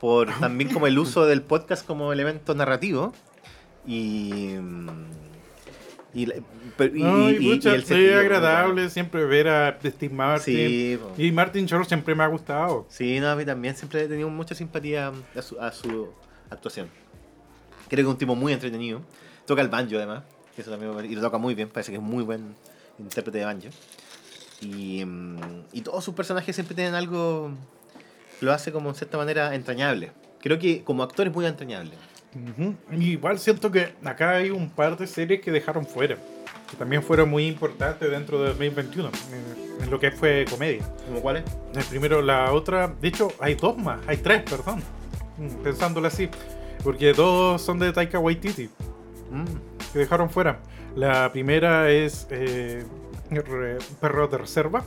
[SPEAKER 3] por también como el uso del podcast como elemento narrativo. Y. mm, Y, la- pero- y-
[SPEAKER 2] No, y,
[SPEAKER 3] y- y-
[SPEAKER 2] pucha,
[SPEAKER 3] y el
[SPEAKER 2] sí,
[SPEAKER 3] sentido,
[SPEAKER 2] agradable
[SPEAKER 3] ¿no?
[SPEAKER 2] siempre ver a Steve Martin.
[SPEAKER 3] Sí, po.
[SPEAKER 2] y Martin Short siempre me ha gustado.
[SPEAKER 3] Sí, no, a mí también siempre he tenido mucha simpatía a su, a su actuación. Creo que es un tipo muy entretenido. Toca el banjo además. que Eso también, me parece- y lo toca muy bien, parece que es muy buen intérprete de banjo. Y, mm, y todos sus personajes siempre tienen algo que lo hace como en cierta manera entrañable. Creo que como actor es muy entrañable.
[SPEAKER 2] Ujú. Y Igual siento que acá hay un par de series que dejaron fuera, que también fueron muy importantes dentro de 2021, eh, en lo que fue comedia.
[SPEAKER 3] ¿Como cuáles?
[SPEAKER 2] El primero, la otra, de hecho, hay dos más, hay tres, perdón, Mm, pensándolo así, porque dos son de Taika Waititi,
[SPEAKER 3] Mm,
[SPEAKER 2] que dejaron fuera. La primera es eh, Re- Perro de Reserva,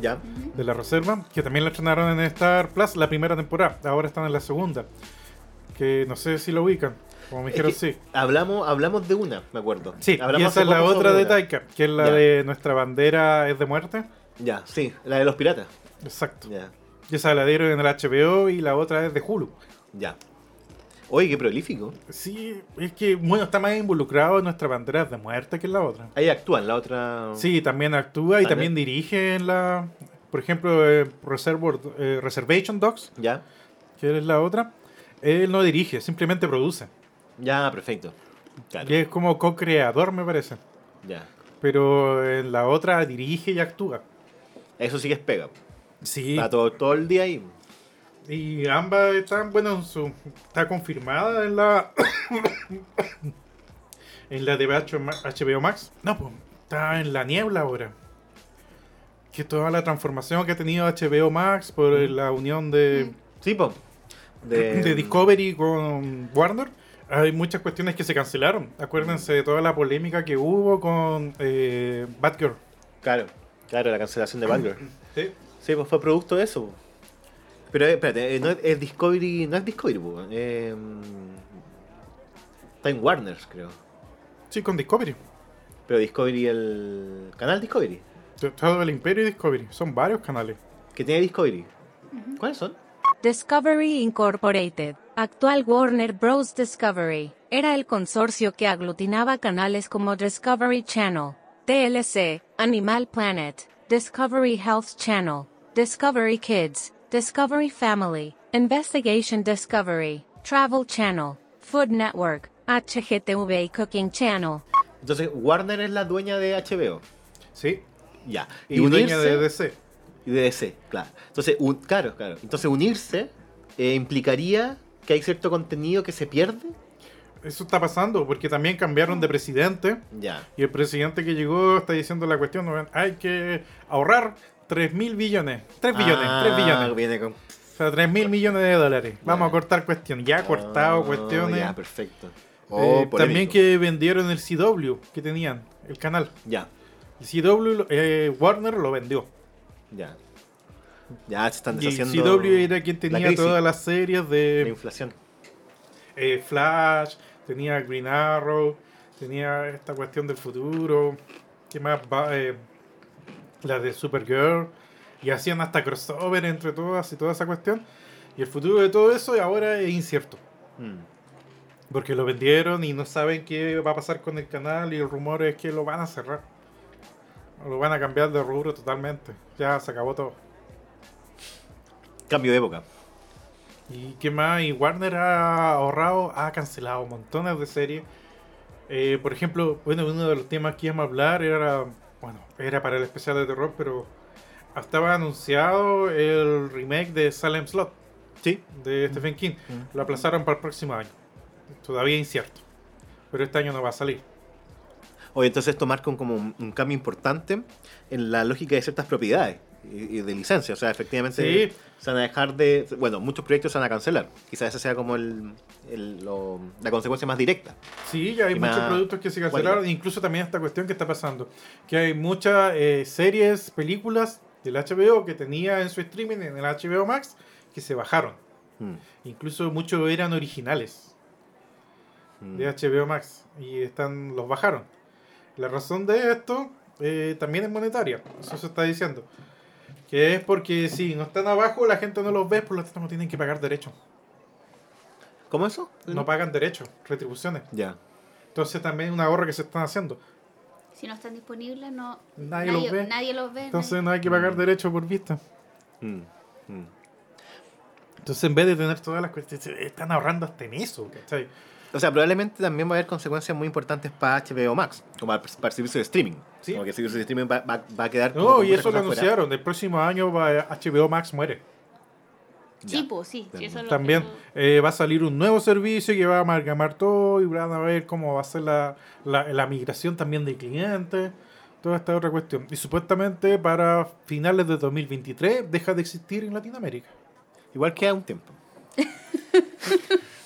[SPEAKER 3] ya.
[SPEAKER 2] de la reserva, que también la estrenaron en Star Plus la primera temporada, ahora están en la segunda, que no sé si lo ubican, como me
[SPEAKER 3] Es
[SPEAKER 2] dijeron
[SPEAKER 3] que
[SPEAKER 2] sí.
[SPEAKER 3] Hablamos, hablamos de una, me acuerdo.
[SPEAKER 2] Sí,
[SPEAKER 3] hablamos
[SPEAKER 2] y
[SPEAKER 3] hace
[SPEAKER 2] esa es la
[SPEAKER 3] poco
[SPEAKER 2] otra
[SPEAKER 3] sobre
[SPEAKER 2] de
[SPEAKER 3] una.
[SPEAKER 2] Taika, que es la
[SPEAKER 3] Ya.
[SPEAKER 2] de nuestra bandera es de muerte.
[SPEAKER 3] Ya, sí, la de los piratas.
[SPEAKER 2] Exacto.
[SPEAKER 3] Ya.
[SPEAKER 2] Y esa la dieron en el HBO y la otra es de Hulu.
[SPEAKER 3] Ya. Oye, qué prolífico.
[SPEAKER 2] Sí, es que, bueno, está más involucrado en nuestra bandera es de muerte que en la otra.
[SPEAKER 3] Ahí actúan, la otra.
[SPEAKER 2] Sí, también actúa y
[SPEAKER 3] Ah. Vale.
[SPEAKER 2] también dirige en la... Por ejemplo, eh, Reservoir- eh, Reservation Dogs,
[SPEAKER 3] Ya,
[SPEAKER 2] que es la otra. Él no dirige, simplemente produce.
[SPEAKER 3] ya, perfecto. Claro,
[SPEAKER 2] Y es como co-creador, me parece.
[SPEAKER 3] ya.
[SPEAKER 2] Pero en la otra dirige y actúa.
[SPEAKER 3] Eso sí que es pega.
[SPEAKER 2] Sí.
[SPEAKER 3] Está todo, todo el día ahí.
[SPEAKER 2] Y ambas están, bueno, en su, está confirmada en la. en la de H- HBO Max. No, pues está en la niebla ahora. Que toda la transformación que ha tenido HBO Max por eh, la unión de,
[SPEAKER 3] Sí, po. Eh,
[SPEAKER 2] de Discovery con Warner. Hay muchas cuestiones que se cancelaron. Acuérdense de toda la polémica que hubo con eh, Batgirl.
[SPEAKER 3] Claro, claro, la cancelación de Batgirl.
[SPEAKER 2] ¿Sí?
[SPEAKER 3] Sí, pues fue producto de eso. po. Pero eh, espérate, eh, no es, es Discovery, no es Discovery, po. Eh, mm, Time Warners, creo.
[SPEAKER 2] Sí, con Discovery.
[SPEAKER 3] Pero Discovery, el canal Discovery,
[SPEAKER 2] Todo el Imperio y Discovery. Son varios canales.
[SPEAKER 3] que tiene Discovery. ¿Cuáles son?
[SPEAKER 1] Discovery Incorporated, actual Warner Bros. Discovery, era el consorcio que aglutinaba canales como Discovery Channel, TLC, Animal Planet, Discovery Health Channel, Discovery Kids, Discovery Family, Investigation Discovery, Travel Channel, Food Network, HGTV y Cooking Channel.
[SPEAKER 3] Entonces, Warner es la dueña de HBO.
[SPEAKER 2] Sí.
[SPEAKER 3] Ya.
[SPEAKER 2] Y, dueña
[SPEAKER 3] unirse-
[SPEAKER 2] de DC.
[SPEAKER 3] Y de DC, claro. Entonces, un, claro, claro. Entonces, unirse eh, implicaría que hay cierto contenido que se pierde.
[SPEAKER 2] eso está pasando, porque también cambiaron de presidente.
[SPEAKER 3] Ya.
[SPEAKER 2] Y el presidente que llegó está diciendo la cuestión, ¿no? hay que ahorrar 3 mil billones. 3 billones, 3
[SPEAKER 3] Ah,
[SPEAKER 2] billones.
[SPEAKER 3] Viene con...
[SPEAKER 2] O sea, 3 mil millones de dólares. Vamos
[SPEAKER 3] Ya.
[SPEAKER 2] a cortar cuestión. Ya ha cortado
[SPEAKER 3] Ah,
[SPEAKER 2] cuestiones.
[SPEAKER 3] Ya, perfecto.
[SPEAKER 2] Eh,
[SPEAKER 3] Oh,
[SPEAKER 2] también
[SPEAKER 3] polémico.
[SPEAKER 2] que vendieron el CW que tenían, el canal.
[SPEAKER 3] Ya,
[SPEAKER 2] El CW, lo- eh, Warner lo vendió.
[SPEAKER 3] ya. Ya se están
[SPEAKER 2] Y el
[SPEAKER 3] deshaciendo.
[SPEAKER 2] CW era quien
[SPEAKER 3] la
[SPEAKER 2] tenía
[SPEAKER 3] crisis,
[SPEAKER 2] todas las series
[SPEAKER 3] La
[SPEAKER 2] de
[SPEAKER 3] inflación.
[SPEAKER 2] eh, Flash, tenía Green Arrow, tenía esta cuestión del futuro, ¿qué más? Va, eh, la de Supergirl, y hacían hasta crossover entre todas y toda esa cuestión. Y el futuro de todo eso ahora es incierto.
[SPEAKER 3] Mm.
[SPEAKER 2] Porque lo vendieron y no saben qué va a pasar con el canal y el rumor es que lo van a cerrar. Lo van a cambiar de rubro totalmente. Ya se acabó todo.
[SPEAKER 3] Cambio de época.
[SPEAKER 2] ¿Y qué más? Y Warner ha ahorrado, ha cancelado montones de series. Eh, por ejemplo, bueno, uno de los temas que íbamos a hablar era, bueno, era para el especial de terror, pero estaba anunciado el remake de Salem Slot
[SPEAKER 3] Sí.
[SPEAKER 2] de Stephen King. Lo aplazaron para el próximo año. Todavía incierto. Pero este año no va a salir.
[SPEAKER 3] Oye, entonces esto marca un- como un, un cambio importante en la lógica de ciertas propiedades y, y de licencia. O sea, efectivamente
[SPEAKER 2] Sí.
[SPEAKER 3] se van a dejar de. Bueno, muchos proyectos se van a cancelar. Quizás esa sea como el, el- lo- la consecuencia más directa.
[SPEAKER 2] Sí, ya hay
[SPEAKER 3] Y
[SPEAKER 2] muchos
[SPEAKER 3] más
[SPEAKER 2] productos que se cancelaron,
[SPEAKER 3] cualidad.
[SPEAKER 2] incluso también esta cuestión que está pasando, que hay muchas eh, series, películas del HBO que tenía en su streaming, en el HBO Max, que se bajaron.
[SPEAKER 3] Mm,
[SPEAKER 2] Incluso muchos eran originales
[SPEAKER 3] mm.
[SPEAKER 2] de HBO Max y están los bajaron. La razón de esto eh, también es monetaria, eso se está diciendo. Que es porque si no están abajo, la gente no los ve, por lo tanto no tienen que pagar derechos.
[SPEAKER 3] ¿Cómo eso?
[SPEAKER 2] No pagan derechos, retribuciones.
[SPEAKER 3] Ya.
[SPEAKER 2] Entonces también es un ahorro que se están haciendo.
[SPEAKER 4] Si no están disponibles, no.
[SPEAKER 2] Nadie, los ve.
[SPEAKER 4] nadie los ve.
[SPEAKER 2] Entonces no hay que pagar derecho por vista.
[SPEAKER 3] Mm, mm.
[SPEAKER 2] Entonces en vez de tener todas las cuestiones, se están ahorrando hasta en eso, ¿cachai?
[SPEAKER 3] O sea, probablemente también va a haber consecuencias muy importantes para HBO Max, como para, para el servicio de streaming.
[SPEAKER 2] Sí.
[SPEAKER 3] Como que el servicio de streaming va, va- va a quedar. como
[SPEAKER 2] No,
[SPEAKER 3] con
[SPEAKER 2] y
[SPEAKER 3] muchas
[SPEAKER 2] eso lo
[SPEAKER 3] cosas fuera.
[SPEAKER 2] anunciaron. El próximo año va- HBO Max muere.
[SPEAKER 3] Ya.
[SPEAKER 10] Sí, pues sí. sí, eso es lo-
[SPEAKER 2] También
[SPEAKER 10] eso-
[SPEAKER 2] eh, va a salir un nuevo servicio que va a amalgamar todo y van a ver cómo va a ser la, la- la migración también de clientes. Toda esta otra cuestión. Y supuestamente para finales de 2023 deja de existir en Latinoamérica.
[SPEAKER 3] Igual queda un tiempo.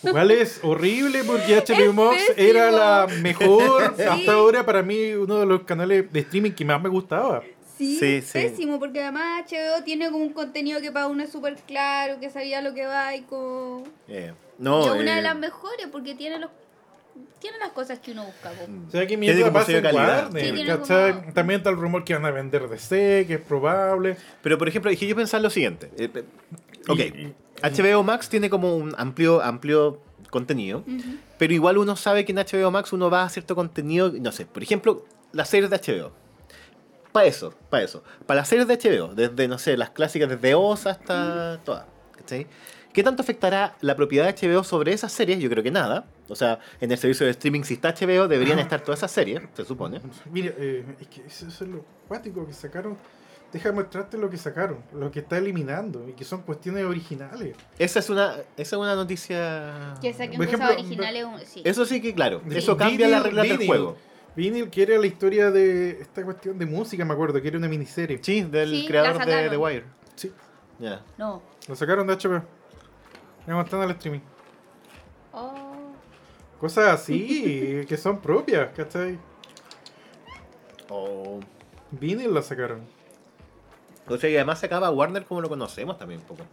[SPEAKER 2] Cuál es horrible porque HBO Max era la mejor hasta ahora para mí uno de los canales de streaming que más me gustaba.
[SPEAKER 4] Sí,
[SPEAKER 3] Sí, sí.
[SPEAKER 4] pésimo, porque además HBO tiene como un contenido que para uno es súper claro, que sabía lo que va y como...
[SPEAKER 3] Eh,
[SPEAKER 2] Oh,
[SPEAKER 3] no.
[SPEAKER 4] es una
[SPEAKER 3] eh,
[SPEAKER 4] de las mejores porque tiene los tiene las cosas que uno busca. po.
[SPEAKER 3] mm.
[SPEAKER 2] O sea, que
[SPEAKER 3] Tiene
[SPEAKER 2] mierda
[SPEAKER 3] como
[SPEAKER 2] pasa en
[SPEAKER 3] sello de calidad.
[SPEAKER 2] Warner,
[SPEAKER 4] Sí, tiene
[SPEAKER 2] ¿cachai?
[SPEAKER 4] como-
[SPEAKER 2] También está el rumor que van a vender DC, que es probable.
[SPEAKER 3] Pero por ejemplo, dije yo pensar lo siguiente. Eh, pe- Ok,
[SPEAKER 2] Y- y-
[SPEAKER 3] HBO Max tiene como un amplio, amplio contenido, pero igual uno sabe que en HBO Max uno va a cierto contenido, no sé, por ejemplo, las series de HBO. Para eso, para eso. Para las series de HBO, desde, no sé, las clásicas, desde Oz hasta todas. ¿cachai? ¿Qué tanto afectará la propiedad de HBO sobre esas series? Yo creo que nada. O sea, en el servicio de streaming, si está HBO, deberían estar todas esas series, se supone.
[SPEAKER 2] Mira, eh, es que eso, eso es lo cuático que sacaron. Deja mostrarte lo que sacaron, lo que está eliminando y que son cuestiones originales.
[SPEAKER 3] Esa es una, esa es una noticia...
[SPEAKER 4] Que saquen
[SPEAKER 2] Por
[SPEAKER 4] cosas
[SPEAKER 2] ejemplo,
[SPEAKER 4] originales. un- Sí.
[SPEAKER 3] Eso sí que, claro,
[SPEAKER 2] Sí.
[SPEAKER 3] eso cambia
[SPEAKER 2] Vinyl,
[SPEAKER 3] las reglas del
[SPEAKER 2] vinyl.
[SPEAKER 3] juego.
[SPEAKER 2] Vinyl, que era la historia de esta cuestión de música, me acuerdo, que era una miniserie.
[SPEAKER 3] Sí, del
[SPEAKER 4] Sí, la
[SPEAKER 3] creador
[SPEAKER 4] sacaron.
[SPEAKER 3] de The Wire.
[SPEAKER 2] Sí.
[SPEAKER 3] Ya.
[SPEAKER 4] No.
[SPEAKER 2] Lo sacaron de HBO. Ya no están al streaming.
[SPEAKER 4] Oh.
[SPEAKER 2] Cosas así que son propias, ¿cachai?
[SPEAKER 3] O
[SPEAKER 2] Vinyl la sacaron.
[SPEAKER 3] Oh. o sea, y además se acaba Warner como lo conocemos también un poco.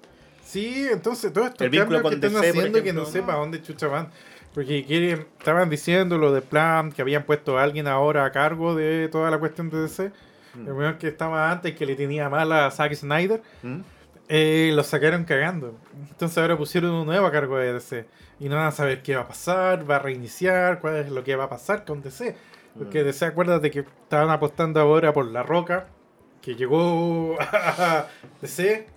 [SPEAKER 2] Sí, entonces todo esto
[SPEAKER 3] El vínculo
[SPEAKER 2] que
[SPEAKER 3] con
[SPEAKER 2] están
[SPEAKER 3] DC, por
[SPEAKER 2] haciendo que no
[SPEAKER 3] ejemplo.
[SPEAKER 2] sepa dónde chucha van. Porque quieren, estaban diciendo lo de plan, que habían puesto a alguien ahora a cargo de toda la cuestión de DC. El weón que estaba antes, que le tenía mala a Zack Snyder,
[SPEAKER 3] ¿Mm?
[SPEAKER 2] eh, lo sacaron cagando. Entonces ahora pusieron un nuevo a cargo de DC. Y no van a saber qué va a pasar, va a reiniciar, cuál es lo que va a pasar con DC. Porque DC, acuérdate que estaban apostando ahora por La Roca, que llegó a DC,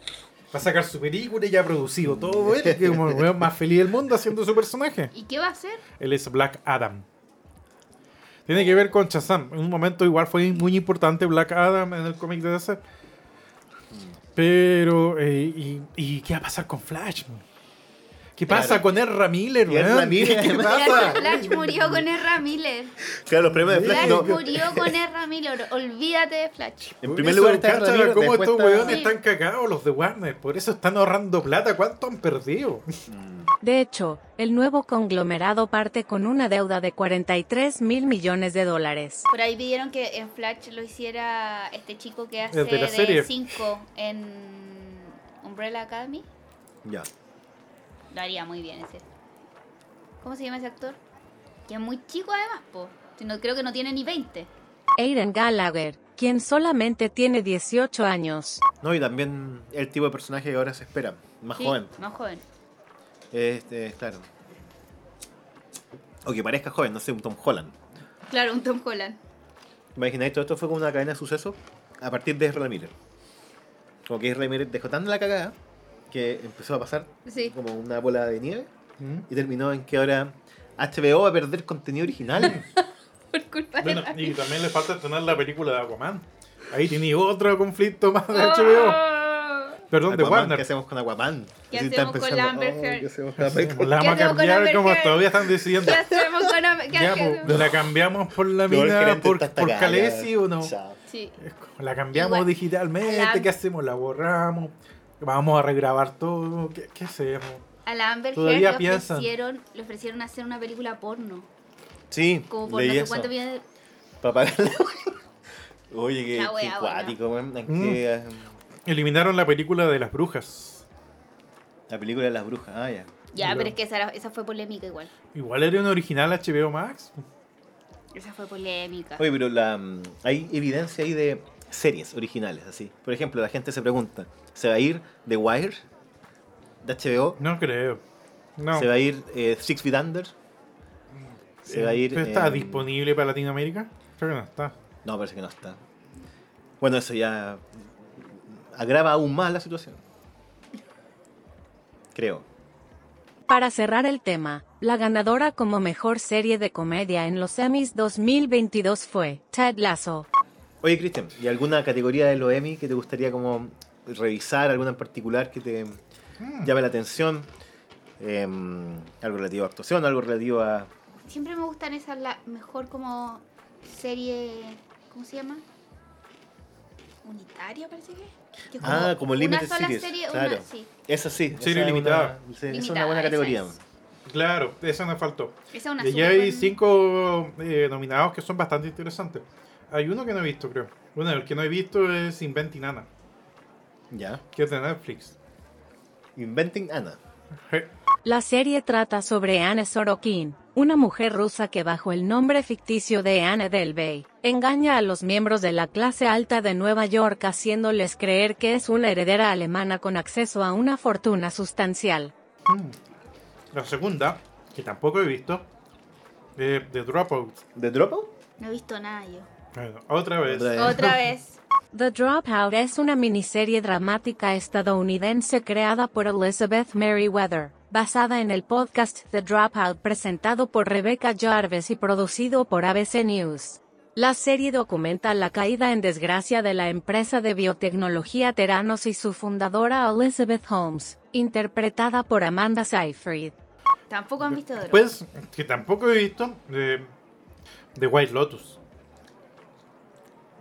[SPEAKER 2] va a sacar su película y ya ha producido todo él, que es como el weón más feliz del mundo haciendo su personaje.
[SPEAKER 4] ¿Y qué va a hacer?
[SPEAKER 2] Él es Black Adam. Tiene que ver con Shazam. En un momento igual fue muy importante Black Adam en el cómic de DC. Pero, eh, y, y qué va a pasar con Flash? man? ¿Qué pasa con Ezra Miller,
[SPEAKER 3] Y Ezra
[SPEAKER 2] weón?
[SPEAKER 3] Miller,
[SPEAKER 2] ¿Qué
[SPEAKER 3] además.
[SPEAKER 2] pasa?
[SPEAKER 4] Flash murió con Erra Miller.
[SPEAKER 3] Claro, los premios de Flash
[SPEAKER 4] Flash
[SPEAKER 3] no.
[SPEAKER 4] murió con Erra Miller. Olvídate de Flash.
[SPEAKER 3] En primer lugar está
[SPEAKER 2] Cacha
[SPEAKER 3] Ezra Miller,
[SPEAKER 2] cómo
[SPEAKER 3] después
[SPEAKER 2] estos
[SPEAKER 3] está-
[SPEAKER 2] weones están cagados los de Warner. Por eso están ahorrando plata. ¿Cuánto han perdido?
[SPEAKER 1] De hecho, el nuevo conglomerado parte con una deuda de 43 mil millones de dólares.
[SPEAKER 4] Por ahí pidieron que en Flash lo hiciera este chico que hace
[SPEAKER 2] El de la serie.
[SPEAKER 4] de 5 en Umbrella Academy.
[SPEAKER 3] Mm, Ya.
[SPEAKER 4] Lo haría muy bien ese. ¿Cómo se llama ese actor? Que es muy chico además, po. Si no- creo que no tiene ni 20.
[SPEAKER 1] Aaron Gallagher, quien solamente tiene 18 años.
[SPEAKER 3] No, y también el tipo de personaje que ahora se espera. Más
[SPEAKER 4] Sí,
[SPEAKER 3] joven.
[SPEAKER 4] Más joven.
[SPEAKER 3] Este, claro. O que parezca joven, no sé, un Tom Holland.
[SPEAKER 4] Claro, un Tom Holland.
[SPEAKER 3] Imagináis, todo esto fue como una cadena de sucesos a partir de Ezra Miller. Como que Ezra Miller dejó tan la cagada que empezó a pasar
[SPEAKER 4] Sí.
[SPEAKER 3] como una bola de nieve
[SPEAKER 2] ¿Mm?
[SPEAKER 3] y terminó en que ahora HBO va a perder contenido original.
[SPEAKER 4] Por culpa de
[SPEAKER 2] Bueno,
[SPEAKER 4] Erra
[SPEAKER 2] y
[SPEAKER 4] Miller.
[SPEAKER 2] también le falta estrenar la película de Aquaman. Ahí tiene otro conflicto más de
[SPEAKER 4] Oh.
[SPEAKER 2] HBO. Perdón, de
[SPEAKER 3] Aquaman,
[SPEAKER 2] Warner.
[SPEAKER 3] ¿Qué hacemos con Aquaman?
[SPEAKER 4] ¿Qué
[SPEAKER 3] Así
[SPEAKER 4] hacemos
[SPEAKER 3] están
[SPEAKER 4] con la Amber
[SPEAKER 3] "Oh,
[SPEAKER 4] Heard?"
[SPEAKER 3] ¿qué hacemos con Amber Heard?
[SPEAKER 2] La vamos a
[SPEAKER 4] hacemos con
[SPEAKER 2] cambiar
[SPEAKER 4] Amber
[SPEAKER 2] como
[SPEAKER 4] Heard?
[SPEAKER 2] todavía están decidiendo.
[SPEAKER 4] ¿Qué hacemos con Am- ¿Qué
[SPEAKER 2] Ya,
[SPEAKER 4] hacemos?
[SPEAKER 3] pues,
[SPEAKER 2] po, la cambiamos por la
[SPEAKER 3] Luego el
[SPEAKER 2] mina,
[SPEAKER 3] gerente
[SPEAKER 2] por,
[SPEAKER 3] está hasta
[SPEAKER 2] por
[SPEAKER 3] acá,
[SPEAKER 2] Khaleesi
[SPEAKER 3] ya.
[SPEAKER 2] o no.
[SPEAKER 3] Chao.
[SPEAKER 4] Sí.
[SPEAKER 2] Es como, La cambiamos
[SPEAKER 4] Igual.
[SPEAKER 2] digitalmente.
[SPEAKER 4] La-
[SPEAKER 2] ¿Qué hacemos? La borramos. Vamos a regrabar todo. ¿Qué, qué hacemos?
[SPEAKER 4] A la Amber
[SPEAKER 2] Todavía
[SPEAKER 4] Heard le
[SPEAKER 2] piensan.
[SPEAKER 4] ofrecieron, le ofrecieron hacer una película porno.
[SPEAKER 3] Sí,
[SPEAKER 4] Como por
[SPEAKER 3] leí
[SPEAKER 4] no sé
[SPEAKER 3] eso.
[SPEAKER 4] cuánto millones de-
[SPEAKER 3] Para pagar la Oye, qué,
[SPEAKER 4] La
[SPEAKER 3] qué
[SPEAKER 4] wea,
[SPEAKER 3] cuático, weón. Qué,
[SPEAKER 2] Mm.
[SPEAKER 3] eh,
[SPEAKER 2] Eliminaron la película de las brujas.
[SPEAKER 3] La película de las brujas, ah, ya.
[SPEAKER 4] Ya,
[SPEAKER 2] Claro.
[SPEAKER 4] pero es que esa, era- esa fue polémica igual.
[SPEAKER 2] Igual era un original HBO Max.
[SPEAKER 4] Esa fue polémica.
[SPEAKER 3] Oye, pero la, mm, hay evidencia ahí de series originales, así. Por ejemplo, la gente se pregunta, ¿se va a ir The Wire de HBO?
[SPEAKER 2] No creo. No.
[SPEAKER 3] ¿Se va a ir eh, Six Feet Under? ¿Se va a ir...
[SPEAKER 2] ¿Pero ¿Está
[SPEAKER 3] eh,
[SPEAKER 2] disponible para Latinoamérica? Creo que no está.
[SPEAKER 3] No, parece que no está. Bueno, eso ya agrava aún más la situación. Creo.
[SPEAKER 1] Para cerrar el tema, la ganadora como mejor serie de comedia en los Emmys 2022 fue Ted Lasso.
[SPEAKER 3] Oye, Cristian, ¿y alguna categoría de los Emmy que te gustaría como revisar? ¿Alguna en particular que te
[SPEAKER 2] Hmm.
[SPEAKER 3] llame la atención? Em, algo relativo a actuación, algo relativo a...
[SPEAKER 4] Siempre me gustan esas, la mejor como serie, ¿cómo se llama? Unitaria parece que. que es
[SPEAKER 3] Ah, como Limited
[SPEAKER 4] Una sola
[SPEAKER 3] Series,
[SPEAKER 4] serie,
[SPEAKER 3] claro.
[SPEAKER 4] una, sí.
[SPEAKER 3] Esa sí.
[SPEAKER 2] Serie
[SPEAKER 3] esa es
[SPEAKER 2] limitada.
[SPEAKER 3] una- sí, esa es una
[SPEAKER 4] Limitada,
[SPEAKER 3] buena
[SPEAKER 4] esa
[SPEAKER 3] categoría.
[SPEAKER 4] es.
[SPEAKER 2] Claro, eso nos faltó.
[SPEAKER 4] Esa es una
[SPEAKER 2] Y allá
[SPEAKER 4] super
[SPEAKER 2] hay
[SPEAKER 4] con-
[SPEAKER 2] cinco eh, nominados que son bastante interesantes. Hay uno que no he visto, creo. Bueno, el que no he visto es Inventing Nana,
[SPEAKER 3] Ya.
[SPEAKER 2] que es de Netflix.
[SPEAKER 3] Inventing Anna.
[SPEAKER 2] Je.
[SPEAKER 1] La serie trata sobre Anne Sorokin, una mujer rusa que bajo el nombre ficticio de Anne Delvey, engaña a los miembros de la clase alta de Nueva York haciéndoles creer que es una heredera alemana con acceso a una fortuna sustancial.
[SPEAKER 2] La segunda, que tampoco he visto, eh, The Dropout.
[SPEAKER 3] ¿The Dropout?
[SPEAKER 4] No he visto nada yo.
[SPEAKER 2] Bueno, otra vez.
[SPEAKER 3] Otra vez.
[SPEAKER 4] Otra vez.
[SPEAKER 1] The Dropout es una miniserie dramática estadounidense creada por Elizabeth Merriweather, basada en el podcast The Dropout presentado por Rebecca Jarvis y producido por ABC News. La serie documenta la caída en desgracia de la empresa de biotecnología Teranos y su fundadora Elizabeth Holmes, interpretada por Amanda Seyfried.
[SPEAKER 4] Tampoco han visto Dora.
[SPEAKER 2] Pues, que tampoco he visto, eh, The White Lotus.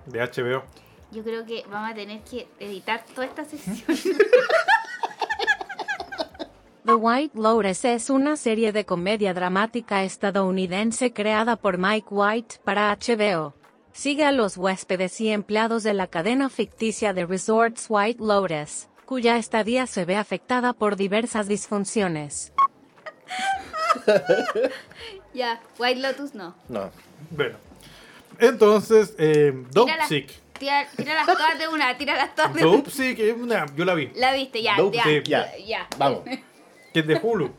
[SPEAKER 2] De HBO.
[SPEAKER 4] Yo creo que vamos a tener que editar toda esta sesión.
[SPEAKER 1] The White Lotus es una serie de comedia dramática estadounidense creada por Mike White para HBO. Sigue a los huéspedes y empleados de la cadena ficticia de resorts White Lotus, cuya estadía se ve afectada por diversas disfunciones.
[SPEAKER 4] ya, White Lotus no.
[SPEAKER 3] No.
[SPEAKER 2] Bueno. Entonces, eh, Dope
[SPEAKER 4] Tírala.
[SPEAKER 2] Sick.
[SPEAKER 4] Tira, tira las todas de una, tira las todas de una.
[SPEAKER 2] Dope Sick es una. Yo la vi.
[SPEAKER 4] La viste, ya,
[SPEAKER 3] Dope,
[SPEAKER 4] ya,
[SPEAKER 2] sí,
[SPEAKER 3] ya.
[SPEAKER 4] ya, ya.
[SPEAKER 3] Vamos.
[SPEAKER 2] que es de Hulu.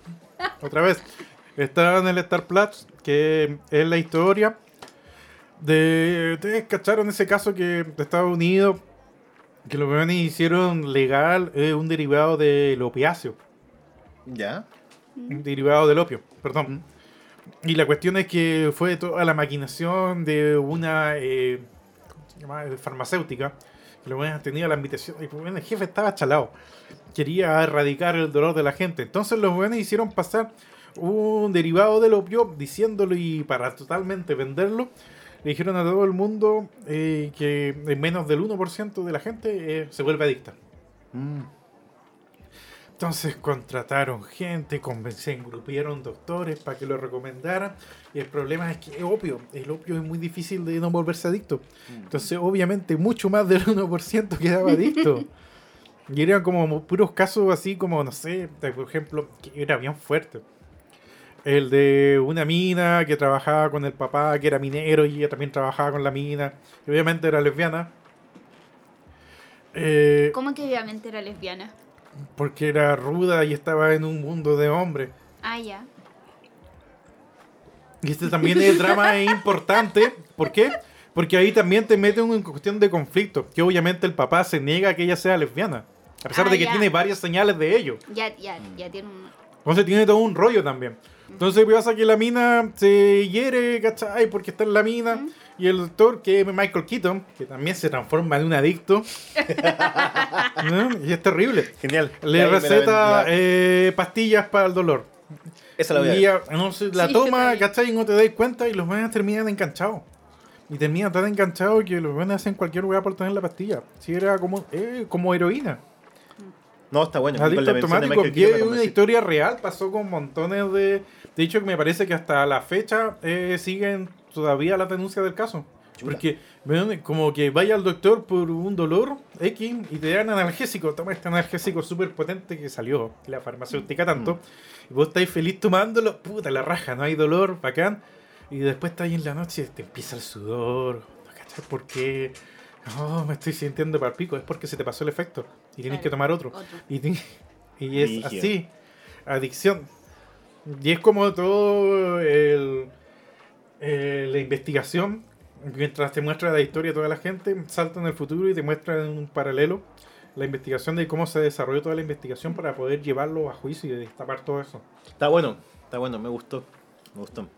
[SPEAKER 2] Otra vez. Está en el Star Plus, que es la historia de... ¿Ustedes cacharon ese caso que de Estados Unidos, que los jóvenes hicieron legal eh, un derivado del opiáceo?
[SPEAKER 3] Ya.
[SPEAKER 2] Un derivado del opio, perdón. Y la cuestión es que fue toda la maquinación de una eh, ¿cómo se llama? Eh, farmacéutica Los buenos tenían la ambición. y, pues, bueno, El jefe estaba chalado. Quería erradicar el dolor de la gente. Entonces los buenos hicieron pasar un derivado del opio diciéndolo y para totalmente venderlo. Le dijeron a todo el mundo eh, que menos del 1% de la gente eh, se vuelve adicta. Hmm. Entonces contrataron gente, convencieron, grupieron doctores para que lo recomendaran. Y el problema es que es opio. El opio es muy difícil de no volverse adicto. Entonces, obviamente, mucho más del 1% quedaba adicto. y eran como puros casos así, como no sé, de- por ejemplo, que era bien fuerte. El de una mina que trabajaba con el papá, que era minero y ella también trabajaba con la mina. Y obviamente era lesbiana. Eh,
[SPEAKER 4] ¿Cómo que obviamente era lesbiana?
[SPEAKER 2] porque era ruda y estaba en un mundo de hombres.
[SPEAKER 4] Ah, ya.
[SPEAKER 2] Y este también es drama es importante. ¿Por qué? Porque ahí también te meten en cuestión de conflicto. Que obviamente el papá se niega a que ella sea lesbiana. A pesar
[SPEAKER 4] Ah,
[SPEAKER 2] de que
[SPEAKER 4] ya.
[SPEAKER 2] tiene varias señales de ello.
[SPEAKER 4] Ya, ya, ya tiene un...
[SPEAKER 2] Entonces tiene todo un rollo también. Entonces pasa que la mina se hiere, ¿cachai? Porque está en la mina. Y el doctor, que es Michael Keaton, que también se transforma en un adicto. ¿no? Y es terrible.
[SPEAKER 3] Genial.
[SPEAKER 2] Le
[SPEAKER 3] Ahí me la
[SPEAKER 2] receta
[SPEAKER 3] ven-
[SPEAKER 2] eh, pastillas para el dolor.
[SPEAKER 3] ya. Esa la voy a
[SPEAKER 2] Y
[SPEAKER 3] ver.
[SPEAKER 2] ella, entonces la
[SPEAKER 4] Sí,
[SPEAKER 2] toma,
[SPEAKER 4] total.
[SPEAKER 2] ¿cachai? Y no te das cuenta y los buenos terminan enganchados. Y terminan tan enganchados que los buenos hacen cualquier weá por tener la pastilla. Si era como, eh, como heroína.
[SPEAKER 3] No, está bueno.
[SPEAKER 2] Adicto
[SPEAKER 3] Con la mención de
[SPEAKER 2] automático.
[SPEAKER 3] Michael
[SPEAKER 2] que
[SPEAKER 3] Keaton me
[SPEAKER 2] es una
[SPEAKER 3] convencí.
[SPEAKER 2] historia real. Pasó con montones de... De hecho, me parece que hasta la fecha eh, siguen todavía las denuncias del caso. Porque, weón, como que vaya al doctor por un dolor X y te dan analgésico. Toma este analgésico súper potente que salió la farmacéutica tanto. Y vos estáis feliz tomándolo. Puta, la raja, no hay dolor, bacán. Y después estás ahí en la noche te empieza el sudor. No cachas por qué. No, me estoy sintiendo para pico. Es porque se te pasó el efecto y tienes que tomar otro. Y, ti- y es
[SPEAKER 3] Brígido.
[SPEAKER 2] así. Adicción. Y es como todo el, eh, la investigación, mientras te muestra la historia de toda la gente, salta en el futuro y te muestra en un paralelo la investigación de cómo se desarrolló toda la investigación para poder llevarlo a juicio y destapar todo eso.
[SPEAKER 3] Está bueno, está bueno, me gustó. Me gustó.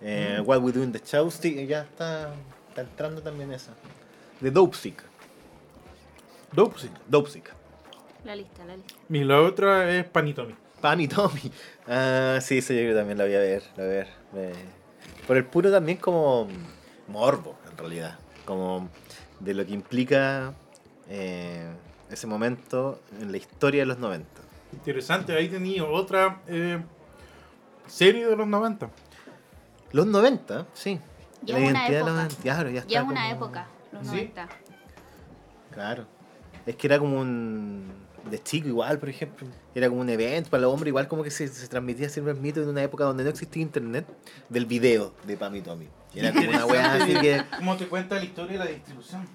[SPEAKER 3] Eh, What We Do in the Chowstick, ya está, está entrando también esa. De Dopesick.
[SPEAKER 2] Dopesick.
[SPEAKER 3] Dopesick.
[SPEAKER 4] La lista, la lista.
[SPEAKER 2] Y la otra es Panitomi.
[SPEAKER 3] Pan y Tommy. Ah, sí, eso yo creo que también la voy a ver, la voy a ver. Me- Por el puro también como morbo, en realidad. Como de lo que implica eh, ese momento en la historia de los 90.
[SPEAKER 2] Interesante, ahí tenía otra eh, serie de los 90.
[SPEAKER 3] Los 90, sí.
[SPEAKER 4] Ya es una
[SPEAKER 3] de los
[SPEAKER 4] época.
[SPEAKER 3] 90, claro, ya,
[SPEAKER 4] Ya
[SPEAKER 3] está
[SPEAKER 4] es una
[SPEAKER 3] como-
[SPEAKER 4] época, los
[SPEAKER 2] ¿Sí?
[SPEAKER 4] 90.
[SPEAKER 3] Claro. Es que era como un. De chico, igual, por ejemplo. Era como un evento para los hombres, igual como que se, se transmitía siempre el mito en una época donde no existía internet del video de Pami Tommy. Era como una weá así que.
[SPEAKER 2] ¿Cómo te cuenta la historia de la distribución?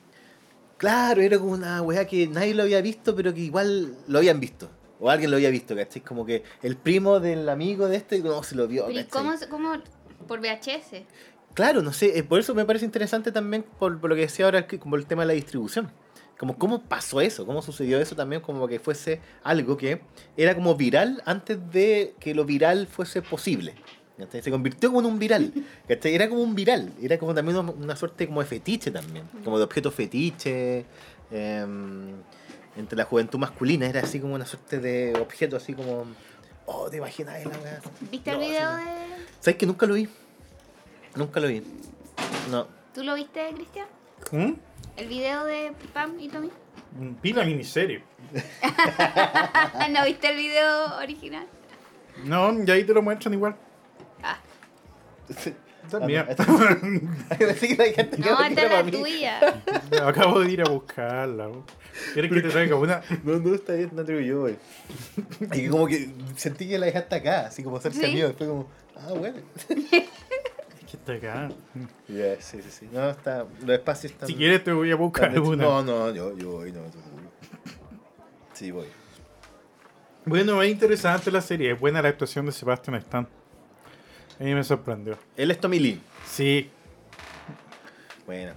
[SPEAKER 3] Claro, era como una weá que nadie lo había visto, pero que igual lo habían visto. O alguien lo había visto, ¿cachai? Como que el primo del amigo de este, no, se lo vio.
[SPEAKER 4] Pero ¿y
[SPEAKER 3] ¿cachai?
[SPEAKER 4] cómo, se- cómo? Por VHS.
[SPEAKER 3] Claro, no sé, eh, por eso me parece interesante también por, por lo que decía ahora, que- como el tema de la distribución. Como cómo pasó eso, cómo sucedió eso también, como que fuese algo que era como viral antes de que lo viral fuese posible. ¿cachai? Se convirtió como en un viral. ¿cachai? Era como un viral, era como también una, una suerte como de fetiche también, como de objeto fetiche. em, entre la juventud masculina era así como una suerte de objeto, así como, oh, te imaginas la weá?
[SPEAKER 4] ¿Viste el
[SPEAKER 3] No,
[SPEAKER 4] video
[SPEAKER 3] sí,
[SPEAKER 4] de...?
[SPEAKER 3] ¿Sabes que nunca lo vi? Nunca lo vi. No.
[SPEAKER 4] ¿Tú lo viste, Cristian?
[SPEAKER 2] ¿Mm?
[SPEAKER 4] ¿El video de Pam y Tommy?
[SPEAKER 2] Vi la miniserie.
[SPEAKER 4] ¿No viste el video original?
[SPEAKER 2] No, y ahí te lo muestran igual.
[SPEAKER 4] Ah.
[SPEAKER 3] Ah,
[SPEAKER 2] También.
[SPEAKER 3] Así que la gente que
[SPEAKER 4] No,
[SPEAKER 3] me tira
[SPEAKER 4] esta era
[SPEAKER 3] pa'
[SPEAKER 4] la
[SPEAKER 3] mí.
[SPEAKER 4] tuya.
[SPEAKER 2] Acabo de ir a buscarla. bo. ¿Quieres que te traiga una?
[SPEAKER 3] No, no, está bien, no te yo, güey. Y que como que sentí que la dejaste acá, así como cerca
[SPEAKER 4] Sí.
[SPEAKER 3] mío. Después como, ah, bueno.
[SPEAKER 2] Que está acá.
[SPEAKER 3] Ya, sí, sí, sí. No, está, los espacios están...
[SPEAKER 2] Si quieres te voy a
[SPEAKER 3] están
[SPEAKER 2] buscar
[SPEAKER 3] hechos.
[SPEAKER 2] una.
[SPEAKER 3] No, no, yo, yo voy, no me preocupes. Sí, voy.
[SPEAKER 2] Bueno, es interesante la serie. Es buena la actuación de Sebastian Stan. A mí me sorprendió.
[SPEAKER 3] Él es Tommy Lee.
[SPEAKER 2] Sí.
[SPEAKER 3] Bueno.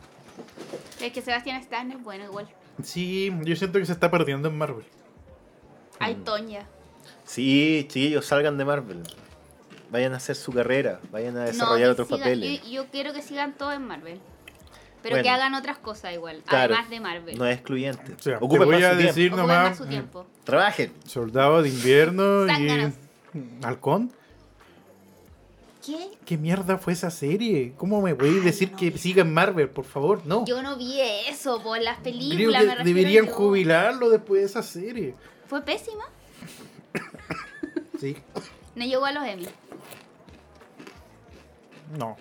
[SPEAKER 4] Es que Sebastián Stan es bueno igual.
[SPEAKER 2] Sí, yo siento que se está perdiendo en Marvel.
[SPEAKER 4] Hay
[SPEAKER 3] Mm.
[SPEAKER 4] Toña.
[SPEAKER 3] Sí, chiquillos, salgan de Marvel. Vayan a hacer su carrera, vayan a
[SPEAKER 4] No,
[SPEAKER 3] desarrollar
[SPEAKER 4] que
[SPEAKER 3] otros
[SPEAKER 4] sigan-
[SPEAKER 3] papeles.
[SPEAKER 4] Yo, yo quiero que sigan todos en Marvel. Pero que
[SPEAKER 11] Bueno.
[SPEAKER 4] hagan otras cosas igual,
[SPEAKER 11] Claro.
[SPEAKER 4] además de Marvel.
[SPEAKER 11] No es excluyente.
[SPEAKER 2] O sea, te
[SPEAKER 11] Ocupen
[SPEAKER 2] voy
[SPEAKER 11] más
[SPEAKER 2] a
[SPEAKER 11] su tiempo.
[SPEAKER 2] decir
[SPEAKER 4] Ocupen más
[SPEAKER 2] nomás mm.
[SPEAKER 4] su tiempo.
[SPEAKER 11] Trabajen.
[SPEAKER 2] Soldado de invierno y
[SPEAKER 4] Zánganos.
[SPEAKER 2] halcón.
[SPEAKER 4] ¿Qué?
[SPEAKER 2] ¿Qué mierda fue esa serie? ¿Cómo me voy a decir que sigan Marvel? Por favor, no.
[SPEAKER 4] Yo no vi eso por las
[SPEAKER 2] Creo
[SPEAKER 4] películas. me
[SPEAKER 2] que
[SPEAKER 4] refiero
[SPEAKER 2] deberían
[SPEAKER 4] yo.
[SPEAKER 2] jubilarlo después de esa serie.
[SPEAKER 4] Fue pésima.
[SPEAKER 2] Sí.
[SPEAKER 4] No llegó a los Emmy.
[SPEAKER 2] No.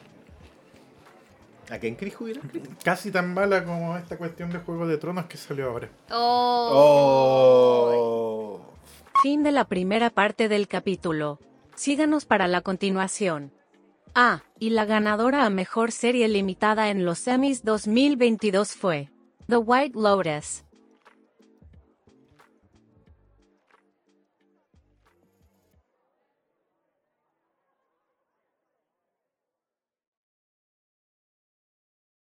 [SPEAKER 11] ¿A quién querés jubilar? Chris?
[SPEAKER 2] Casi tan mala como esta cuestión de Juego de Tronos que salió ahora.
[SPEAKER 11] Oh,
[SPEAKER 4] Oh.
[SPEAKER 1] Fin de la primera parte del capítulo. Síganos para la continuación. Ah, y la ganadora a mejor serie limitada en los Emmys 2022 fue The White Lotus.